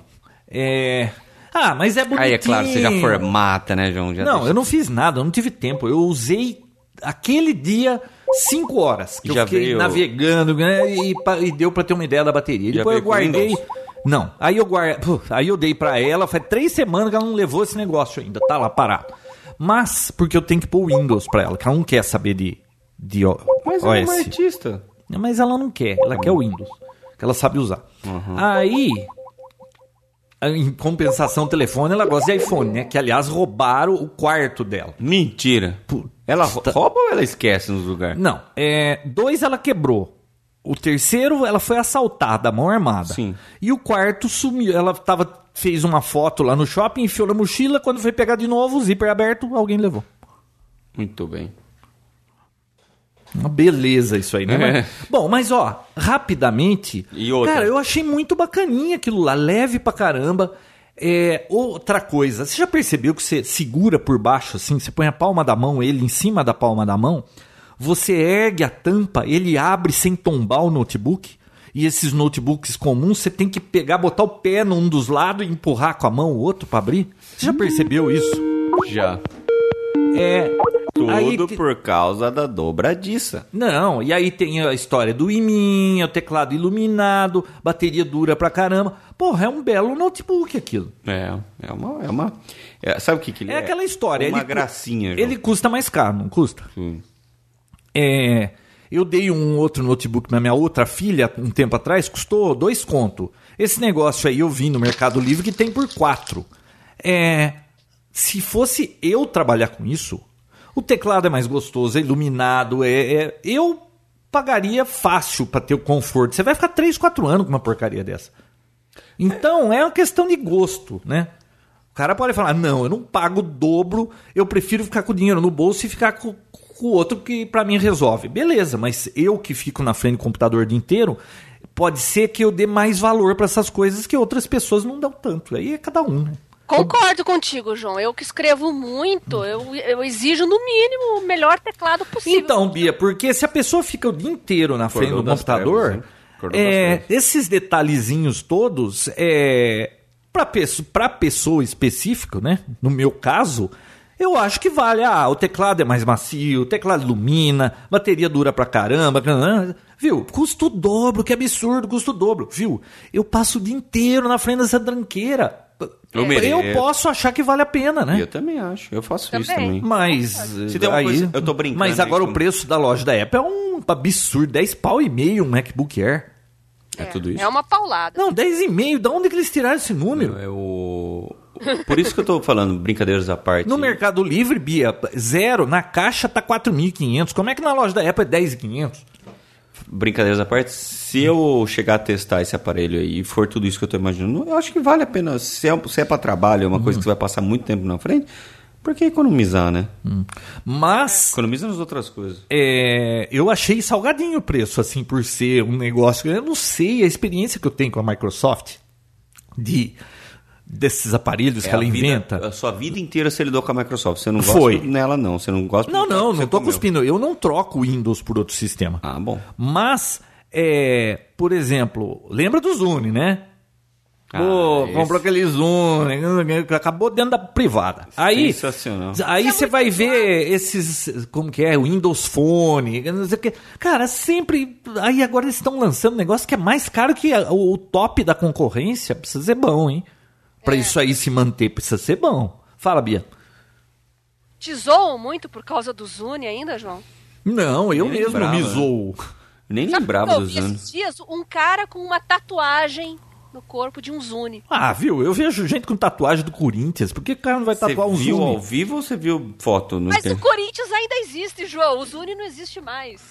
[SPEAKER 3] É. Ah, mas é bonitinho.
[SPEAKER 2] Tá. Aí é claro, você já formata, né, João? Já
[SPEAKER 3] Não,
[SPEAKER 2] deixa-
[SPEAKER 3] eu não fiz nada, eu não tive tempo. Eu usei aquele dia 5 horas. Que
[SPEAKER 2] Já
[SPEAKER 3] eu fiquei
[SPEAKER 2] veio-
[SPEAKER 3] navegando né, e, pa- e deu pra ter uma ideia da bateria.
[SPEAKER 2] Já
[SPEAKER 3] Depois
[SPEAKER 2] veio
[SPEAKER 3] eu
[SPEAKER 2] com
[SPEAKER 3] guardei.
[SPEAKER 2] Windows?
[SPEAKER 3] Não, aí eu guardei. Aí eu dei pra ela, faz três semanas que ela não levou esse negócio ainda, tá lá parado. Mas, porque eu tenho que pôr o Windows pra ela, que ela não quer saber de, de O-
[SPEAKER 2] Mas ela é uma
[SPEAKER 3] OS.
[SPEAKER 2] artista.
[SPEAKER 3] Mas ela não quer, ela quer o Windows, que ela sabe usar. Aí, em compensação, o telefone, ela gosta de iPhone, né? Que, aliás, roubaram o quarto dela.
[SPEAKER 2] Mentira. Ela rou- rouba ou ela esquece nos lugares?
[SPEAKER 3] Não, é, dois ela quebrou. O terceiro, ela foi assaltada, mão armada.
[SPEAKER 2] Sim.
[SPEAKER 3] E o quarto sumiu. Ela tava, fez uma foto lá no shopping, enfiou na mochila. Quando foi pegar de novo, o zíper aberto, alguém levou.
[SPEAKER 2] Muito bem.
[SPEAKER 3] Uma beleza isso aí, né?
[SPEAKER 2] É.
[SPEAKER 3] Mas- Bom, mas ó, rapidamente.
[SPEAKER 2] E outra?
[SPEAKER 3] Cara, eu achei muito bacaninha aquilo lá, leve pra caramba. É, outra coisa, você já percebeu que você segura por baixo assim, você põe a palma da mão, ele em cima da palma da mão, você ergue a tampa, ele abre sem tombar o notebook. E esses notebooks comuns, você tem que pegar, botar o pé num dos lados e empurrar com a mão o outro pra abrir. Você já percebeu isso?
[SPEAKER 2] Já.
[SPEAKER 3] É.
[SPEAKER 2] Tudo
[SPEAKER 3] aí que-
[SPEAKER 2] por causa da dobradiça.
[SPEAKER 3] Não, e aí tem a história do iminha, o teclado iluminado, bateria dura pra caramba. Porra, é um belo notebook aquilo.
[SPEAKER 2] É, é uma. É uma é, sabe o que, que ele
[SPEAKER 3] É,
[SPEAKER 2] é?
[SPEAKER 3] aquela história.
[SPEAKER 2] Uma
[SPEAKER 3] ele cu-
[SPEAKER 2] gracinha, João.
[SPEAKER 3] Ele custa mais caro, não custa?
[SPEAKER 2] Sim.
[SPEAKER 3] É, eu dei um outro notebook pra minha outra filha um tempo atrás, custou dois conto. Esse negócio aí eu vi no Mercado Livre que tem por quatro. É, se fosse eu trabalhar com isso, o teclado é mais gostoso, é iluminado, é, é- eu pagaria fácil pra ter o conforto. Você vai ficar três, quatro anos com uma porcaria dessa. Então é uma questão de gosto, né? O cara pode falar, não, eu não pago o dobro, eu prefiro ficar com o dinheiro no bolso e ficar com, com o outro que pra mim resolve. Beleza, mas eu que fico na frente do computador o dia inteiro, pode ser que eu dê mais valor pra essas coisas que outras pessoas não dão tanto. Aí é cada um, né?
[SPEAKER 1] Concordo contigo, João. Eu que escrevo muito, eu, eu exijo no mínimo o melhor teclado possível.
[SPEAKER 3] Então, Bia, porque se a pessoa fica o dia inteiro na frente
[SPEAKER 2] Acordou
[SPEAKER 3] do
[SPEAKER 2] das
[SPEAKER 3] computador,
[SPEAKER 2] trevas, hein? Acordou
[SPEAKER 3] é,
[SPEAKER 2] das trevas.
[SPEAKER 3] esses detalhezinhos todos, é, para pessoa, pessoa específica, né? No meu caso, eu acho que vale. Ah, o teclado é mais macio, o teclado ilumina, bateria dura pra caramba, é, viu? Custo o dobro, que absurdo, custo o dobro, viu? Eu passo o dia inteiro na frente dessa tranqueira.
[SPEAKER 2] Eu mereço.
[SPEAKER 3] posso achar que vale a pena, né?
[SPEAKER 2] Eu também acho. Eu faço isso
[SPEAKER 1] Também.
[SPEAKER 2] também.
[SPEAKER 3] Mas.
[SPEAKER 2] Se tem uma
[SPEAKER 3] aí,
[SPEAKER 2] coisa- eu tô brincando
[SPEAKER 3] Mas agora
[SPEAKER 2] aí,
[SPEAKER 3] o
[SPEAKER 2] com-
[SPEAKER 3] preço da loja da Apple é um absurdo. 10 pau e meio um MacBook Air.
[SPEAKER 2] É, tudo isso.
[SPEAKER 1] É uma paulada.
[SPEAKER 3] Não, 10 e meio. Da onde que eles tiraram esse número?
[SPEAKER 2] É o- Por isso que eu tô falando brincadeiras à parte.
[SPEAKER 3] No Mercado Livre, Bia, zero. Na caixa tá 4.500. Como é que na loja da Apple é 10.500?
[SPEAKER 2] Brincadeiras à parte, se eu chegar a testar esse aparelho aí e for tudo isso que eu tô imaginando, eu acho que vale a pena. Se é, se é para trabalho, é uma coisa que você vai passar muito tempo na frente, por que economizar, né?
[SPEAKER 3] Mas.
[SPEAKER 2] Economiza nas outras coisas.
[SPEAKER 3] é, eu achei salgadinho o preço, assim, por ser um negócio. Eu não sei a experiência que eu tenho com a Microsoft de desses aparelhos que
[SPEAKER 2] É,
[SPEAKER 3] ela
[SPEAKER 2] a vida-
[SPEAKER 3] inventa.
[SPEAKER 2] a sua vida inteira você lidou com a Microsoft. Você não gosta
[SPEAKER 3] Foi.
[SPEAKER 2] nela, não. Você não é gosta
[SPEAKER 3] Não,
[SPEAKER 2] porque
[SPEAKER 3] não,
[SPEAKER 2] você
[SPEAKER 3] não tô
[SPEAKER 2] comeu.
[SPEAKER 3] cuspindo. Eu não troco o Windows por outro sistema.
[SPEAKER 2] Ah, bom.
[SPEAKER 3] Mas, é, por exemplo, lembra do Zune, né?
[SPEAKER 2] Ah,
[SPEAKER 3] Pô,
[SPEAKER 2] esse-
[SPEAKER 3] comprou aquele Zune, acabou dentro da privada. Aí,
[SPEAKER 2] Sensacional.
[SPEAKER 3] Aí você vai ver esses, como que é, Windows Phone, não sei o que. Cara, sempre, aí agora eles estão lançando um negócio que é mais caro que a- o, o top da concorrência. Precisa ser bom, hein? Pra isso aí se manter, precisa ser bom. Fala, Bia.
[SPEAKER 1] Te zoam muito por causa do Zune ainda, João?
[SPEAKER 3] Não, eu
[SPEAKER 2] Nem
[SPEAKER 3] mesmo
[SPEAKER 2] lembrava,
[SPEAKER 3] me
[SPEAKER 2] né?
[SPEAKER 3] zoo.
[SPEAKER 2] Nem
[SPEAKER 1] Sabe o que
[SPEAKER 2] lembrava
[SPEAKER 1] eu
[SPEAKER 2] dos
[SPEAKER 1] vi
[SPEAKER 2] anos.
[SPEAKER 1] esses dias? Um cara com uma tatuagem no corpo de um Zune.
[SPEAKER 3] Ah, viu? Eu vejo gente com tatuagem do Corinthians. Por que o cara não vai tatuar um
[SPEAKER 2] você viu
[SPEAKER 3] Zune?
[SPEAKER 2] ao vivo ou você viu foto? Não
[SPEAKER 1] Mas
[SPEAKER 2] entendo.
[SPEAKER 1] o Corinthians ainda existe, João. O Zune não existe mais.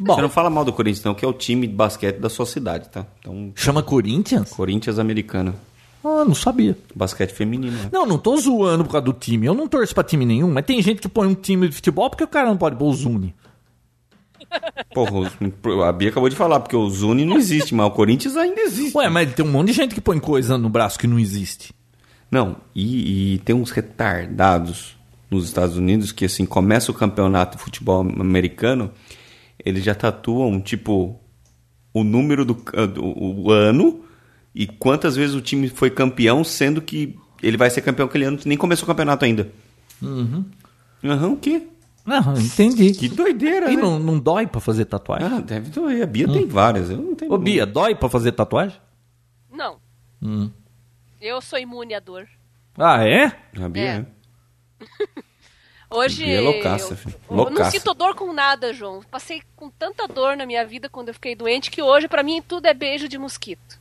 [SPEAKER 3] Bom,
[SPEAKER 2] Você não fala mal do Corinthians, não, que é o time de basquete da sua cidade, tá? Então,
[SPEAKER 3] chama Corinthians?
[SPEAKER 2] Corinthians americano.
[SPEAKER 3] Ah, não sabia.
[SPEAKER 2] Basquete feminino, né?
[SPEAKER 3] Não, não tô zoando por causa do time. Eu não torço pra time nenhum, mas tem gente que põe um time de futebol porque o cara não pode pôr o Zune.
[SPEAKER 2] Porra, o- a Bia acabou de falar, porque o Zuni não existe, mas o Corinthians ainda existe.
[SPEAKER 3] Ué, mas tem um monte de gente que põe coisa no braço que não existe.
[SPEAKER 2] Não, e, e tem uns retardados nos Estados Unidos que, assim, começa o campeonato de futebol americano, eles já tatuam, tipo, o número do, ca- do- o ano e quantas vezes o time foi campeão, sendo que ele vai ser campeão aquele ano, nem começou o campeonato ainda. Uhum. Aham, o quê?
[SPEAKER 3] Não, Ah, entendi.
[SPEAKER 2] Que doideira,
[SPEAKER 3] E
[SPEAKER 2] né?
[SPEAKER 3] não, não dói pra fazer tatuagem?
[SPEAKER 2] Ah, deve doer. A Bia tem várias, eu não tenho...
[SPEAKER 3] Ô, Bia, dói pra fazer tatuagem?
[SPEAKER 1] Não.
[SPEAKER 3] Hum.
[SPEAKER 1] Eu sou imune à dor.
[SPEAKER 3] Ah, é?
[SPEAKER 2] A Bia,
[SPEAKER 1] É.
[SPEAKER 2] né?
[SPEAKER 1] Hoje.
[SPEAKER 2] Bia é loucaça,
[SPEAKER 1] eu-
[SPEAKER 2] filho.
[SPEAKER 1] eu, não
[SPEAKER 2] Loucaça.
[SPEAKER 1] sinto dor com nada, João. Passei com tanta dor na minha vida quando eu fiquei doente que hoje, pra mim, tudo é beijo de mosquito.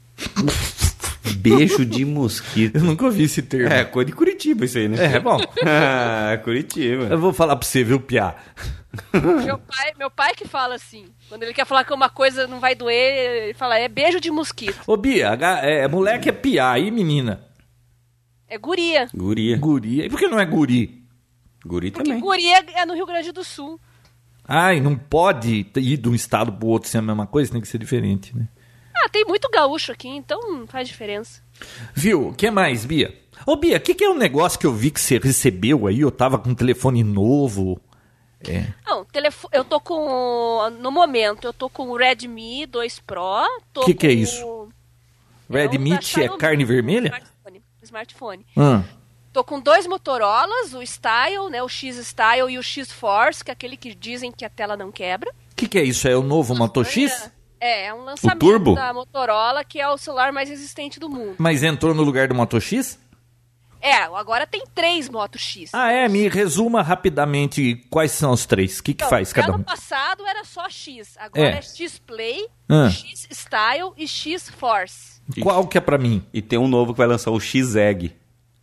[SPEAKER 2] Beijo de mosquito.
[SPEAKER 3] Eu nunca ouvi esse termo.
[SPEAKER 2] <laughs> É, coisa de Curitiba isso aí, né?
[SPEAKER 3] É, bom.
[SPEAKER 2] <laughs> ah, Curitiba.
[SPEAKER 3] Eu vou falar pra você, viu, Piá?
[SPEAKER 1] meu, pai, meu pai que fala assim. Quando ele quer falar que uma coisa não vai doer, ele fala: é beijo de mosquito.
[SPEAKER 3] Ô, Bia, H- é, moleque é Piá, e menina?
[SPEAKER 1] É guria.
[SPEAKER 2] Guria.
[SPEAKER 3] Guri. E por que não é guri?
[SPEAKER 2] Guri
[SPEAKER 1] Porque
[SPEAKER 2] também.
[SPEAKER 1] guria é no Rio Grande do Sul.
[SPEAKER 3] Ai, não pode ter- ir de um estado pro outro ser a mesma coisa, tem que ser diferente, né?
[SPEAKER 1] Ah, tem muito gaúcho aqui, então não faz diferença.
[SPEAKER 3] Viu? O que mais, Bia? Ô, Bia, o que, que é o negócio que eu vi que você recebeu aí? Eu tava com um telefone novo. É.
[SPEAKER 1] Não, telefo- eu tô com. No momento, eu tô com o Redmi 2 Pro. O
[SPEAKER 3] Que que é isso?
[SPEAKER 1] um
[SPEAKER 3] Redmi é carne vermelha?
[SPEAKER 1] Smartphone. smartphone.
[SPEAKER 3] Hã?
[SPEAKER 1] Tô com dois Motorolas, o Style, né? O X Style e o X Force, que é aquele que dizem que a tela não quebra.
[SPEAKER 3] O que, que é isso? É o novo Moto X?
[SPEAKER 1] É, é um lançamento
[SPEAKER 2] turbo?
[SPEAKER 1] da Motorola, que é o celular mais resistente do mundo.
[SPEAKER 3] Mas entrou no lugar do Moto X?
[SPEAKER 1] É, agora tem três Moto X.
[SPEAKER 3] Ah, é? Me resuma rapidamente quais são os três. O que, que
[SPEAKER 1] Então,
[SPEAKER 3] faz cada
[SPEAKER 1] ano
[SPEAKER 3] um?
[SPEAKER 1] passado era só X, agora
[SPEAKER 3] É.
[SPEAKER 1] é, X Play,
[SPEAKER 3] Ah.
[SPEAKER 1] X Style e X Force.
[SPEAKER 3] Qual que é pra mim?
[SPEAKER 2] E tem um novo que vai lançar o X-Egg.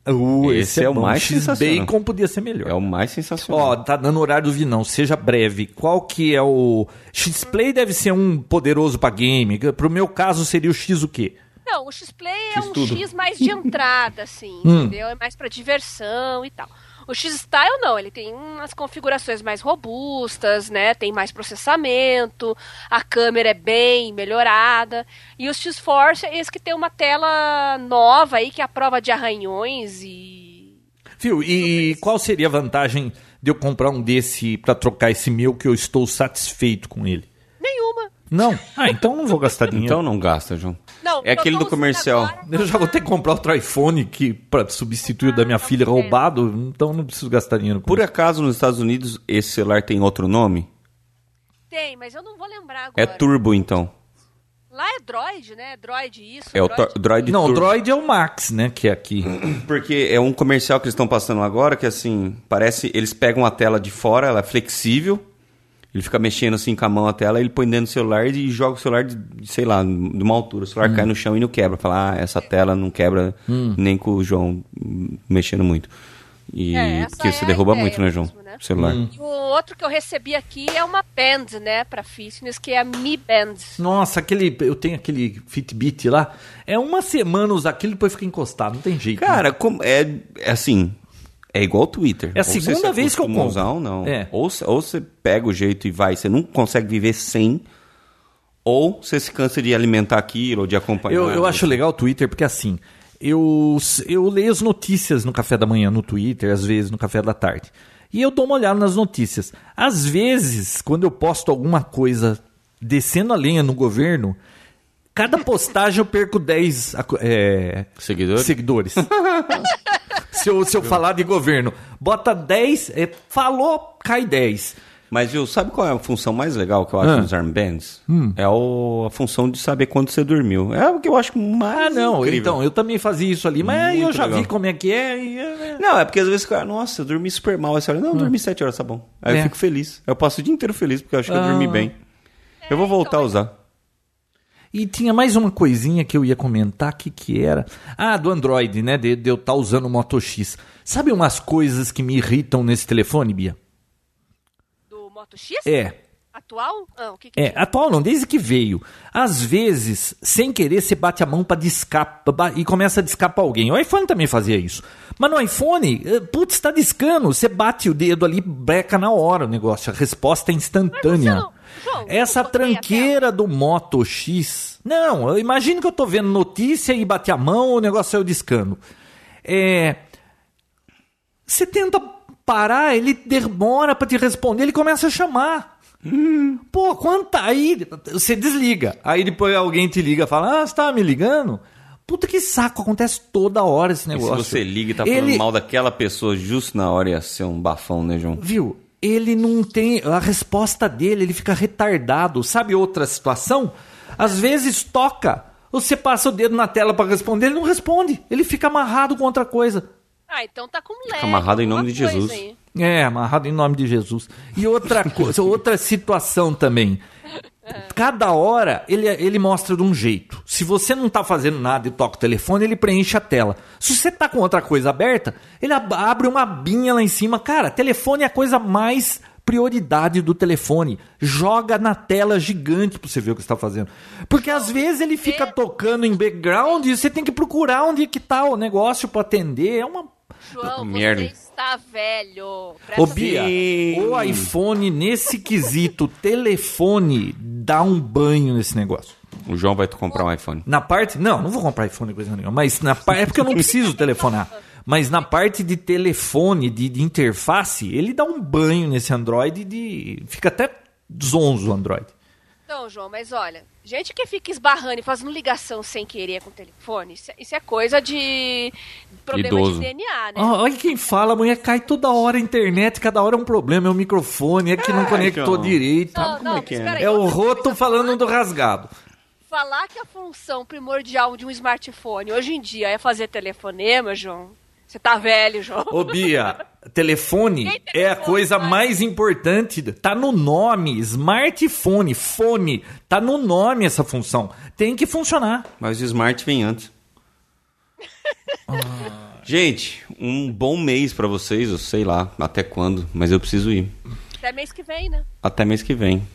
[SPEAKER 3] Uh,
[SPEAKER 2] Esse é o
[SPEAKER 3] bom.
[SPEAKER 2] mais
[SPEAKER 3] X
[SPEAKER 2] sensacional.
[SPEAKER 3] Bacon podia ser melhor.
[SPEAKER 2] É o mais
[SPEAKER 3] Ó,
[SPEAKER 2] sensacional.
[SPEAKER 3] tá dando horário do Vinão, seja breve. Qual que é o. X-Play deve ser um poderoso pra game. Pro meu caso seria o X o quê?
[SPEAKER 1] Não, o X-Play é
[SPEAKER 2] Fiz
[SPEAKER 1] um
[SPEAKER 2] tudo.
[SPEAKER 1] X mais de entrada, assim,
[SPEAKER 3] Hum.
[SPEAKER 1] entendeu? É mais pra diversão e tal. O X-Style não, ele tem umas configurações mais robustas, né? Tem mais processamento, a câmera é bem melhorada. E o X-Force é esse que tem uma tela nova aí, que é a prova de arranhões e...
[SPEAKER 3] Viu? E qual seria a vantagem de eu comprar um desse pra trocar esse meu que eu estou satisfeito com ele?
[SPEAKER 1] Nenhuma.
[SPEAKER 3] Não. Ah, então não vou gastar
[SPEAKER 2] Então
[SPEAKER 3] dinheiro.
[SPEAKER 2] não gasta, João.
[SPEAKER 1] Não,
[SPEAKER 2] É aquele
[SPEAKER 1] nós
[SPEAKER 2] do
[SPEAKER 1] vamos
[SPEAKER 2] comercial.
[SPEAKER 1] agora-
[SPEAKER 3] Então, Eu já vou ter que comprar outro iPhone que para substituir o da minha filha roubado, então não preciso gastar dinheiro com
[SPEAKER 2] Por
[SPEAKER 3] isso.
[SPEAKER 2] acaso nos Estados Unidos esse celular tem outro nome?
[SPEAKER 1] Tem, mas eu não vou lembrar
[SPEAKER 2] É
[SPEAKER 1] agora.
[SPEAKER 2] Turbo então.
[SPEAKER 1] Lá é Droid, né? Droid isso,
[SPEAKER 2] É o
[SPEAKER 1] Droid.
[SPEAKER 2] to- Droid
[SPEAKER 3] Não, o
[SPEAKER 2] Turbo.
[SPEAKER 3] Droid é o Max, né, que é aqui.
[SPEAKER 2] Porque é um comercial que eles estão passando agora que assim, parece eles pegam a tela de fora, ela é flexível. Ele fica mexendo assim com a mão a tela, ele põe dentro do celular e joga o celular de, de, sei lá, de uma altura. O celular cai no chão e não quebra. Fala, ah, essa tela não quebra nem com o João hum, mexendo muito. E
[SPEAKER 1] É, essa
[SPEAKER 2] porque
[SPEAKER 1] é
[SPEAKER 2] você
[SPEAKER 1] a
[SPEAKER 2] derruba
[SPEAKER 1] ideia
[SPEAKER 2] muito, né, João?
[SPEAKER 1] mesmo, né?
[SPEAKER 2] O celular.
[SPEAKER 1] E o outro que eu recebi aqui é uma band, né, pra fitness, que é a Mi Band.
[SPEAKER 3] Nossa, aquele eu tenho aquele Fitbit lá. É uma semana usar aquilo e depois fica encostado, não tem jeito. né?
[SPEAKER 2] Cara, como- é, é assim. É igual o Twitter.
[SPEAKER 3] É a
[SPEAKER 2] Ou você
[SPEAKER 3] segunda
[SPEAKER 2] se
[SPEAKER 3] vez que
[SPEAKER 2] acostuma
[SPEAKER 3] eu
[SPEAKER 2] a
[SPEAKER 3] compro.
[SPEAKER 2] usar ou não.
[SPEAKER 3] É.
[SPEAKER 2] Ou, c- ou você pega o jeito e vai, você não consegue viver sem. Ou você se cansa de alimentar aquilo, ou de acompanhar.
[SPEAKER 3] Eu, eu acho legal o Twitter porque assim, eu, eu leio as notícias no café da manhã no Twitter, às vezes no café da tarde. E eu dou uma olhada nas notícias. Às vezes, quando eu posto alguma coisa descendo a lenha no governo, cada postagem eu perco 10 aco- é,
[SPEAKER 2] Seguidores?
[SPEAKER 3] seguidores. se, eu, se eu falar de governo, bota 10, é, falou, cai 10.
[SPEAKER 2] Mas, viu, sabe qual é a função mais legal que eu acho
[SPEAKER 3] Ah. Hum.
[SPEAKER 2] nos armbands? É o- a função de saber quando você dormiu. É o que eu acho mais.
[SPEAKER 3] Ah, não,
[SPEAKER 2] incrível.
[SPEAKER 3] então, eu também fazia isso ali, mas
[SPEAKER 2] Muito
[SPEAKER 3] eu já
[SPEAKER 2] legal.
[SPEAKER 3] vi como é que é. e é-
[SPEAKER 2] Não, é porque às vezes o cara, nossa, eu dormi super mal. Aí você olha, não, eu dormi sete horas, tá bom. Aí
[SPEAKER 3] Ah. É.
[SPEAKER 2] eu fico feliz. Eu passo o dia inteiro feliz porque eu acho que eu dormi
[SPEAKER 3] Ah.
[SPEAKER 2] bem. Eu vou voltar a usar.
[SPEAKER 3] E tinha mais uma coisinha que eu ia comentar, que que era? Ah, do Android, né? De, de eu estar usando o Moto X. Sabe umas coisas que me irritam nesse telefone, Bia?
[SPEAKER 1] Do Moto X?
[SPEAKER 3] É,
[SPEAKER 1] Atual? Ah, o que que
[SPEAKER 3] é, atual não, desde que veio. Às vezes, sem querer, você bate a mão pra discar ba- e começa a discar pra alguém. O iPhone também fazia isso. Mas no iPhone, eh, putz, tá discando. Você bate o dedo ali, breca na hora o negócio. A resposta é instantânea.
[SPEAKER 1] Mas você não- João,
[SPEAKER 3] Essa
[SPEAKER 1] eu não botei a
[SPEAKER 3] tranqueira do Moto X. Não, eu imagino que eu tô vendo notícia e bate a mão, o negócio saiu discando. É. Você tenta parar, ele demora pra te responder, ele começa a chamar.
[SPEAKER 2] Hum.
[SPEAKER 3] Pô, quanta. Aí você desliga. Aí depois alguém te liga e fala: Ah, você tava me ligando? Puta que saco, acontece toda hora esse
[SPEAKER 2] E se
[SPEAKER 3] negócio.
[SPEAKER 2] você liga e tá
[SPEAKER 3] ele,
[SPEAKER 2] falando mal daquela pessoa justo na hora ia ser um bafão, né, João?
[SPEAKER 3] Viu? Ele não tem. A resposta dele, ele fica retardado. Sabe outra situação? Às vezes toca. Você passa o dedo na tela pra responder, ele não responde. Ele fica amarrado com outra coisa.
[SPEAKER 1] Ah, então tá com lag.
[SPEAKER 2] amarrado em
[SPEAKER 1] alguma
[SPEAKER 2] nome de
[SPEAKER 1] coisa
[SPEAKER 2] Jesus. Tá
[SPEAKER 1] aí.
[SPEAKER 3] É, amarrado em nome de Jesus. E outra coisa, <laughs> outra situação também. Cada hora ele, ele mostra de um jeito. Se você não tá fazendo nada e toca o telefone, ele preenche a tela. Se você tá com outra coisa aberta, ele ab- abre uma abinha lá em cima. Cara, telefone é a coisa mais prioridade do telefone. Joga na tela gigante pra você ver o que você tá fazendo. Porque às vezes ele fica tocando em background e você tem que procurar onde que tá o negócio pra atender. É uma
[SPEAKER 1] João,
[SPEAKER 2] Merda.
[SPEAKER 1] você está velho. Presta
[SPEAKER 3] Ô Bia,
[SPEAKER 2] Sim.
[SPEAKER 3] o iPhone nesse quesito telefone dá um banho nesse negócio.
[SPEAKER 2] O João vai comprar um iPhone.
[SPEAKER 3] Na parte, não, não vou comprar iPhone coisa nenhuma, mas na parte é porque eu não preciso telefonar. Mas na parte de telefone, de, de interface, ele dá um banho nesse Android de fica até zonzo o Android.
[SPEAKER 1] Então, João, mas olha, gente que fica esbarrando e fazendo ligação sem querer com o telefone, isso é, isso é coisa de problema
[SPEAKER 2] Idoso.
[SPEAKER 1] de DNA, né?
[SPEAKER 3] Ah, Olha quem fala, a mulher cai toda hora a internet, cada hora é um problema, é o microfone, é que não conectou
[SPEAKER 2] então.
[SPEAKER 3] direito.
[SPEAKER 1] Não, não,
[SPEAKER 2] é que
[SPEAKER 1] mas
[SPEAKER 2] é?
[SPEAKER 1] peraí,
[SPEAKER 3] É o
[SPEAKER 1] outra coisa,
[SPEAKER 3] roto falando do rasgado.
[SPEAKER 1] Falar que a função primordial de um smartphone hoje em dia é fazer telefonema, João. Você tá velho, João.
[SPEAKER 3] Ô Bia, telefone
[SPEAKER 1] Quem tem
[SPEAKER 3] é a
[SPEAKER 1] telefone,
[SPEAKER 3] coisa
[SPEAKER 1] vai?
[SPEAKER 3] mais importante. Tá no nome, smartphone, fone. Tá no nome essa função. Tem que funcionar.
[SPEAKER 2] Mas o Smart vem antes.
[SPEAKER 1] Ah.
[SPEAKER 2] Gente, um bom mês pra vocês, eu sei lá até quando, mas eu preciso ir.
[SPEAKER 1] Até mês que vem, né? Tá
[SPEAKER 2] Até mês que vem.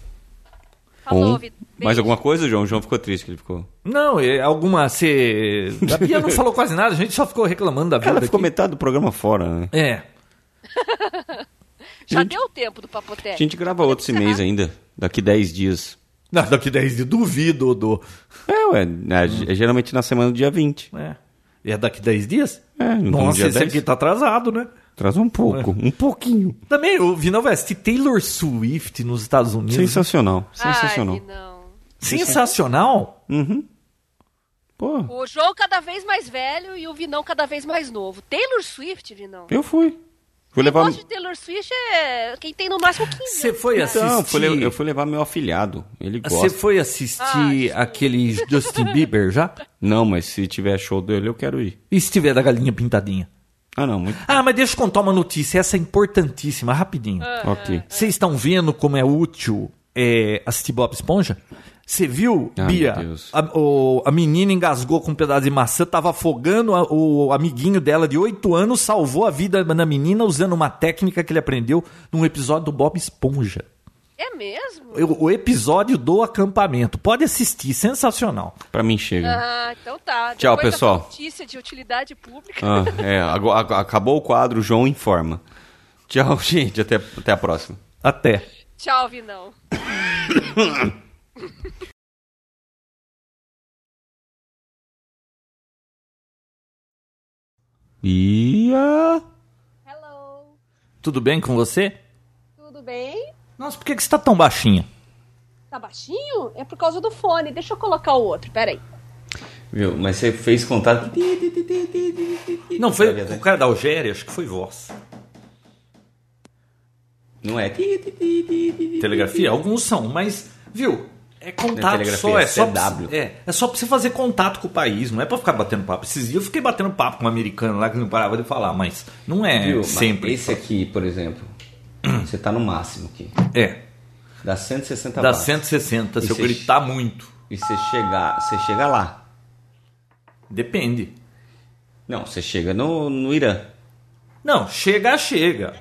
[SPEAKER 1] Falou,
[SPEAKER 2] Um.
[SPEAKER 1] Vitor.
[SPEAKER 2] Mais
[SPEAKER 1] Beijo.
[SPEAKER 2] alguma coisa, João? O João ficou triste que ele ficou.
[SPEAKER 3] Não, é, alguma. Se... A Bia não falou quase nada, a gente só ficou reclamando da vida.
[SPEAKER 2] Ela ficou
[SPEAKER 3] aqui.
[SPEAKER 2] metade do programa fora, né?
[SPEAKER 3] É.
[SPEAKER 1] Já deu tempo do Papoté.
[SPEAKER 2] A gente grava outro
[SPEAKER 1] Tá.
[SPEAKER 2] esse mês ainda, daqui 10 dias.
[SPEAKER 3] Não, daqui 10 dias, duvido, Dodô.
[SPEAKER 2] É, ué, né, g- é geralmente na semana do dia 20.
[SPEAKER 3] É. E é daqui 10 dias?
[SPEAKER 2] É, no
[SPEAKER 3] Nossa,
[SPEAKER 2] dia
[SPEAKER 3] esse
[SPEAKER 2] 10.
[SPEAKER 3] aqui tá atrasado, né?
[SPEAKER 2] Traz um pouco, um pouquinho.
[SPEAKER 3] Também, o Vinalves, se Taylor Swift nos Estados Unidos.
[SPEAKER 2] Sensacional,
[SPEAKER 1] Ai,
[SPEAKER 2] sensacional.
[SPEAKER 1] não.
[SPEAKER 3] Sensacional?
[SPEAKER 2] Pô,
[SPEAKER 1] O João cada vez mais velho e o Vinão cada vez mais novo. Taylor Swift, Vinão.
[SPEAKER 2] eu fui. Fui
[SPEAKER 1] Quem
[SPEAKER 2] levar...
[SPEAKER 1] gosta de Taylor Swift é quem tem no máximo 15
[SPEAKER 3] Você
[SPEAKER 1] anos.
[SPEAKER 3] foi assistir.
[SPEAKER 2] Então, fui le- eu fui levar meu afilhado. Ele
[SPEAKER 3] Ah, Você
[SPEAKER 2] gosta.
[SPEAKER 3] foi assistir
[SPEAKER 1] Ah,
[SPEAKER 3] aquele Justin Bieber já?
[SPEAKER 2] Não, mas se tiver show dele, eu quero ir.
[SPEAKER 3] E se tiver da galinha pintadinha?
[SPEAKER 2] Ah, não, muito.
[SPEAKER 3] Ah, mas deixa eu contar uma notícia, essa é importantíssima, rapidinho.
[SPEAKER 1] Ah.
[SPEAKER 2] Ok.
[SPEAKER 3] Vocês estão vendo como é útil é, assistir Bob Esponja? Você viu,
[SPEAKER 2] Ah,
[SPEAKER 3] Bia?
[SPEAKER 2] meu Deus.
[SPEAKER 3] A, o- a menina engasgou com um pedaço de maçã, tava afogando, a- o amiguinho dela de 8 anos salvou a vida da menina usando uma técnica que ele aprendeu num episódio do Bob Esponja.
[SPEAKER 1] É mesmo?
[SPEAKER 3] O, o episódio do acampamento. Pode assistir, sensacional.
[SPEAKER 2] Pra mim chega.
[SPEAKER 1] Ah, então tá. Depois
[SPEAKER 2] Tchau,
[SPEAKER 1] dessa
[SPEAKER 2] pessoal.
[SPEAKER 1] Notícia de utilidade pública.
[SPEAKER 2] Ah, é, agora- ac- acabou o quadro, João informa. Tchau, <laughs> gente. Até, até a próxima.
[SPEAKER 3] Até.
[SPEAKER 1] <laughs> Tchau, Vinão.
[SPEAKER 2] Ia.
[SPEAKER 1] Hello.
[SPEAKER 3] Tudo bem com você?
[SPEAKER 1] Tudo bem?
[SPEAKER 3] Nossa, por que, que você tá tão baixinha?
[SPEAKER 1] Tá baixinho? É por causa do fone. Deixa eu colocar o outro. Peraí.
[SPEAKER 2] Viu, mas você fez contato.
[SPEAKER 3] Não, foi o cara da Algéria, acho que foi voz.
[SPEAKER 2] Não é.
[SPEAKER 3] Telegrafia? Alguns são, mas, viu? É
[SPEAKER 2] Não é
[SPEAKER 3] contato
[SPEAKER 2] telegrafia,
[SPEAKER 3] só, é só, pra,
[SPEAKER 2] CW.
[SPEAKER 3] você- é, é só pra você fazer contato com o país, não é pra ficar batendo papo. Esses dias eu fiquei batendo papo com um americano lá que não parava de falar, mas não é
[SPEAKER 2] Viu, mas
[SPEAKER 3] sempre.
[SPEAKER 2] Esse aqui, por exemplo. Você tá no máximo aqui.
[SPEAKER 3] É,
[SPEAKER 2] Dá 160
[SPEAKER 3] dá
[SPEAKER 2] watts.
[SPEAKER 3] 160 se eu
[SPEAKER 2] tá Esse-
[SPEAKER 3] gritar muito.
[SPEAKER 2] E você chega, você chega lá.
[SPEAKER 3] Depende.
[SPEAKER 2] Não, você chega no, no Irã.
[SPEAKER 3] Não, chegar, chega.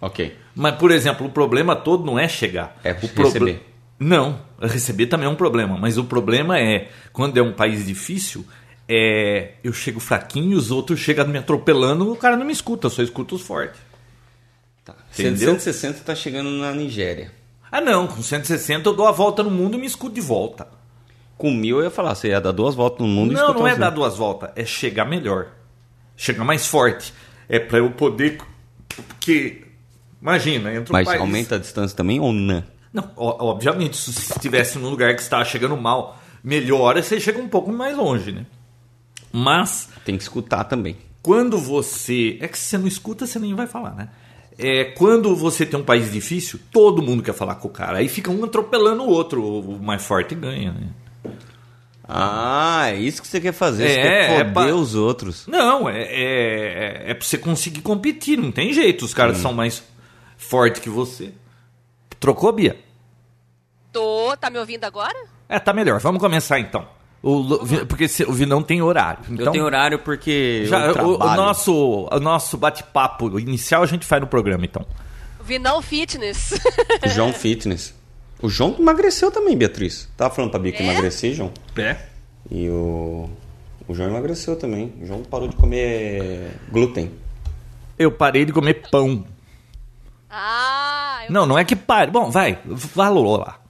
[SPEAKER 2] Ok.
[SPEAKER 3] Mas, por exemplo, o problema todo não é chegar.
[SPEAKER 2] É
[SPEAKER 3] o
[SPEAKER 2] receber.
[SPEAKER 3] Não, receber também é um problema. Mas o problema é, quando é um país difícil, é, eu chego fraquinho, os outros chegam me atropelando, o cara não me escuta, só escuta os fortes.
[SPEAKER 2] Tá.
[SPEAKER 3] Entendeu?
[SPEAKER 2] 160 tá chegando na Nigéria.
[SPEAKER 3] Ah não, com 160 eu dou a volta no mundo e me escuto de volta.
[SPEAKER 2] Com mil eu ia falar, você ia dar duas voltas no mundo e
[SPEAKER 3] não,
[SPEAKER 2] escutar
[SPEAKER 3] não é
[SPEAKER 2] os
[SPEAKER 3] dar
[SPEAKER 2] dois.
[SPEAKER 3] duas voltas, é chegar melhor. Chegar mais forte. É pra eu poder... Porque, imagina, entra um
[SPEAKER 2] Mas
[SPEAKER 3] país...
[SPEAKER 2] aumenta a distância também ou não?
[SPEAKER 3] Não, o- obviamente, se você estivesse num lugar que estava chegando mal, melhora, você chega um pouco mais longe, né? Mas
[SPEAKER 2] Tem que escutar também.
[SPEAKER 3] quando você. É que se você não escuta, você nem vai falar, né? É, quando você tem um país difícil, todo mundo quer falar com o cara. Aí fica um atropelando o outro, o mais forte ganha, né?
[SPEAKER 2] Ah, é isso que você quer fazer. Você
[SPEAKER 3] É,
[SPEAKER 2] quer
[SPEAKER 3] é
[SPEAKER 2] foder
[SPEAKER 3] pra-
[SPEAKER 2] os outros.
[SPEAKER 3] Não, é, é, é pra você conseguir competir, não tem jeito. Os caras são mais fortes que você. Trocou, Bia?
[SPEAKER 1] Tô. Tá me ouvindo agora?
[SPEAKER 3] É, tá melhor. Vamos começar então. O Lu- Vi- porque se- o Vinão tem horário. Então,
[SPEAKER 2] eu tenho horário porque
[SPEAKER 3] Já,
[SPEAKER 2] eu
[SPEAKER 3] o, o
[SPEAKER 2] trabalho.
[SPEAKER 3] nosso, o nosso bate-papo inicial a gente faz no programa, então.
[SPEAKER 1] Vinão Fitness. <laughs>
[SPEAKER 2] O João Fitness. O João emagreceu também, Beatriz. Tava falando pra Bia que emagreci, João?
[SPEAKER 3] É?
[SPEAKER 2] E o... O João emagreceu também. O João parou de comer glúten.
[SPEAKER 3] Eu parei de comer pão.
[SPEAKER 1] ah, eu...
[SPEAKER 3] Não, não é que pare. Bom, vai, valorou lá.